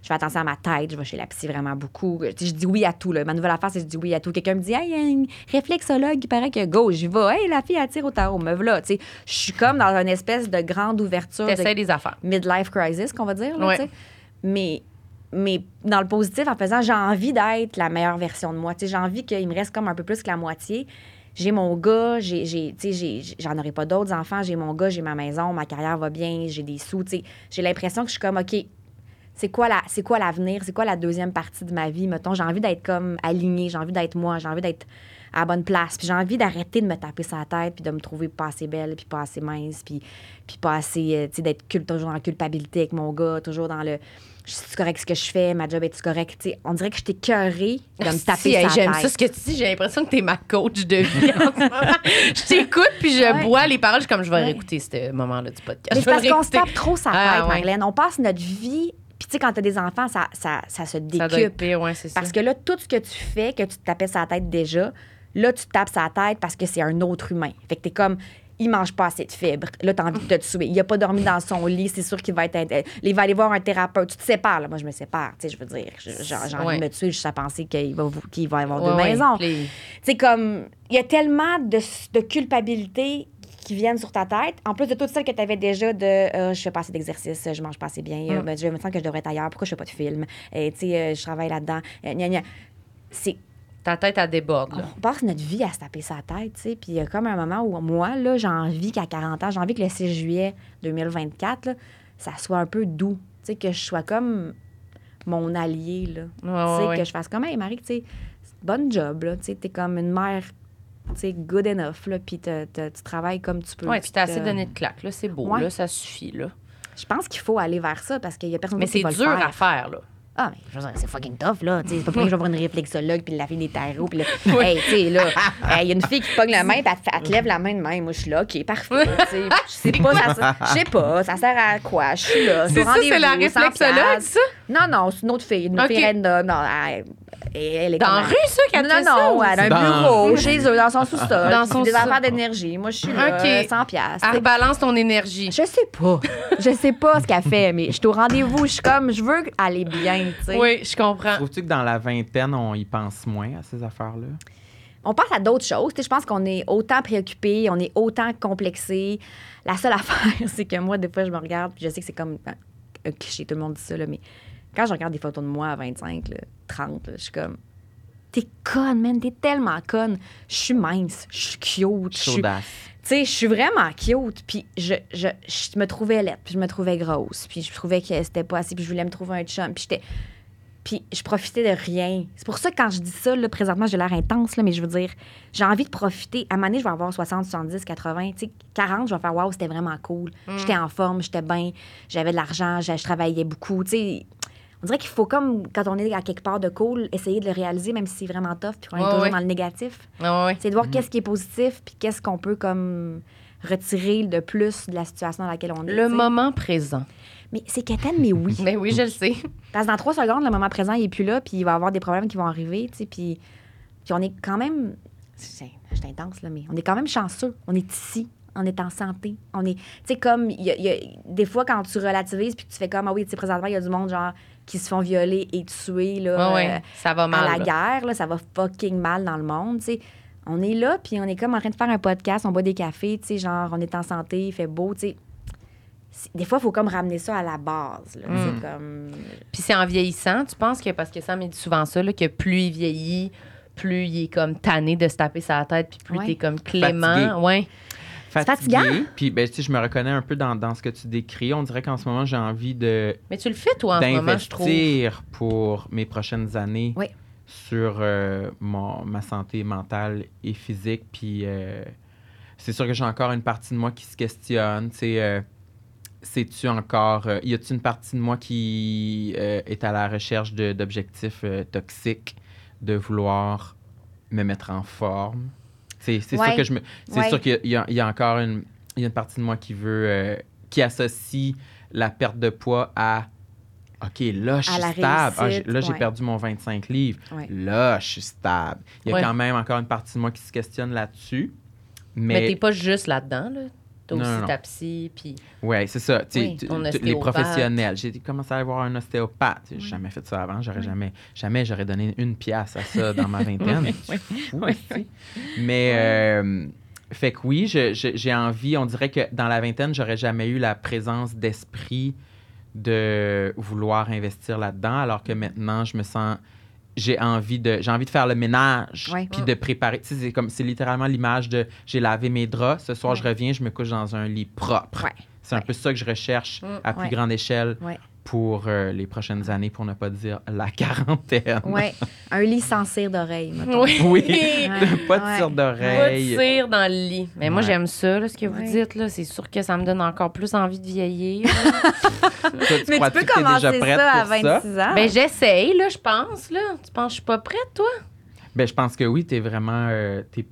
D: Je fais attention à ma tête. Je vais chez la psy vraiment beaucoup. Tu sais, je dis oui à tout. Là. Ma nouvelle affaire, c'est que je dis oui à tout. Quelqu'un me dit, hey, il y a une réflexologue, il paraît que go, j'y vais. Hey, la fille attire au tarot. Me voilà. Tu sais, je suis comme dans une espèce de grande ouverture. de-
B: T'essayes des affaires.
D: midlife crisis, qu'on va dire. là,
B: Ouais.
D: tu sais. mais, mais dans le positif, en faisant, j'ai envie d'être la meilleure version de moi. Tu sais, J'ai envie qu'il me reste comme un peu plus que la moitié. J'ai mon gars, j'ai- j'ai- tu sais, j'ai- j'ai- j'en aurai pas d'autres enfants, j'ai mon gars, j'ai ma maison, ma carrière va bien, j'ai des sous. tu sais. J'ai l'impression que je suis comme, OK, c'est quoi la- c'est quoi l'avenir, c'est quoi la deuxième partie de ma vie, mettons. J'ai envie d'être comme alignée, j'ai envie d'être moi, j'ai envie d'être à la bonne place. Puis j'ai envie d'arrêter de me taper sur la tête, puis de me trouver pas assez belle, puis pas assez mince, puis, puis pas assez, euh, tu sais, d'être cul- toujours en culpabilité avec mon gars, toujours dans le... Je suis correct ce que je fais, ma job est-tu correcte? Tu sais, On dirait que je t'ai cœurée de me taper
B: Si,
D: sur
B: hey,
D: la
B: J'aime
D: tête.
B: ça ce que tu dis. J'ai l'impression que t'es ma coach de vie en ce moment. Je t'écoute puis je bois les paroles. Je suis comme, je vais
D: Ah Ouais.
B: réécouter ce moment-là du podcast. [laughs]
D: Mais
B: Je
D: c'est
B: vais
D: parce
B: le
D: qu'on se
B: réécouter.
D: tape trop sa tête,
B: Ah, ouais.
D: Marlène. On passe notre vie... Puis tu sais, quand t'as des enfants, ça, ça, ça se décupe.
B: Ça doit être pire, ouais, c'est ça.
D: Parce que là, tout ce que tu fais, que tu te tapais sa tête déjà, là, tu te tapes sa tête parce que c'est un autre humain. Fait que t'es comme, il mange pas assez de fibres. Là, t'as envie de te tuer. Il a pas dormi dans son lit. C'est sûr qu'il va être. inté- Il va aller voir un thérapeute. Tu te sépares, là. Moi, je me sépare. Tu sais, je veux dire, je- j'ai j'ai envie
B: Ouais.
D: de me tuer juste à penser qu'il va, vou- qu'il va avoir
B: Ouais,
D: deux
B: ouais,
D: maisons.
B: puis les-
D: C'est comme, il y a tellement de, de culpabilité qui viennent sur ta tête, en plus de toutes celles que tu avais déjà de euh, je fais pas assez d'exercice, je mange pas assez bien, euh, ben, je me sens que je devrais être ailleurs, pourquoi je fais pas de film, Et tu sais, euh, je travaille là-dedans, euh, gna gna. C'est,
B: Ta tête, elle déborde. Là.
D: on passe notre vie à se taper sa tête, tu sais, puis il y a comme un moment où moi, là, j'ai envie qu'à 40 ans, j'ai envie que le 6 juillet 2024, là, ça soit un peu doux, tu sais, que je sois comme mon allié, là.
B: Ouais,
D: Tu
B: ouais,
D: sais,
B: ouais.
D: que je fasse comme, hey Marie, tu sais, bonne job, là, tu sais, t'es comme une mère, tu sais, good enough, là, puis te- te- tu travailles comme tu peux.
B: Ouais,
D: puis
B: tu t'es assez
D: te-
B: donné de claque. Là, c'est beau.
D: Ouais.
B: Là, ça suffit. Là.
D: Je pense qu'il faut aller vers ça parce qu'il y a personne
B: Mais
D: d'autre qui
B: c'est
D: va
B: dur
D: le faire.
B: à faire. Là.
D: Ah, mais je veux dire, c'est fucking tough, là. Tu sais, c'est pas pour rien que je vais voir une réflexologue puis la fille des tarots.
B: [laughs]
D: Puis là, hey, tu sais, là, hey, il y a une fille qui pogne la main puis elle, te fait- elle te lève la main de main. Moi, je suis là, OK, parfait. tu sais. Je sais pas, ça- je sais pas, ça sert à quoi? Je suis là. je suis au rendez-vous, sans place. Non, non, c'est une autre fille. Une
B: OK.
D: fille random. Non, elle, elle est
B: Dans la
D: comme-
B: rue, ça, qu'elle
D: Non,
B: fait ça,
D: non,
B: ou-
D: elle a un
A: Dans-
D: bureau chez eux, dans son sous-sol.
B: Dans
D: puis
B: son
D: des
B: sous-sol.
D: affaires d'énergie. Moi, je suis là,
B: OK.
D: 100 piastres.
B: Elle rebalance ton énergie.
D: Je sais pas. Je sais pas ce qu'elle fait, mais je suis au rendez-vous. Je suis comme, je veux aller bien, tu sais.
B: Oui, je comprends.
A: Trouves-tu que dans la vingtaine, on y pense moins à ces affaires-là?
D: on passe à d'autres choses. Tu sais, je pense qu'on est autant préoccupé, on est autant complexé. La seule affaire, [laughs] c'est que moi, des fois, je me regarde, puis je sais que c'est comme ben, un cliché, tout le monde dit ça, là, mais quand je regarde des photos de moi à 25, là, 30, là, je suis comme. T'es conne, man, t'es tellement conne. Je suis mince, je suis cute, je suis
A: Chaudasse.
D: tu sais, je suis vraiment cute, puis je, je, je me trouvais laide, puis je me trouvais grosse, puis je trouvais que c'était pas assez, puis je voulais me trouver un chum, puis j'étais... Puis je profitais de rien. C'est pour ça que quand je dis ça, là, présentement, j'ai l'air intense, là, mais je veux dire, j'ai envie de profiter. À un moment donné, je vais avoir 60, 70, 80, tu sais, 40, je vais faire « wow, c'était vraiment cool
B: Mm.
D: J'étais en forme, j'étais bien, j'avais de l'argent, je, je travaillais beaucoup. » Tu sais, on dirait qu'il faut comme, quand on est à quelque part de cool, essayer de le réaliser, même si c'est vraiment tough, puis qu'on est
B: Ouais,
D: toujours
B: ouais.
D: dans le négatif.
B: Ah ouais.
D: C'est de voir qu'est-ce qui est positif, puis qu'est-ce qu'on peut comme retirer de plus de la situation dans laquelle on est.
B: Le
D: tu sais.
B: moment présent.
D: Mais c'est quétaine,
B: [laughs]
D: mais oui.
B: Ben oui, je le sais.
D: Parce que dans trois secondes, le moment présent, il n'est plus là, puis il va y avoir des problèmes qui vont arriver, tu sais, puis, puis on est quand même... C'est c'est intense, là, mais on est quand même chanceux. On est ici, on est en santé, on est... Tu sais, comme, il y a- il y a- des fois, quand tu relativises, puis que tu fais comme, ah oui, tu sais, présentement, il y a du monde, genre, qui se font violer et tuer, là,
B: Ouais,
D: euh,
B: ouais. Ça va mal.
D: à la
B: là.
D: guerre, là, ça va fucking mal dans le monde, tu sais. On est là, puis on est comme en train de faire un podcast, on boit des cafés, tu sais, genre, on est en santé, il fait beau, tu sais. C'est- Des fois, il faut comme ramener ça à la base, là, tu sais, comme...
B: Puis c'est en vieillissant, tu penses que, parce que Sam il dit souvent ça, là, que plus il vieillit, plus il est comme tanné de se taper sa tête, puis plus
D: Ouais.
B: t'es comme clément.
A: Fatigué.
B: Ouais.
A: Fatigué.
D: fatigant.
A: Puis, ben, tu sais, je me reconnais un peu dans, dans ce que tu décris. On dirait qu'en ce moment, j'ai envie de
B: Mais tu le fais, toi, en ce moment, je trouve.
A: d'investir pour mes prochaines années
D: Oui.
A: sur euh, mon, ma santé mentale et physique. Puis euh, c'est sûr que j'ai encore une partie de moi qui se questionne. Tu sais, euh, sais-tu encore, euh, y a-tu une partie de moi qui euh, est à la recherche de- d'objectifs euh, toxiques, de vouloir me mettre en forme? Tu sais, C'est
D: Ouais.
A: sûr que je me, c'est
D: Ouais.
A: sûr qu'il y a- il y, a- il y a encore une, il y a une partie de moi qui veut, euh, qui associe la perte de poids à OK, là, je
D: À
A: suis
D: la
A: stable. Ah, j'ai-
D: réussite,
A: là, j'ai
D: ouais.
A: perdu mon 25 livres.
D: Ouais.
A: Là, je suis stable. Il y a
B: Ouais.
A: quand même encore une partie de moi qui se questionne là-dessus.
B: Mais,
A: Mais,
B: t'es pas juste là-dedans, là. T'as
A: Non,
B: aussi
A: non.
B: ta psy, puis
A: ouais, c'est ça. Tu sais,
B: Oui,
A: tu-
B: ton
A: tu- les
B: ostéopathe.
A: professionnels. J'ai commencé à aller voir un ostéopathe. J'ai jamais fait ça avant. J'aurais jamais, jamais, j'aurais donné une pièce à ça dans
B: [laughs]
A: ma vingtaine. C'est fou, aussi. Mais euh, fait que oui, je- je- j'ai envie. On dirait que dans la vingtaine, j'aurais jamais eu la présence d'esprit de vouloir investir là-dedans, alors que maintenant, je me sens j'ai envie de j'ai envie de faire le ménage
D: Ouais.
A: puis de préparer tu sais c'est comme c'est littéralement l'image de j'ai lavé mes draps ce soir je reviens je me couche dans un lit propre
D: Ouais.
A: c'est un peu ça que je recherche
B: Mm.
A: à plus
D: Ouais.
A: grande échelle
D: Ouais.
A: pour euh, les prochaines années pour ne pas dire la [laughs] quarantaine
D: Ouais, [laughs] un lit sans cire d'oreille. mettons.
B: Oui.
A: Oui.
B: [laughs]
D: Ouais.
A: [laughs] [laughs] pas de
D: Ouais.
A: cire
B: Pas de
A: d'oreille
B: cire dans le lit. Mais moi,
A: Ouais.
B: j'aime ça, là, ce que vous
D: Ouais.
B: dites. là. C'est sûr que ça me donne encore plus envie de vieillir.
A: Toi, tu
D: Mais tu
A: crois-tu
D: peux
A: que t'es déjà
D: commencer
A: prête
D: ça à
A: pour ça
D: 26 ans.
B: ben, j'essaye, là, je pense, là. Tu penses que je suis pas prête, toi?
A: ben je pense que oui t'es vraiment euh, t'es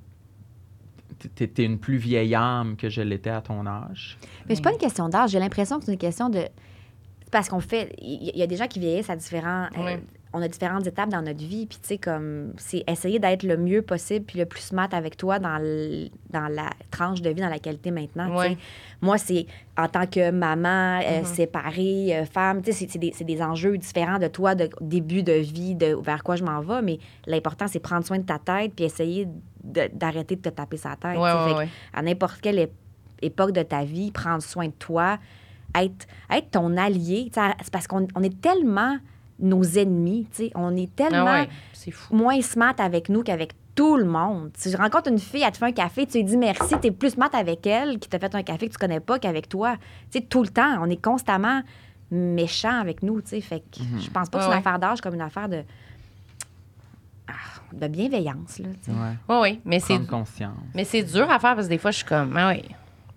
A: t'es- t'es une plus vieille âme que je l'étais à ton âge
D: Mais c'est pas une question d'âge. J'ai l'impression que c'est une question de. Parce qu'on fait. Il y- y a des gens qui vieillissent à différents. euh,
B: Ouais.
D: on a différentes étapes dans notre vie. Puis, tu sais, comme. C'est essayer d'être le mieux possible puis le plus smart avec toi dans, l- dans la tranche de vie dans la qualité maintenant. tu sais.
B: Ouais. Mm-hmm.
D: Moi, c'est en tant que maman, euh, séparée, euh, femme, tu sais, c'est- c'est des, c'est des enjeux différents de toi, de début de vie, de vers quoi je m'en vais. Mais l'important, c'est prendre soin de ta tête puis essayer de- d'arrêter de, te taper sa tête.
B: Ouais,
D: tu sais. Fait
B: ouais,
D: que
B: ouais.
D: à n'importe quelle ép- époque de ta vie, prendre soin de toi, être, être ton allié. Tu sais, C'est parce qu'on on est tellement nos ennemis, tu sais, on est
B: Ah
D: tellement
B: ouais, c'est fou.
D: moins smart avec nous qu'avec tout le monde. Si je rencontre une fille, elle te fait un café, tu lui dis merci, tu es plus smart avec elle qui t'a fait un café que tu connais pas qu'avec toi. Tu sais, tout le temps, on est constamment méchant avec nous, tu sais. Fait que je pense pas
B: Ouais,
D: que c'est
B: ouais.
D: une affaire d'âge comme une affaire de, Ah, de bienveillance, là, tu sais.
A: ouais.
B: Ouais, ouais. Mais c'est
A: prendre conscience
B: Mais c'est dur à faire parce que des fois, je suis comme, ah oui,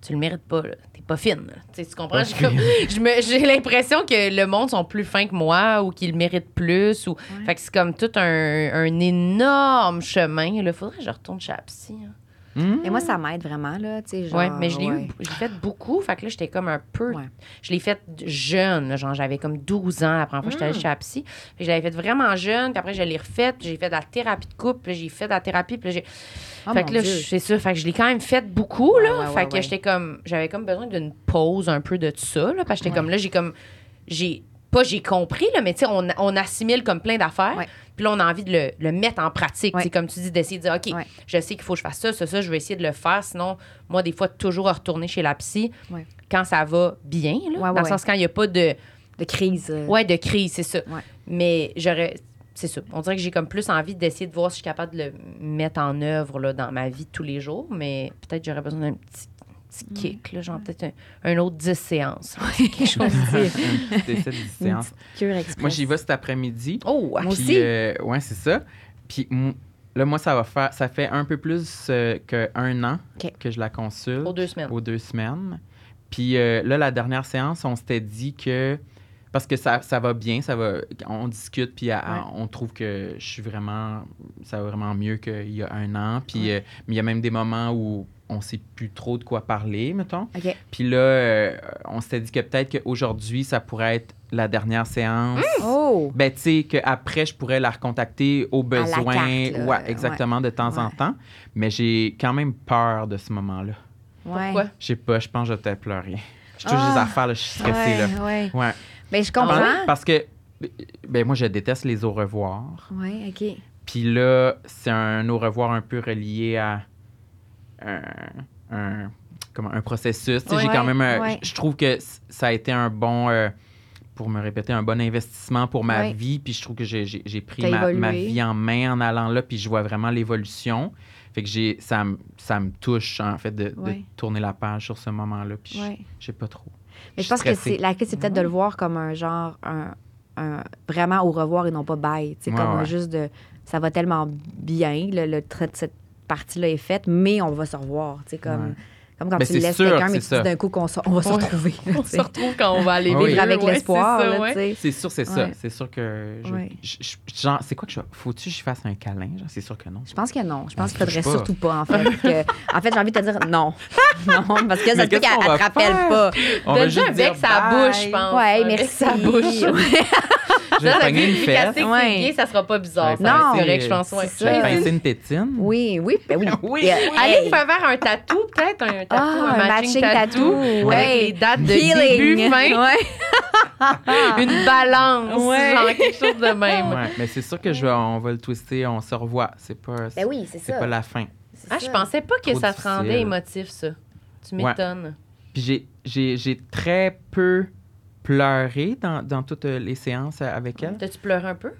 B: tu le mérites pas, là. t'es pas fine. là. Tu sais, tu comprends?
A: Pas
B: Je suis comme- je me- J'ai l'impression que le monde sont plus fins que moi ou qu'ils le méritent plus. Ou... Fait que c'est comme tout un, un énorme chemin. Il faudrait que je retourne chez la psy. hein.
D: Mais moi, ça m'aide vraiment, là, tu sais.
B: ouais,
D: genre,
B: mais je l'ai
D: ouais.
B: eu, j'ai fait beaucoup. Fait que là, j'étais comme un peu.
D: Ouais.
B: Je l'ai fait jeune. là, Genre, j'avais comme 12 ans la première fois que j'étais
D: Mm.
B: allée chez la psy. Puis je l'avais fait vraiment jeune. Puis après, je l'ai refaite. Puis j'ai fait de la thérapie de couple. Puis j'ai fait de la thérapie. Puis là, j'ai.
D: Oh,
B: fait
D: mon
B: que là,
D: Dieu.
B: je- c'est ça. Fait que je l'ai quand même fait beaucoup, là.
D: Ouais, ouais,
B: fait
D: ouais,
B: que
D: ouais.
B: j'étais comme. J'avais comme besoin d'une pause un peu de tout ça, là. Parce que j'étais comme là, j'ai comme. J'ai. Pas j'ai compris, là, mais tu sais, on, on assimile comme plein d'affaires.
D: Ouais.
B: Puis là, on a envie de le, le mettre en pratique.
D: Ouais.
B: Tu sais, Comme tu dis, d'essayer de dire, OK,
D: Ouais.
B: je sais qu'il faut que je fasse ça, ça, ça, je vais essayer de le faire. Sinon, moi, des fois, toujours à retourner chez la psy
D: Ouais.
B: quand ça va bien, là,
D: Ouais,
B: dans
D: ouais,
B: le sens quand il n'y a pas de,
D: de crise. euh,
B: ouais, de crise, c'est ça.
D: Ouais.
B: Mais j'aurais. C'est ça. On dirait que j'ai comme plus envie d'essayer de voir si je suis capable de le mettre en œuvre là, dans ma vie de tous les jours, mais peut-être j'aurais besoin d'un petit, petit
D: Mm.
B: kick, là, genre peut-être un, un autre 10 séances. quelque chose.
A: [laughs] Une petite essai de séance.
F: Cure express.
A: Moi, j'y vais cet après-midi.
B: Oh!
F: Moi
A: Puis,
F: aussi.
A: euh, ouais, c'est ça. Puis m- là, moi, ça va faire, ça fait un peu plus euh, qu'un an
F: OK.
A: que je la consulte.
B: Pour deux semaines.
A: Aux deux semaines. Puis euh, là, la dernière séance, on s'était dit que. Parce que ça, ça va bien, ça va, on discute, puis à- à- on trouve que je suis vraiment. Ça va vraiment mieux qu'il y a un an. Puis euh, mais il y a même des moments où on sait plus trop de quoi parler, mettons.
D: OK.
A: Puis là, euh, on s'était dit que peut-être qu'aujourd'hui, ça pourrait être la dernière séance.
F: Oh!
A: Ben, tu sais, qu'après, je pourrais la recontacter au
D: la
A: besoin.
D: carte, là.
A: ouais, exactement, de temps en
D: Ouais.
A: temps. Mais j'ai quand même peur de ce moment-là.
D: Ouais. [laughs]
B: Pourquoi?
A: Je sais pas, je pense que je vais peut-être pleurer. Je touche
D: Ah.
A: les affaires, là, je suis stressée,
D: Ouais,
A: là.
D: ouais.
A: Ouais.
D: Ben, je
A: Parce,
D: comprends.
A: parce que, ben, moi, je déteste les au revoir.
D: Ouais, OK.
A: Puis là, c'est un au revoir un peu relié à un, un- comment, un processus. Tu sais, j'ai
D: Ouais,
A: quand même, un-
D: ouais.
A: je je trouve que c- ça a été un bon, euh, pour me répéter, un bon investissement pour ma
D: Ouais.
A: vie. Puis je trouve que j'ai- j'ai j'ai pris
D: T'as
A: ma, ma
D: évolué.
A: vie en main en allant là, puis je vois vraiment l'évolution. Fait que j'ai, ça, me- ça me touche, en fait, de, de
D: Ouais.
A: tourner la page sur ce moment-là. Puis je-
D: Ouais.
A: je sais pas trop.
D: Mais
A: Je
D: je
A: suis
D: pense que
A: stressée.
D: c'est la clé, c'est peut-être de le voir comme un genre, un, un- vraiment au revoir et non pas bye. C'est
A: Ouais,
D: comme
A: ouais.
D: juste de, ça va tellement bien, le, le trait de cette partie-là est faite, mais on va se revoir. Tu sais, comme,
A: Ouais.
D: comme quand
A: Ben,
D: tu
A: c'est
D: laisses
A: sûr
D: quelqu'un,
A: que
D: mais
A: c'est
D: tu te dis
A: ça.
D: d'un coup qu'on se- on va se
A: [laughs]
B: Ouais.
D: retrouver. là,
B: On
D: tu sais.
B: se retrouve quand on va aller
A: Oui.
B: vivre
D: Vivre avec
B: Ouais,
D: l'espoir,
B: c'est ça,
D: là,
B: ouais.
D: tu sais.
A: C'est sûr, c'est ça.
D: Ouais.
A: C'est sûr que. je-
D: Ouais.
A: je- je- genre, c'est quoi que je. Faut-tu que je fasse un câlin? Genre, c'est sûr que non.
D: Je pense que non. Je pense
B: Ah,
D: qu'il
A: touche
D: faudrait
A: pas.
D: surtout pas, en fait. que- en fait, j'ai envie de te dire
B: [laughs]
D: non. non, parce que ça
A: Mais
D: se
A: qu'est-ce
D: peut qu'elle
A: qu'on
D: elle
A: va
D: te rappelle
A: faire?
D: pas.
A: On
B: Donne-lui
A: va juste
B: un
A: dire
B: bec sa
A: bye.
B: bouche, je pense.
D: Ouais,
B: Un bec
D: merci.
B: sa bouche.
A: Je vais
B: Ça, ça,
A: pogner
B: vu-
A: une
B: vu qu'elle
A: fesse.
B: sait que
D: Ouais.
B: c'est gay, ça sera pas bizarre.
A: Je vais
D: Non.
A: pincer-
B: c'est vrai que je pense. Ouais.
A: Je vais
D: ça.
A: pincer une tétine.
D: Oui, oui,
B: [laughs]
D: ben oui.
A: Oui.
D: Et-
B: Allez
D: hey.
B: vous faire faire un tatou, peut-être? Un tatou,
D: Ah,
B: un, matching, tattoo.
D: ouais.
B: Avec les dates de début,
D: Feeling.
B: fin.
D: Ouais.
B: Une balance.
D: Ouais.
B: Genre quelque chose de même.
A: Ouais, mais c'est sûr que je vais, on va le twister, on se revoit. C'est pas. c'est-
D: Ben oui, c'est
A: C'est
D: ça.
A: pas la fin.
B: Ah, je pensais pas que
A: Trop
B: ça te rendait
A: difficile.
B: émotif, ça. Tu
A: Ouais.
B: m'étonnes.
A: Puis j'ai- j'ai j'ai très peu pleuré dans, dans toutes euh, les séances euh, avec elle.
B: T'as-tu pleuré un peu?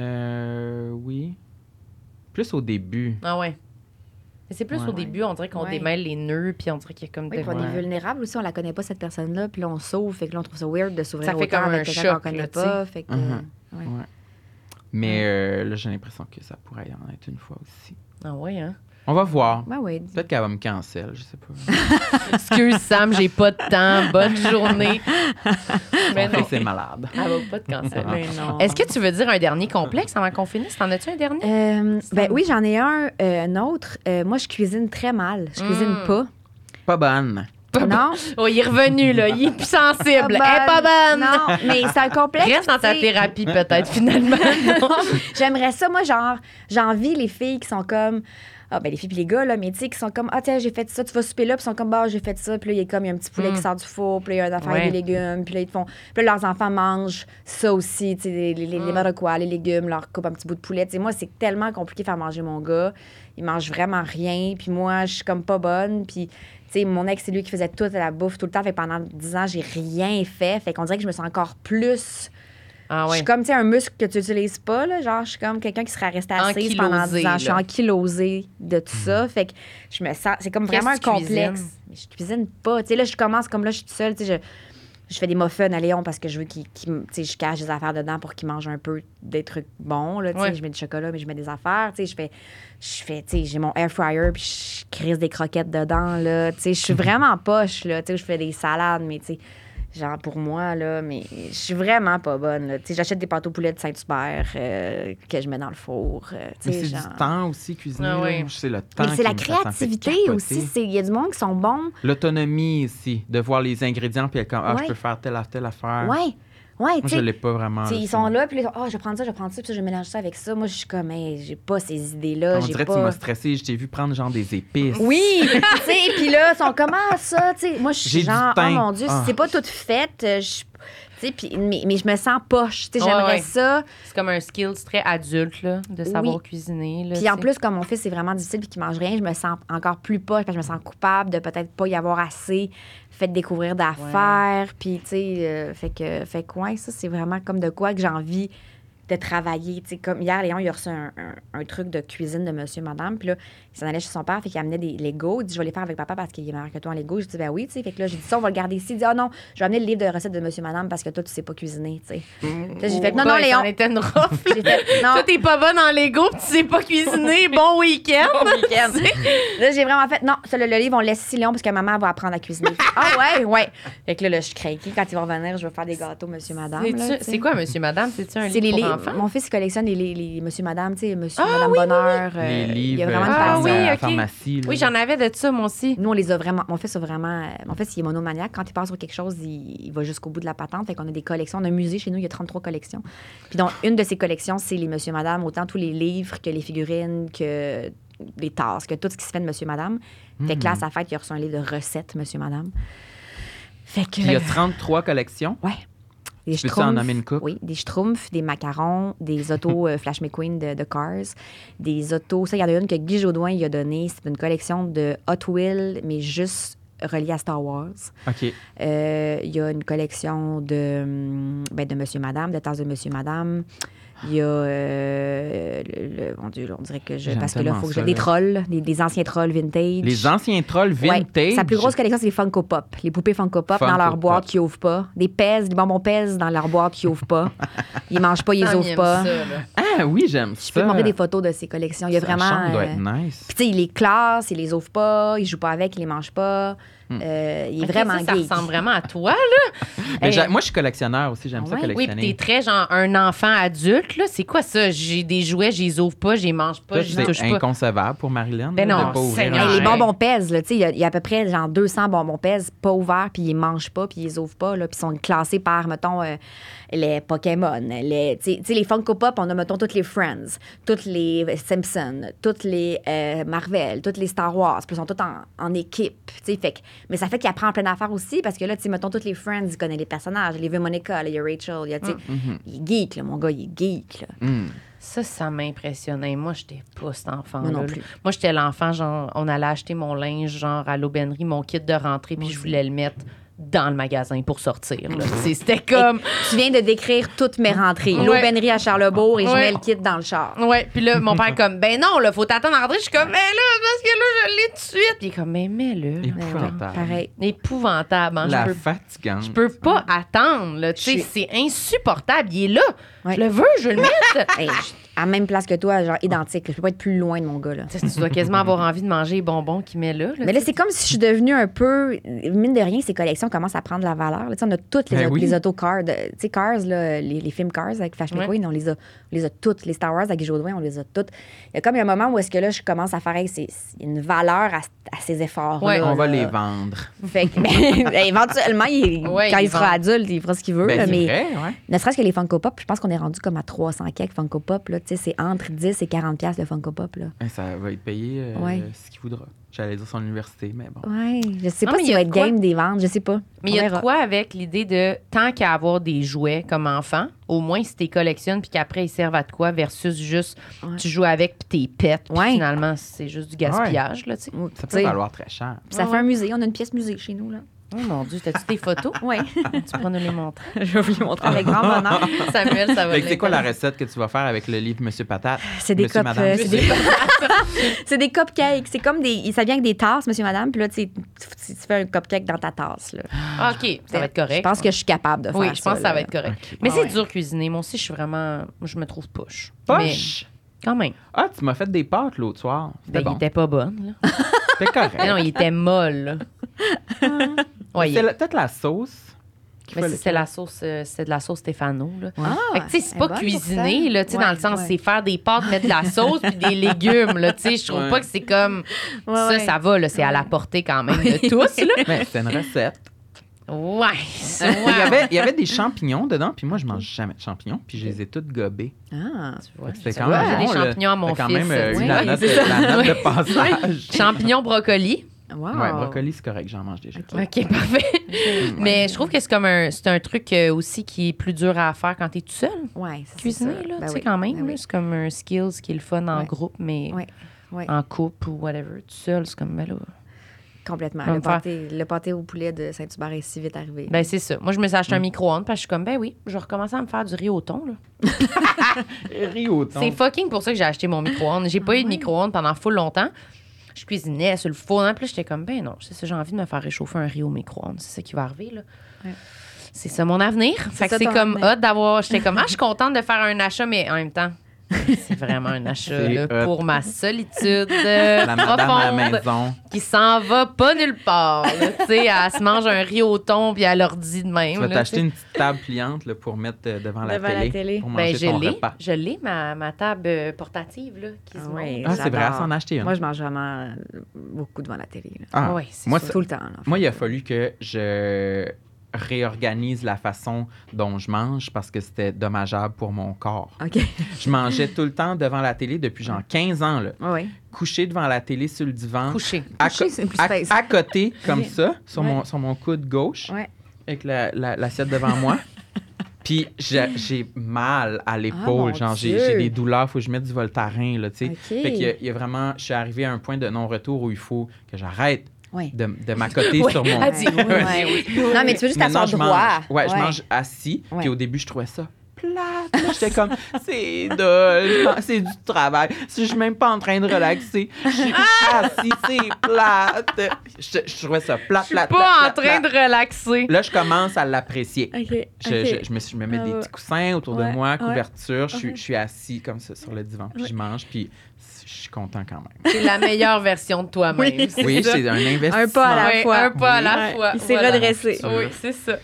A: Euh, oui. Plus au début.
B: Ah ouais. Mais c'est plus
A: Ouais.
B: au début, on dirait qu'on
D: Ouais.
B: démêle les nœuds, puis on dirait qu'il y a comme
D: Oui,
B: des...
D: puis on est
A: Ouais.
D: vulnérable aussi, on la connaît pas cette personne-là, puis là on s'ouvre, fait que là on trouve ça weird de s'ouvrir
B: Ça fait
D: autant
B: comme un
D: avec quelqu'un qu'on
B: choc,
D: connaît
B: là, tu sais.
D: pas, fait que
A: Mhm.
D: ouais.
A: Ouais. Mais euh, là, j'ai l'impression que ça pourrait en être une fois aussi.
B: Ah ouais, hein?
A: On va voir.
D: Ben oui.
A: Peut-être qu'elle va me cancel, je sais pas.
D: [laughs]
B: Excuse, Sam, j'ai pas de temps. Bonne
A: [laughs]
B: journée. Mais
A: Mon
B: non,
A: fils est malade.
B: elle va pas te canceller.
A: Mais
D: Ben non.
B: Est-ce que tu veux dire un dernier complexe avant qu'on finisse? T'en as-tu un dernier?
D: Euh, ben
B: Ça-
D: oui, j'en ai un, euh, un autre. Euh, moi, je cuisine très mal. Je cuisine
B: Mm.
D: pas.
A: Pas bonne.
D: non,
B: Oh, il est revenu, là. Il est plus sensible. Elle est
D: Pas
B: pas bonne.
D: non, mais
B: [laughs]
D: c'est un complexe.
B: Reste dans ta
D: tu sais.
B: thérapie, peut-être, [laughs] finalement.
D: [laughs] J'aimerais ça, moi, genre, j'envie les filles qui sont comme. Ah, ben les filles pis les gars, là, mais tu sais, qui sont comme, ah, tiens, j'ai fait ça, tu vas souper là, puis ils sont comme, bah, j'ai fait ça, puis là, il y a comme, il y a un petit poulet
B: Mm.
D: qui sort du four, puis là, il y a une affaire
B: Ouais.
D: avec des légumes, puis là, ils te font. Puis là, leurs enfants mangent ça aussi, tu sais, les, les, les
B: Mm.
D: n'importe quoi, les légumes, leur coupe un petit bout de poulet. Tu sais, moi, c'est tellement compliqué de faire manger mon gars. Il mange vraiment rien, puis moi, je suis comme pas bonne, puis. tu sais, mon ex, c'est lui qui faisait tout à la bouffe tout le temps. Fait que pendant 10 ans, j'ai rien fait. Fait qu'on dirait que je me sens encore plus
B: Ah
D: je
B: ouais.
D: suis comme, tu sais, un muscle que tu n'utilises pas, là. Genre, je suis comme quelqu'un qui serait resté assise pendant 10
B: Ankylosée,
D: ans. Je suis
B: là. Mhm.
D: ankylosée de tout ça. Fait que je me sens... C'est comme
B: Qu'est-ce
D: vraiment un
B: que tu cuisines?
D: complexe. Mais je cuisine pas. Tu sais, là, je commence comme là, je suis toute seule. Tu sais, je, je fais des muffins à Léon parce que je veux qu'il... qu'il me- tu sais, je cache des affaires dedans pour qu'il mange un peu des trucs bons, là. Tu sais,
B: Ouais.
D: je mets du chocolat, mais je mets des affaires. Tu sais, je fais... Je fais, tu sais, j'ai mon air fryer, puis je crise des croquettes dedans, là. Tu sais, je
B: [laughs]
D: suis vraiment poche, là. Tu sais, je fais des salades, mais tu sais genre pour moi là mais je suis vraiment pas bonne là. Tu sais, j'achète des pâtes au poulet de Saint-Hubert euh, que je mets dans le four euh, tu
A: Mais
D: sais,
A: c'est
D: genre.
A: du temps aussi, cuisiner.
B: Ah
A: là.
B: ouais.
A: Moi, C'est le temps.
D: Mais c'est
A: qui
D: la
A: me- ça me fait
D: créativité
A: capoter.
D: aussi c'est il y a du monde qui sont bons
A: L'autonomie aussi, de voir les ingrédients, puis comme, ah,
D: Ouais.
A: je peux faire telle, telle affaire. Moi,
D: ouais ouais
A: je
D: tu sais
A: l'ai pas vraiment.
D: tu sais,
A: là,
D: ils
A: ça.
D: sont là puis ils sont, oh je vais prendre ça je vais prendre ça puis ça, je mélange ça avec ça moi je suis comme hey, j'ai pas ces idées là
A: On
D: j'ai
A: dirait que
D: pas
A: tu m'as stressé. Je t'ai vu prendre genre des épices.
D: Oui, [laughs] tu sais, puis là, ils sont comme ah ça, tu sais, moi je suis
A: J'ai du
D: genre oh
A: pain.
D: mon dieu,
A: Ah.
D: c'est pas toute faite, euh, je tu sais, puis- mais, mais je me sens poche, tu sais,
B: Ouais,
D: j'aimerais
B: ouais.
D: ça,
B: C'est comme un skill très adulte, là, de savoir
D: Oui.
B: cuisiner. Là,
D: Puis en
B: tu sais.
D: plus, comme mon fils, c'est vraiment difficile puis qu'il mange rien, je me sens encore plus poche parce que je me sens coupable de peut-être pas y avoir assez fait découvrir d'affaires. Puis, tu sais, euh, fait que, fait que, ouais, ça, c'est vraiment comme de quoi que j'ai envie de travailler. Tu sais, comme hier, Léon, il a reçu un, un- un truc de cuisine de monsieur, madame. Puis là, il s'en allait chez son père, fait qu'il amenait des Legos. Il dit, je vais les faire avec papa parce qu'il est meilleur que toi en Lego. Je dis, ben oui, tu sais. Fait que là, j'ai dit, ça, on va le garder ici. Il dit, oh non, je vais amener le livre de recettes de monsieur, madame parce que toi, tu sais pas cuisiner, tu sais. Puis là, j'ai
B: Oh,
D: fait, non, non, Léon.
B: On était une rough.
D: J'ai fait,
B: [laughs]
D: non.
B: Toi, t'es pas bonne en Lego, pis tu sais pas [laughs] cuisiner. Bon week-end.
D: [laughs] Là, j'ai vraiment fait, non, ça, le, le livre, on le laisse ici, Léon, parce que maman elle va apprendre à cuisiner.
B: [laughs]
D: ah ouais, ouais. Fait que là, là, je suis craquée. Quand ils vont venir, je vais faire des gâteaux, monsieur, madame.
B: C'est-tu-
D: là, tu sais.
B: C'est quoi, monsieur, madame? C'est-tu un
D: C'est les
B: livre pour
D: livres.
B: enfants?
D: Mon fils il collectionne les, les, les Monsieur Madame, tu sais, Monsieur
B: Ah,
D: Madame
B: oui, oui,
D: Bonheur. euh,
A: les
D: il y a
A: livres
D: vraiment
A: euh,
D: une
B: Ah,
A: à
D: passion.
B: oui,
A: la
B: ok.
A: pharmacie. là.
B: Oui, j'en avais de ça, moi aussi.
D: Nous, on les a vraiment. Mon fils a vraiment. euh, Mon fils, il est monomaniaque. Quand il part sur quelque chose, il, il va jusqu'au bout de la patente. Fait qu'on a des collections. On a un musée chez nous, il y a 33 collections. Puis, donc, une de ces collections, c'est les Monsieur Madame, autant tous les livres que les figurines, que les tasses, que tout ce qui se fait de Monsieur Madame. Fait
A: Hmm.
D: que là, à sa fête, il a reçu un livre de recettes, Monsieur Madame. Fait que.
A: Il y a 33 collections.
D: Ouais. Des
A: Peux-tu en
D: schtroumpfs.
A: nommer une couple?
D: Oui, des schtroumpfs, des macarons, des
A: [laughs]
D: autos euh, Flash McQueen de, de Cars, des autos. Ça, il y en a une que Guy Jodoin il a donnée. C'est une collection de Hot Wheels, mais juste reliée à Star Wars.
A: OK.
D: Euh, il y a une collection de, hum, ben, de Monsieur Madame, de tasses de Monsieur Madame. Il y a. euh, le, le- mon Dieu, là, on dirait que je.
A: J'aime
D: Parce que là,
A: tellement
D: faut que
A: ça,
D: je. Des
A: là.
D: trolls, des, des anciens trolls vintage.
A: Les anciens trolls vintage.
D: Ouais. Sa plus grosse collection, c'est les Funko Pop. Les poupées Funko Pop dans
A: Funko
D: leur boîte
A: Pop.
D: qui ouvre pas. Des pèses, des bonbons pèses dans leur boîte qui
A: [laughs]
D: ouvre pas. Ils mangent pas, ils
B: Ah,
D: ouvrent
B: j'aime
D: pas.
B: ça, là.
A: Ah oui, j'aime ça.
D: Je peux te montrer des photos de ces collections. Il y a
A: Sa
D: vraiment.
A: chambre doit
D: euh,
A: être nice.
D: Puis, tu sais, il les classe, il les ouvre pas, il joue pas avec, il les mange pas.
A: Hmm.
D: Euh, il est
B: Ok,
D: vraiment
B: ça, ça
D: geek.
B: ressemble vraiment à toi, là.
A: Mais
D: Hey.
A: j'a- moi, je suis collectionneur aussi. J'aime ça
D: Ouais.
B: Oui, puis
A: collectionner.
B: t'es très genre un enfant adulte, là. C'est quoi ça? J'ai des jouets, je les ouvre pas, je les mange pas,
A: Ça,
B: je les touche
A: c'est
B: pas.
A: inconcevable pour Marilyn
B: Ben
A: là,
B: non,
A: de pas ouvrir
B: Seigneur.
A: un
D: Hey, les
A: paquet.
D: bonbons pèsent, là, tu sais, il y, a- il y a à peu près genre 200 bonbons pèsent pas ouverts, puis ils mangent pas, puis ils ouvrent pas, là, puis ils sont classés par, mettons, euh, les Pokémon, les, tu sais- tu sais, les Funko Pop, on a, mettons, toutes les Friends, toutes les Simpsons, toutes les euh, Marvel, toutes les Star Wars, puis ils sont toutes en, en équipe, tu sais, fait que- mais ça fait qu'il apprend en pleine affaire aussi, parce que là, tu sais, mettons, toutes les Friends, il connaît les personnages, il a vu Monica, là, il y a Rachel, il y a, tu sais,
B: Mm. Mm-hmm.
D: il est geek, là, mon gars, il est geek, là.
A: Hmm.
B: Ça, ça m'impressionnait. Moi, j'étais pas cet enfant-là.
D: Moi non
B: là.
D: plus.
B: Moi, j'étais l'enfant, genre, on allait acheter mon linge, genre, à l'aubainerie, mon kit de rentrée, puis je voulais le mettre dans le magasin pour sortir.
D: [laughs]
B: là. C'est- C'était comme.
D: Tu viens de décrire toutes mes rentrées,
B: Ouais.
D: l'aubainerie à Charlebourg, et je
B: Ouais.
D: mets le kit dans le char.
B: Ouais, puis là, mon père, comme, ben non, là, faut t'attendre à rentrer. Je suis comme, ben là, parce que là, je l'ai tout de suite. Puis il est comme, mais mets-le. là.
A: Épouvantable.
D: Pareil.
B: Épouvantable. hein,
A: La
B: je peux
A: fatigante.
B: Je peux pas attendre, là. Tu sais,
D: Je
B: c'est insupportable. Il est là.
D: Ouais.
B: Je le veux, je le mets. [laughs]
D: Hey, je suis à la même place que toi, genre identique. là. Je peux pas être plus loin de mon gars. Là.
B: Tu sais, tu dois quasiment avoir envie de manger les bonbons qu'il met là.
D: Mais là, c'est comme si je suis devenue un peu. Mine de rien, ces collections commencent à prendre la valeur. là. Tu sais, on a toutes les,
A: Ben
D: auto-
A: oui.
D: les autocars. de- Tu sais, Cars, là, les, les films Cars avec Flash
B: Ouais.
D: McQueen, on, les a, on les a toutes. Les Star Wars avec Jodouin, on les a toutes. Il y a comme un moment où est-ce que là, je commence à faire hey, c'est c'est une valeur à, à ces efforts.
B: Ouais.
A: On va les vendre.
D: Fait que- [laughs] mais éventuellement, il-
B: Ouais,
D: quand
B: ils
D: il sera adulte, il fera ce qu'il veut.
A: Ben,
D: là,
A: c'est
D: mais
A: vrai, ouais.
D: ne serait-ce que les Funko Pop, je pense qu'on est rendu comme à 300 quelques Funko Pop. là. Tu sais, C'est entre 10 et 40$ piastres, le Funko Pop. Là.
A: Hein, Ça va être payé euh,
D: Ouais.
A: ce qu'il voudra. J'allais dire son université, mais bon.
D: Ouais, je sais
B: Non,
D: pas
B: mais il
D: s'il
B: y a
D: va
B: de
D: être
B: quoi.
D: game des ventes, je sais pas.
B: Mais il y a
D: On
B: de
D: verra.
B: quoi avec l'idée de tant qu'à avoir des jouets comme enfant, au moins si tu les collectionnes puis qu'après ils servent à de quoi versus juste
D: Ouais.
B: tu joues avec puis t'es pètes. puis
D: Ouais.
B: finalement, c'est juste du gaspillage, là, tu sais.
D: Ou-
A: Ça peut
D: t'sais,
A: valoir très cher.
D: puis Ça fait un musée, on a une pièce musée chez nous là.
B: Oh mon Dieu, t'as-tu tes photos?
D: Ouais.
B: [laughs] tu pourras nous les montrer.
D: Ah. [laughs] je vais vous les montrer avec grand bonheur.
B: Samuel, ça va
A: Fait que c'est quoi
B: [laughs]
A: la recette que tu vas faire avec le livre Monsieur Patate?
D: C'est des
A: Monsieur,
D: copes,
A: Madame,
D: euh, c'est
A: Monsieur.
D: des, c'est des cupcakes, c'est comme des ça vient avec des tasses monsieur madame, puis là tu sais, tu- tu fais un cupcake dans ta tasse là.
B: [laughs] Ah, OK, ça va être correct.
D: Je pense que je suis capable de faire
B: oui, je pense que ça
D: là.
B: va être correct.
A: Ok.
B: Mais
D: Ah
B: c'est
D: ouais.
B: dur cuisiner. Moi aussi, je suis vraiment. Je me trouve poche. Mais
A: Poche!
B: quand même.
A: Ah, tu m'as fait des pâtes l'autre soir. C'était
B: Ben, Il
A: bon.
B: était pas bonne, là.
A: C'était correct.
B: Mais non, il était molle. là.
A: [laughs]
B: ouais, il-
A: C'est la- peut-être la sauce. qu'il
B: mais
A: fallait-
B: c'est- c'est la sauce, euh, c'est de la sauce Stéphano. Là.
D: Ah,
B: Fait que, tu sais, c'est
D: elle est
B: pas
D: bonne pour
B: cuisiner,
D: ça.
B: là, tu sais,
D: Ouais,
B: dans le sens,
D: ouais.
B: c'est faire des pâtes, mettre de la sauce puis des légumes, là, tu sais, je trouve
A: Ouais.
B: pas que c'est comme,
D: Ouais,
B: ça,
D: ouais.
B: ça va, là, c'est à la portée quand même de tous,
D: [laughs]
B: là.
A: [laughs] Mais Ben, c'est une recette.
B: Ouais, c'est-
A: il, y
B: ouais.
A: avait, il y avait des champignons dedans, puis moi, je mange jamais de champignons, puis je les ai toutes gobés.
D: Ah.
B: Tu vois,
A: C'était
B: tu
A: quand
B: vois,
A: même
B: J'ai
A: bon,
B: des
A: là.
B: champignons à
A: T'as
B: mon
A: quand
B: fils.
A: même euh, eu
B: ouais.
A: la
D: Oui,
A: note,
D: c'est ça.
A: la note [laughs] de
B: Oui. [laughs]
A: passage.
B: Champignons, brocoli.
D: Wow.
A: Ouais, brocoli, c'est correct, j'en mange déjà.
B: OK, parfait. [laughs] Mais je trouve que c'est comme un, c'est un truc euh, aussi qui est plus dur à faire quand t'es tout seul.
D: Ouais, ça, c'est
B: cuisiner,
D: sûr.
B: là,
D: Ben
B: tu sais,
D: oui,
B: quand même.
D: ben
B: là,
D: oui.
B: C'est comme un skills qui est le fun en
D: Ouais.
B: groupe, mais
D: Ouais, ouais.
B: en couple ou whatever, tout seul, c'est comme, ben là,
D: Complètement.
B: Ça va
D: Le
B: me faire-
D: pâté, le pâté au poulet de Saint-Hubert est si vite arrivé.
B: Ben, c'est ça. Moi, je me suis
D: Mm.
B: acheté un micro-ondes parce que je suis comme, ben oui, je vais recommencer à me faire du riz au thon, là.
A: Rio,
B: C'est fucking pour ça que j'ai acheté mon micro-ondes.
D: Ah
B: J'ai pas eu de micro-ondes pendant full longtemps. Je cuisinais sur le four. En plus, j'étais comme, ben non, c'est ça, j'ai envie de me faire réchauffer un riz au micro-ondes. C'est ça qui va arriver, là. C'est ça mon avenir. Fait que
D: ça
B: c'est
D: ton
B: comme
D: avenir.
B: hot d'avoir. J'étais comme, ah, je suis contente de faire un achat, mais en même temps, c'est vraiment un achat
A: C'est
B: là,
A: hot.
B: pour ma solitude euh,
A: La madame à la
B: profonde
A: maison.
B: qui s'en va pas nulle part. là. Tu sais, elle se mange un riz au thon puis elle leur dit de même.
A: Tu vas
B: là,
A: t'acheter
B: tu sais.
A: une petite table pliante là, pour mettre euh, devant, la,
E: Devant
A: télé,
E: la télé.
A: Pour
B: Ben,
A: manger
B: je
A: ton
B: l'ai.
A: repas.
B: Je l'ai, ma, ma table euh, portative là, qui se
D: Ah
B: monte.
D: ouais.
A: Ah, c'est vrai,
D: J'adore.
A: s'en acheter une.
D: Moi, je mange vraiment euh, beaucoup devant la télé. là.
A: Ah,
B: Ouais, c'est
A: moi,
B: ça.
A: ça-
D: Tout le temps. là, en fait.
A: moi, il a fallu que je réorganise la façon dont je mange parce que c'était dommageable pour mon corps.
D: OK.
A: [laughs] Je mangeais tout le temps devant la télé depuis genre 15 ans, là.
D: Oui.
A: couché devant la télé sur le divan,
B: couché.
A: à,
D: Couché,
A: co-
D: c'est plus
A: à-
D: space.
A: à côté, comme
D: [laughs] Ouais.
A: ça, sur,
D: Ouais.
A: mon, sur mon coude gauche,
D: Ouais.
A: avec la- la- l'assiette devant
D: [laughs]
A: moi. Puis j'ai j'ai mal à l'épaule,
D: Ah, mon
A: genre j'ai
D: Dieu.
A: j'ai des douleurs, faut que je mette du Voltaren, là, tu sais.
D: OK.
A: Fait euh, qu'il y a- il y a vraiment, je suis arrivée à un point de non-retour où il faut que j'arrête
D: Ouais.
A: de, de m'accoter
B: Ouais,
A: sur mon... [laughs]
B: elle dit,
D: [laughs] Ouais, ouais. Ah, Non, mais tu veux juste
A: Maintenant,
D: t'asseoir
A: je
D: droit.
A: mange. Ouais, je mange assis.
D: Ouais.
A: Puis au début, je trouvais ça plate. Là, J'étais comme, [laughs] c'est dole, c'est du travail. Si je suis même pas en train de relaxer, je suis
D: Ah!
A: assis, c'est plate. Je, je trouvais ça plate,
B: Je suis
A: plate,
B: pas en
A: plate,
B: train
A: plate.
B: de relaxer.
A: Là, je commence à l'apprécier.
D: OK.
A: Je, je- je me, suis- je me mets
D: Ah
A: des
D: ouais.
A: petits coussins autour
D: Ouais,
A: de moi,
D: ouais,
A: couverture. Je, suis,
D: ouais.
A: je suis assis comme ça sur le divan. Puis je mange, puis je suis content quand même.
B: C'est la meilleure version de toi-même. c'est
A: Oui,
B: ça.
A: c'est un investissement.
D: Un pas à la
B: Ouais,
D: fois.
B: Un pas à la
D: Ouais.
B: fois.
D: Il s'est
B: Voilà.
D: redressé.
B: Oui, c'est ça.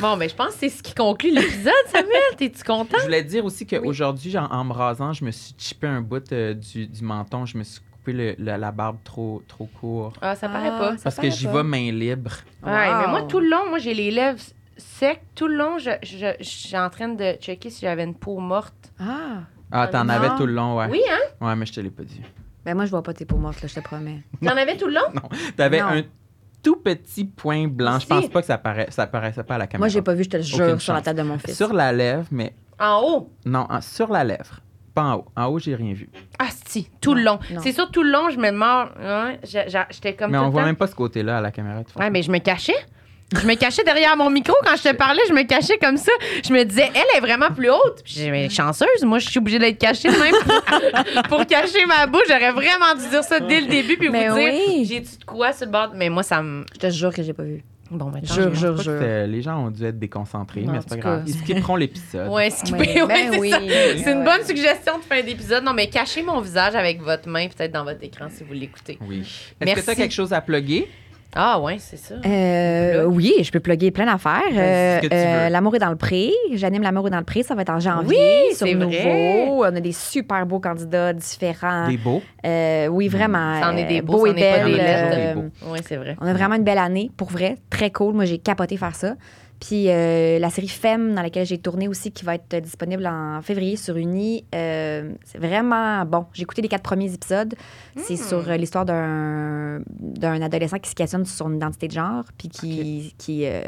B: Bon, mais je pense que c'est ce qui conclut l'épisode, Samuel. T'es-tu content?
A: Je voulais dire aussi qu'aujourd'hui, en, en me rasant, je me suis chippé un bout euh, du, du menton. Je me suis coupé le- le- la barbe trop, trop court.
B: Ah, ça paraît pas.
A: Parce que j'y vais main libre.
B: Ouais, mais
D: Wow.
B: moi, tout le long, moi, j'ai les lèvres secs. Tout le long, je, je, je suis en train de checker si j'avais une peau morte.
D: Ah.
A: Ah, t'en
B: Ah,
A: avais
D: non.
A: tout le long, ouais.
B: Oui, hein?
A: Ouais, mais je te l'ai pas dit.
D: Ben moi, je vois pas tes peaux mortes, là, je te promets.
B: T'en avais tout le long?
A: T'avais
D: Non.
A: un tout petit point blanc. Je pense
B: Si.
A: pas que ça, paraît, ça paraissait pas à la caméra.
D: Moi, j'ai pas vu, je te le jure, sur la
A: chance.
D: table de mon fils.
A: Sur la lèvre, mais.
B: En haut?
A: Non, en- sur la lèvre. Pas en haut. En haut, j'ai rien vu.
B: Ah, si, tout le long.
D: non.
B: C'est sûr, tout le long, je me mords. Ouais, je- je- J'étais comme
A: mais
B: tout
A: on
B: le
A: voit
B: temps.
A: même pas ce côté-là à la caméra. de toute
B: Ouais,
A: façon.
B: mais je me cachais. Je me cachais derrière mon micro quand je te parlais, je me cachais comme ça. Je me disais, elle est vraiment plus haute. Puis j'ai mais chanceuse, moi je suis obligée d'être cachée de même pour, [laughs] pour cacher ma bouche. J'aurais vraiment dû dire ça dès le début puis
D: Mais
B: vous dire,
D: oui.
B: j'ai-tu de quoi sur le bord? Mais moi ça me.
D: Je te jure que j'ai
B: [laughs]
D: pas vu.
B: Bon, ben, maintenant.
D: Jure,
A: Je
D: jure,
A: pense
D: jure.
A: que, euh, les gens ont dû être déconcentrés,
B: Non, en
A: mais c'est pas
B: tout
A: grave.
B: cas.
A: Ils skipperont l'épisode.
B: Ouais, skipper, ouais,
D: ben
B: c'est
D: oui.
B: ça.
D: Ben
B: C'est une
D: ouais.
B: bonne suggestion de fin d'épisode. Non, mais cachez mon visage avec votre main, peut-être dans votre écran si vous l'écoutez.
A: Oui. Est-ce que
B: Merci.
A: t'as quelque chose à plugger?
B: Ah, ouais, c'est ça.
F: Euh,
B: Blog.
F: oui, je peux plugger plein d'affaires.
A: Vas-y, ce que tu
F: Euh,
A: veux.
F: L'amour est dans le pré. J'anime L'amour est dans le pré. Ça va être en janvier sur
B: c'est
F: Nouveau.
B: vrai.
F: On a des super beaux candidats
B: Ah.
F: différents.
A: Des beaux?
F: Euh, oui, vraiment.
B: Ça en est des
F: euh,
B: beaux, ça
F: et
B: en est pas
F: belles,
B: des
A: lettres.
F: euh,
A: Des beaux.
B: Ouais, c'est vrai.
F: on a vraiment une belle année, pour vrai. Très cool. Moi, j'ai capoté faire ça. Puis euh, la série Femme, dans laquelle j'ai tourné aussi, qui va être euh, disponible en février sur Uni, euh, c'est vraiment bon. J'ai écouté les quatre premiers épisodes. C'est
B: Hmm.
F: sur euh, l'histoire d'un d'un adolescent qui se questionne sur son identité de genre, puis qui, qui, euh,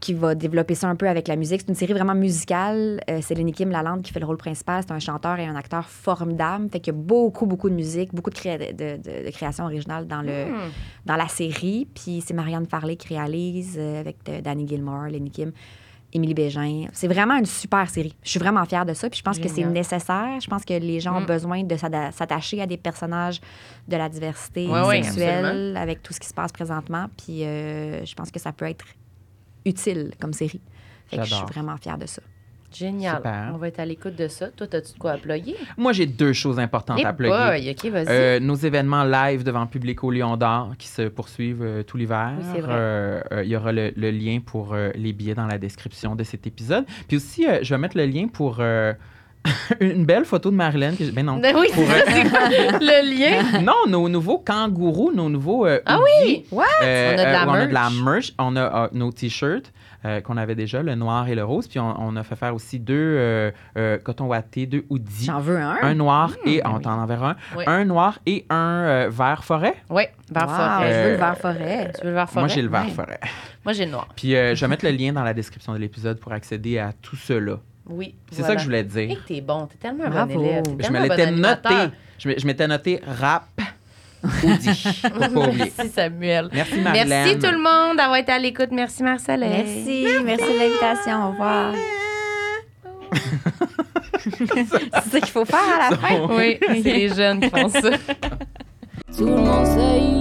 F: qui va développer ça un peu avec la musique. C'est une série vraiment musicale. Euh, c'est Lenny Kim Lalande qui fait le rôle principal. C'est un chanteur et un acteur formidable. Fait qu'il y a beaucoup, beaucoup de musique, beaucoup de, créa- de, de- de création originale dans le
B: Hmm.
F: dans la série. Puis c'est Marianne Farley qui réalise euh, avec euh, Danny Gilmore, Lenny Kim, Émilie Bégin. C'est vraiment une super série. Je suis vraiment fière de ça. Puis je pense que c'est
B: Génial.
F: nécessaire. Je pense que les gens
B: Mm.
F: ont besoin de s'ada- s'attacher à des personnages de la diversité
B: Ouais, ouais,
F: sexuelle
B: absolument.
F: avec tout ce qui se passe présentement. Puis euh, je pense que ça peut être utile comme série. Fait que je suis
A: J'adore.
F: vraiment fière de ça.
B: Génial.
A: Super.
B: On va être à l'écoute de ça. Toi, t'as-tu de quoi à plugger?
A: Moi, j'ai deux choses importantes
B: Eh
A: à plugger.
B: boy, OK, vas-y.
A: Euh, nos événements live devant le public au Lion d'Or qui se poursuivent euh, tout l'hiver.
B: Oui, c'est vrai.
A: Euh, euh, il y aura le, le lien pour euh, les billets dans la description de cet épisode. Puis aussi, euh, je vais mettre le lien pour euh, [laughs] une belle photo de Marilyn. Que j'ai- ben non.
B: [laughs] Ben oui, c'est
A: Pour,
B: ça,
A: euh,
B: c'est quoi le
A: [laughs]
B: lien?
A: non, nos nouveaux kangourous, nos nouveaux. euh,
B: Ah
A: hoodies.
B: oui! What?
A: Euh,
B: on a de la
A: euh, on a de la
B: merch.
A: merch. On a euh, nos t-shirts euh, qu'on avait déjà, le noir et le rose. Puis on, on a fait faire aussi deux euh, euh, coton watté, deux hoodies.
D: J'en veux un.
A: Un noir et.
F: ben
A: On
F: oui.
A: t'en enverra un.
B: Hmm, Oui.
A: Un noir et un euh, vert forêt.
B: Oui, vers
D: Wow,
B: forêt.
D: Je veux le
A: Euh,
D: vert forêt.
B: Tu veux le vert forêt?
A: Moi, j'ai le vert
B: Ouais.
A: forêt.
B: Moi, j'ai le noir.
A: Puis euh, je vais mettre le lien dans la description de l'épisode pour accéder à tout cela.
B: Oui.
A: C'est ça que je voulais
B: dire.
A: dire.
B: t'es bon, t'es tellement un
D: Bravo.
B: bon élève. t'es
A: Je
B: tellement
A: me
B: un bon
A: l'étais
B: animateur. [laughs]
A: noté. Je me- je m'étais noté rap, Audi. Faut pas oublier.
B: Merci Samuel.
A: Merci Marlène.
B: Merci tout le monde d'avoir été à l'écoute. Merci Marcel.
D: Merci, merci de l'invitation. Au revoir.
F: [laughs]
D: C'est ce qu'il faut faire à la fin.
B: Oui, c'est les jeunes qui font ça.
C: Tout le monde sait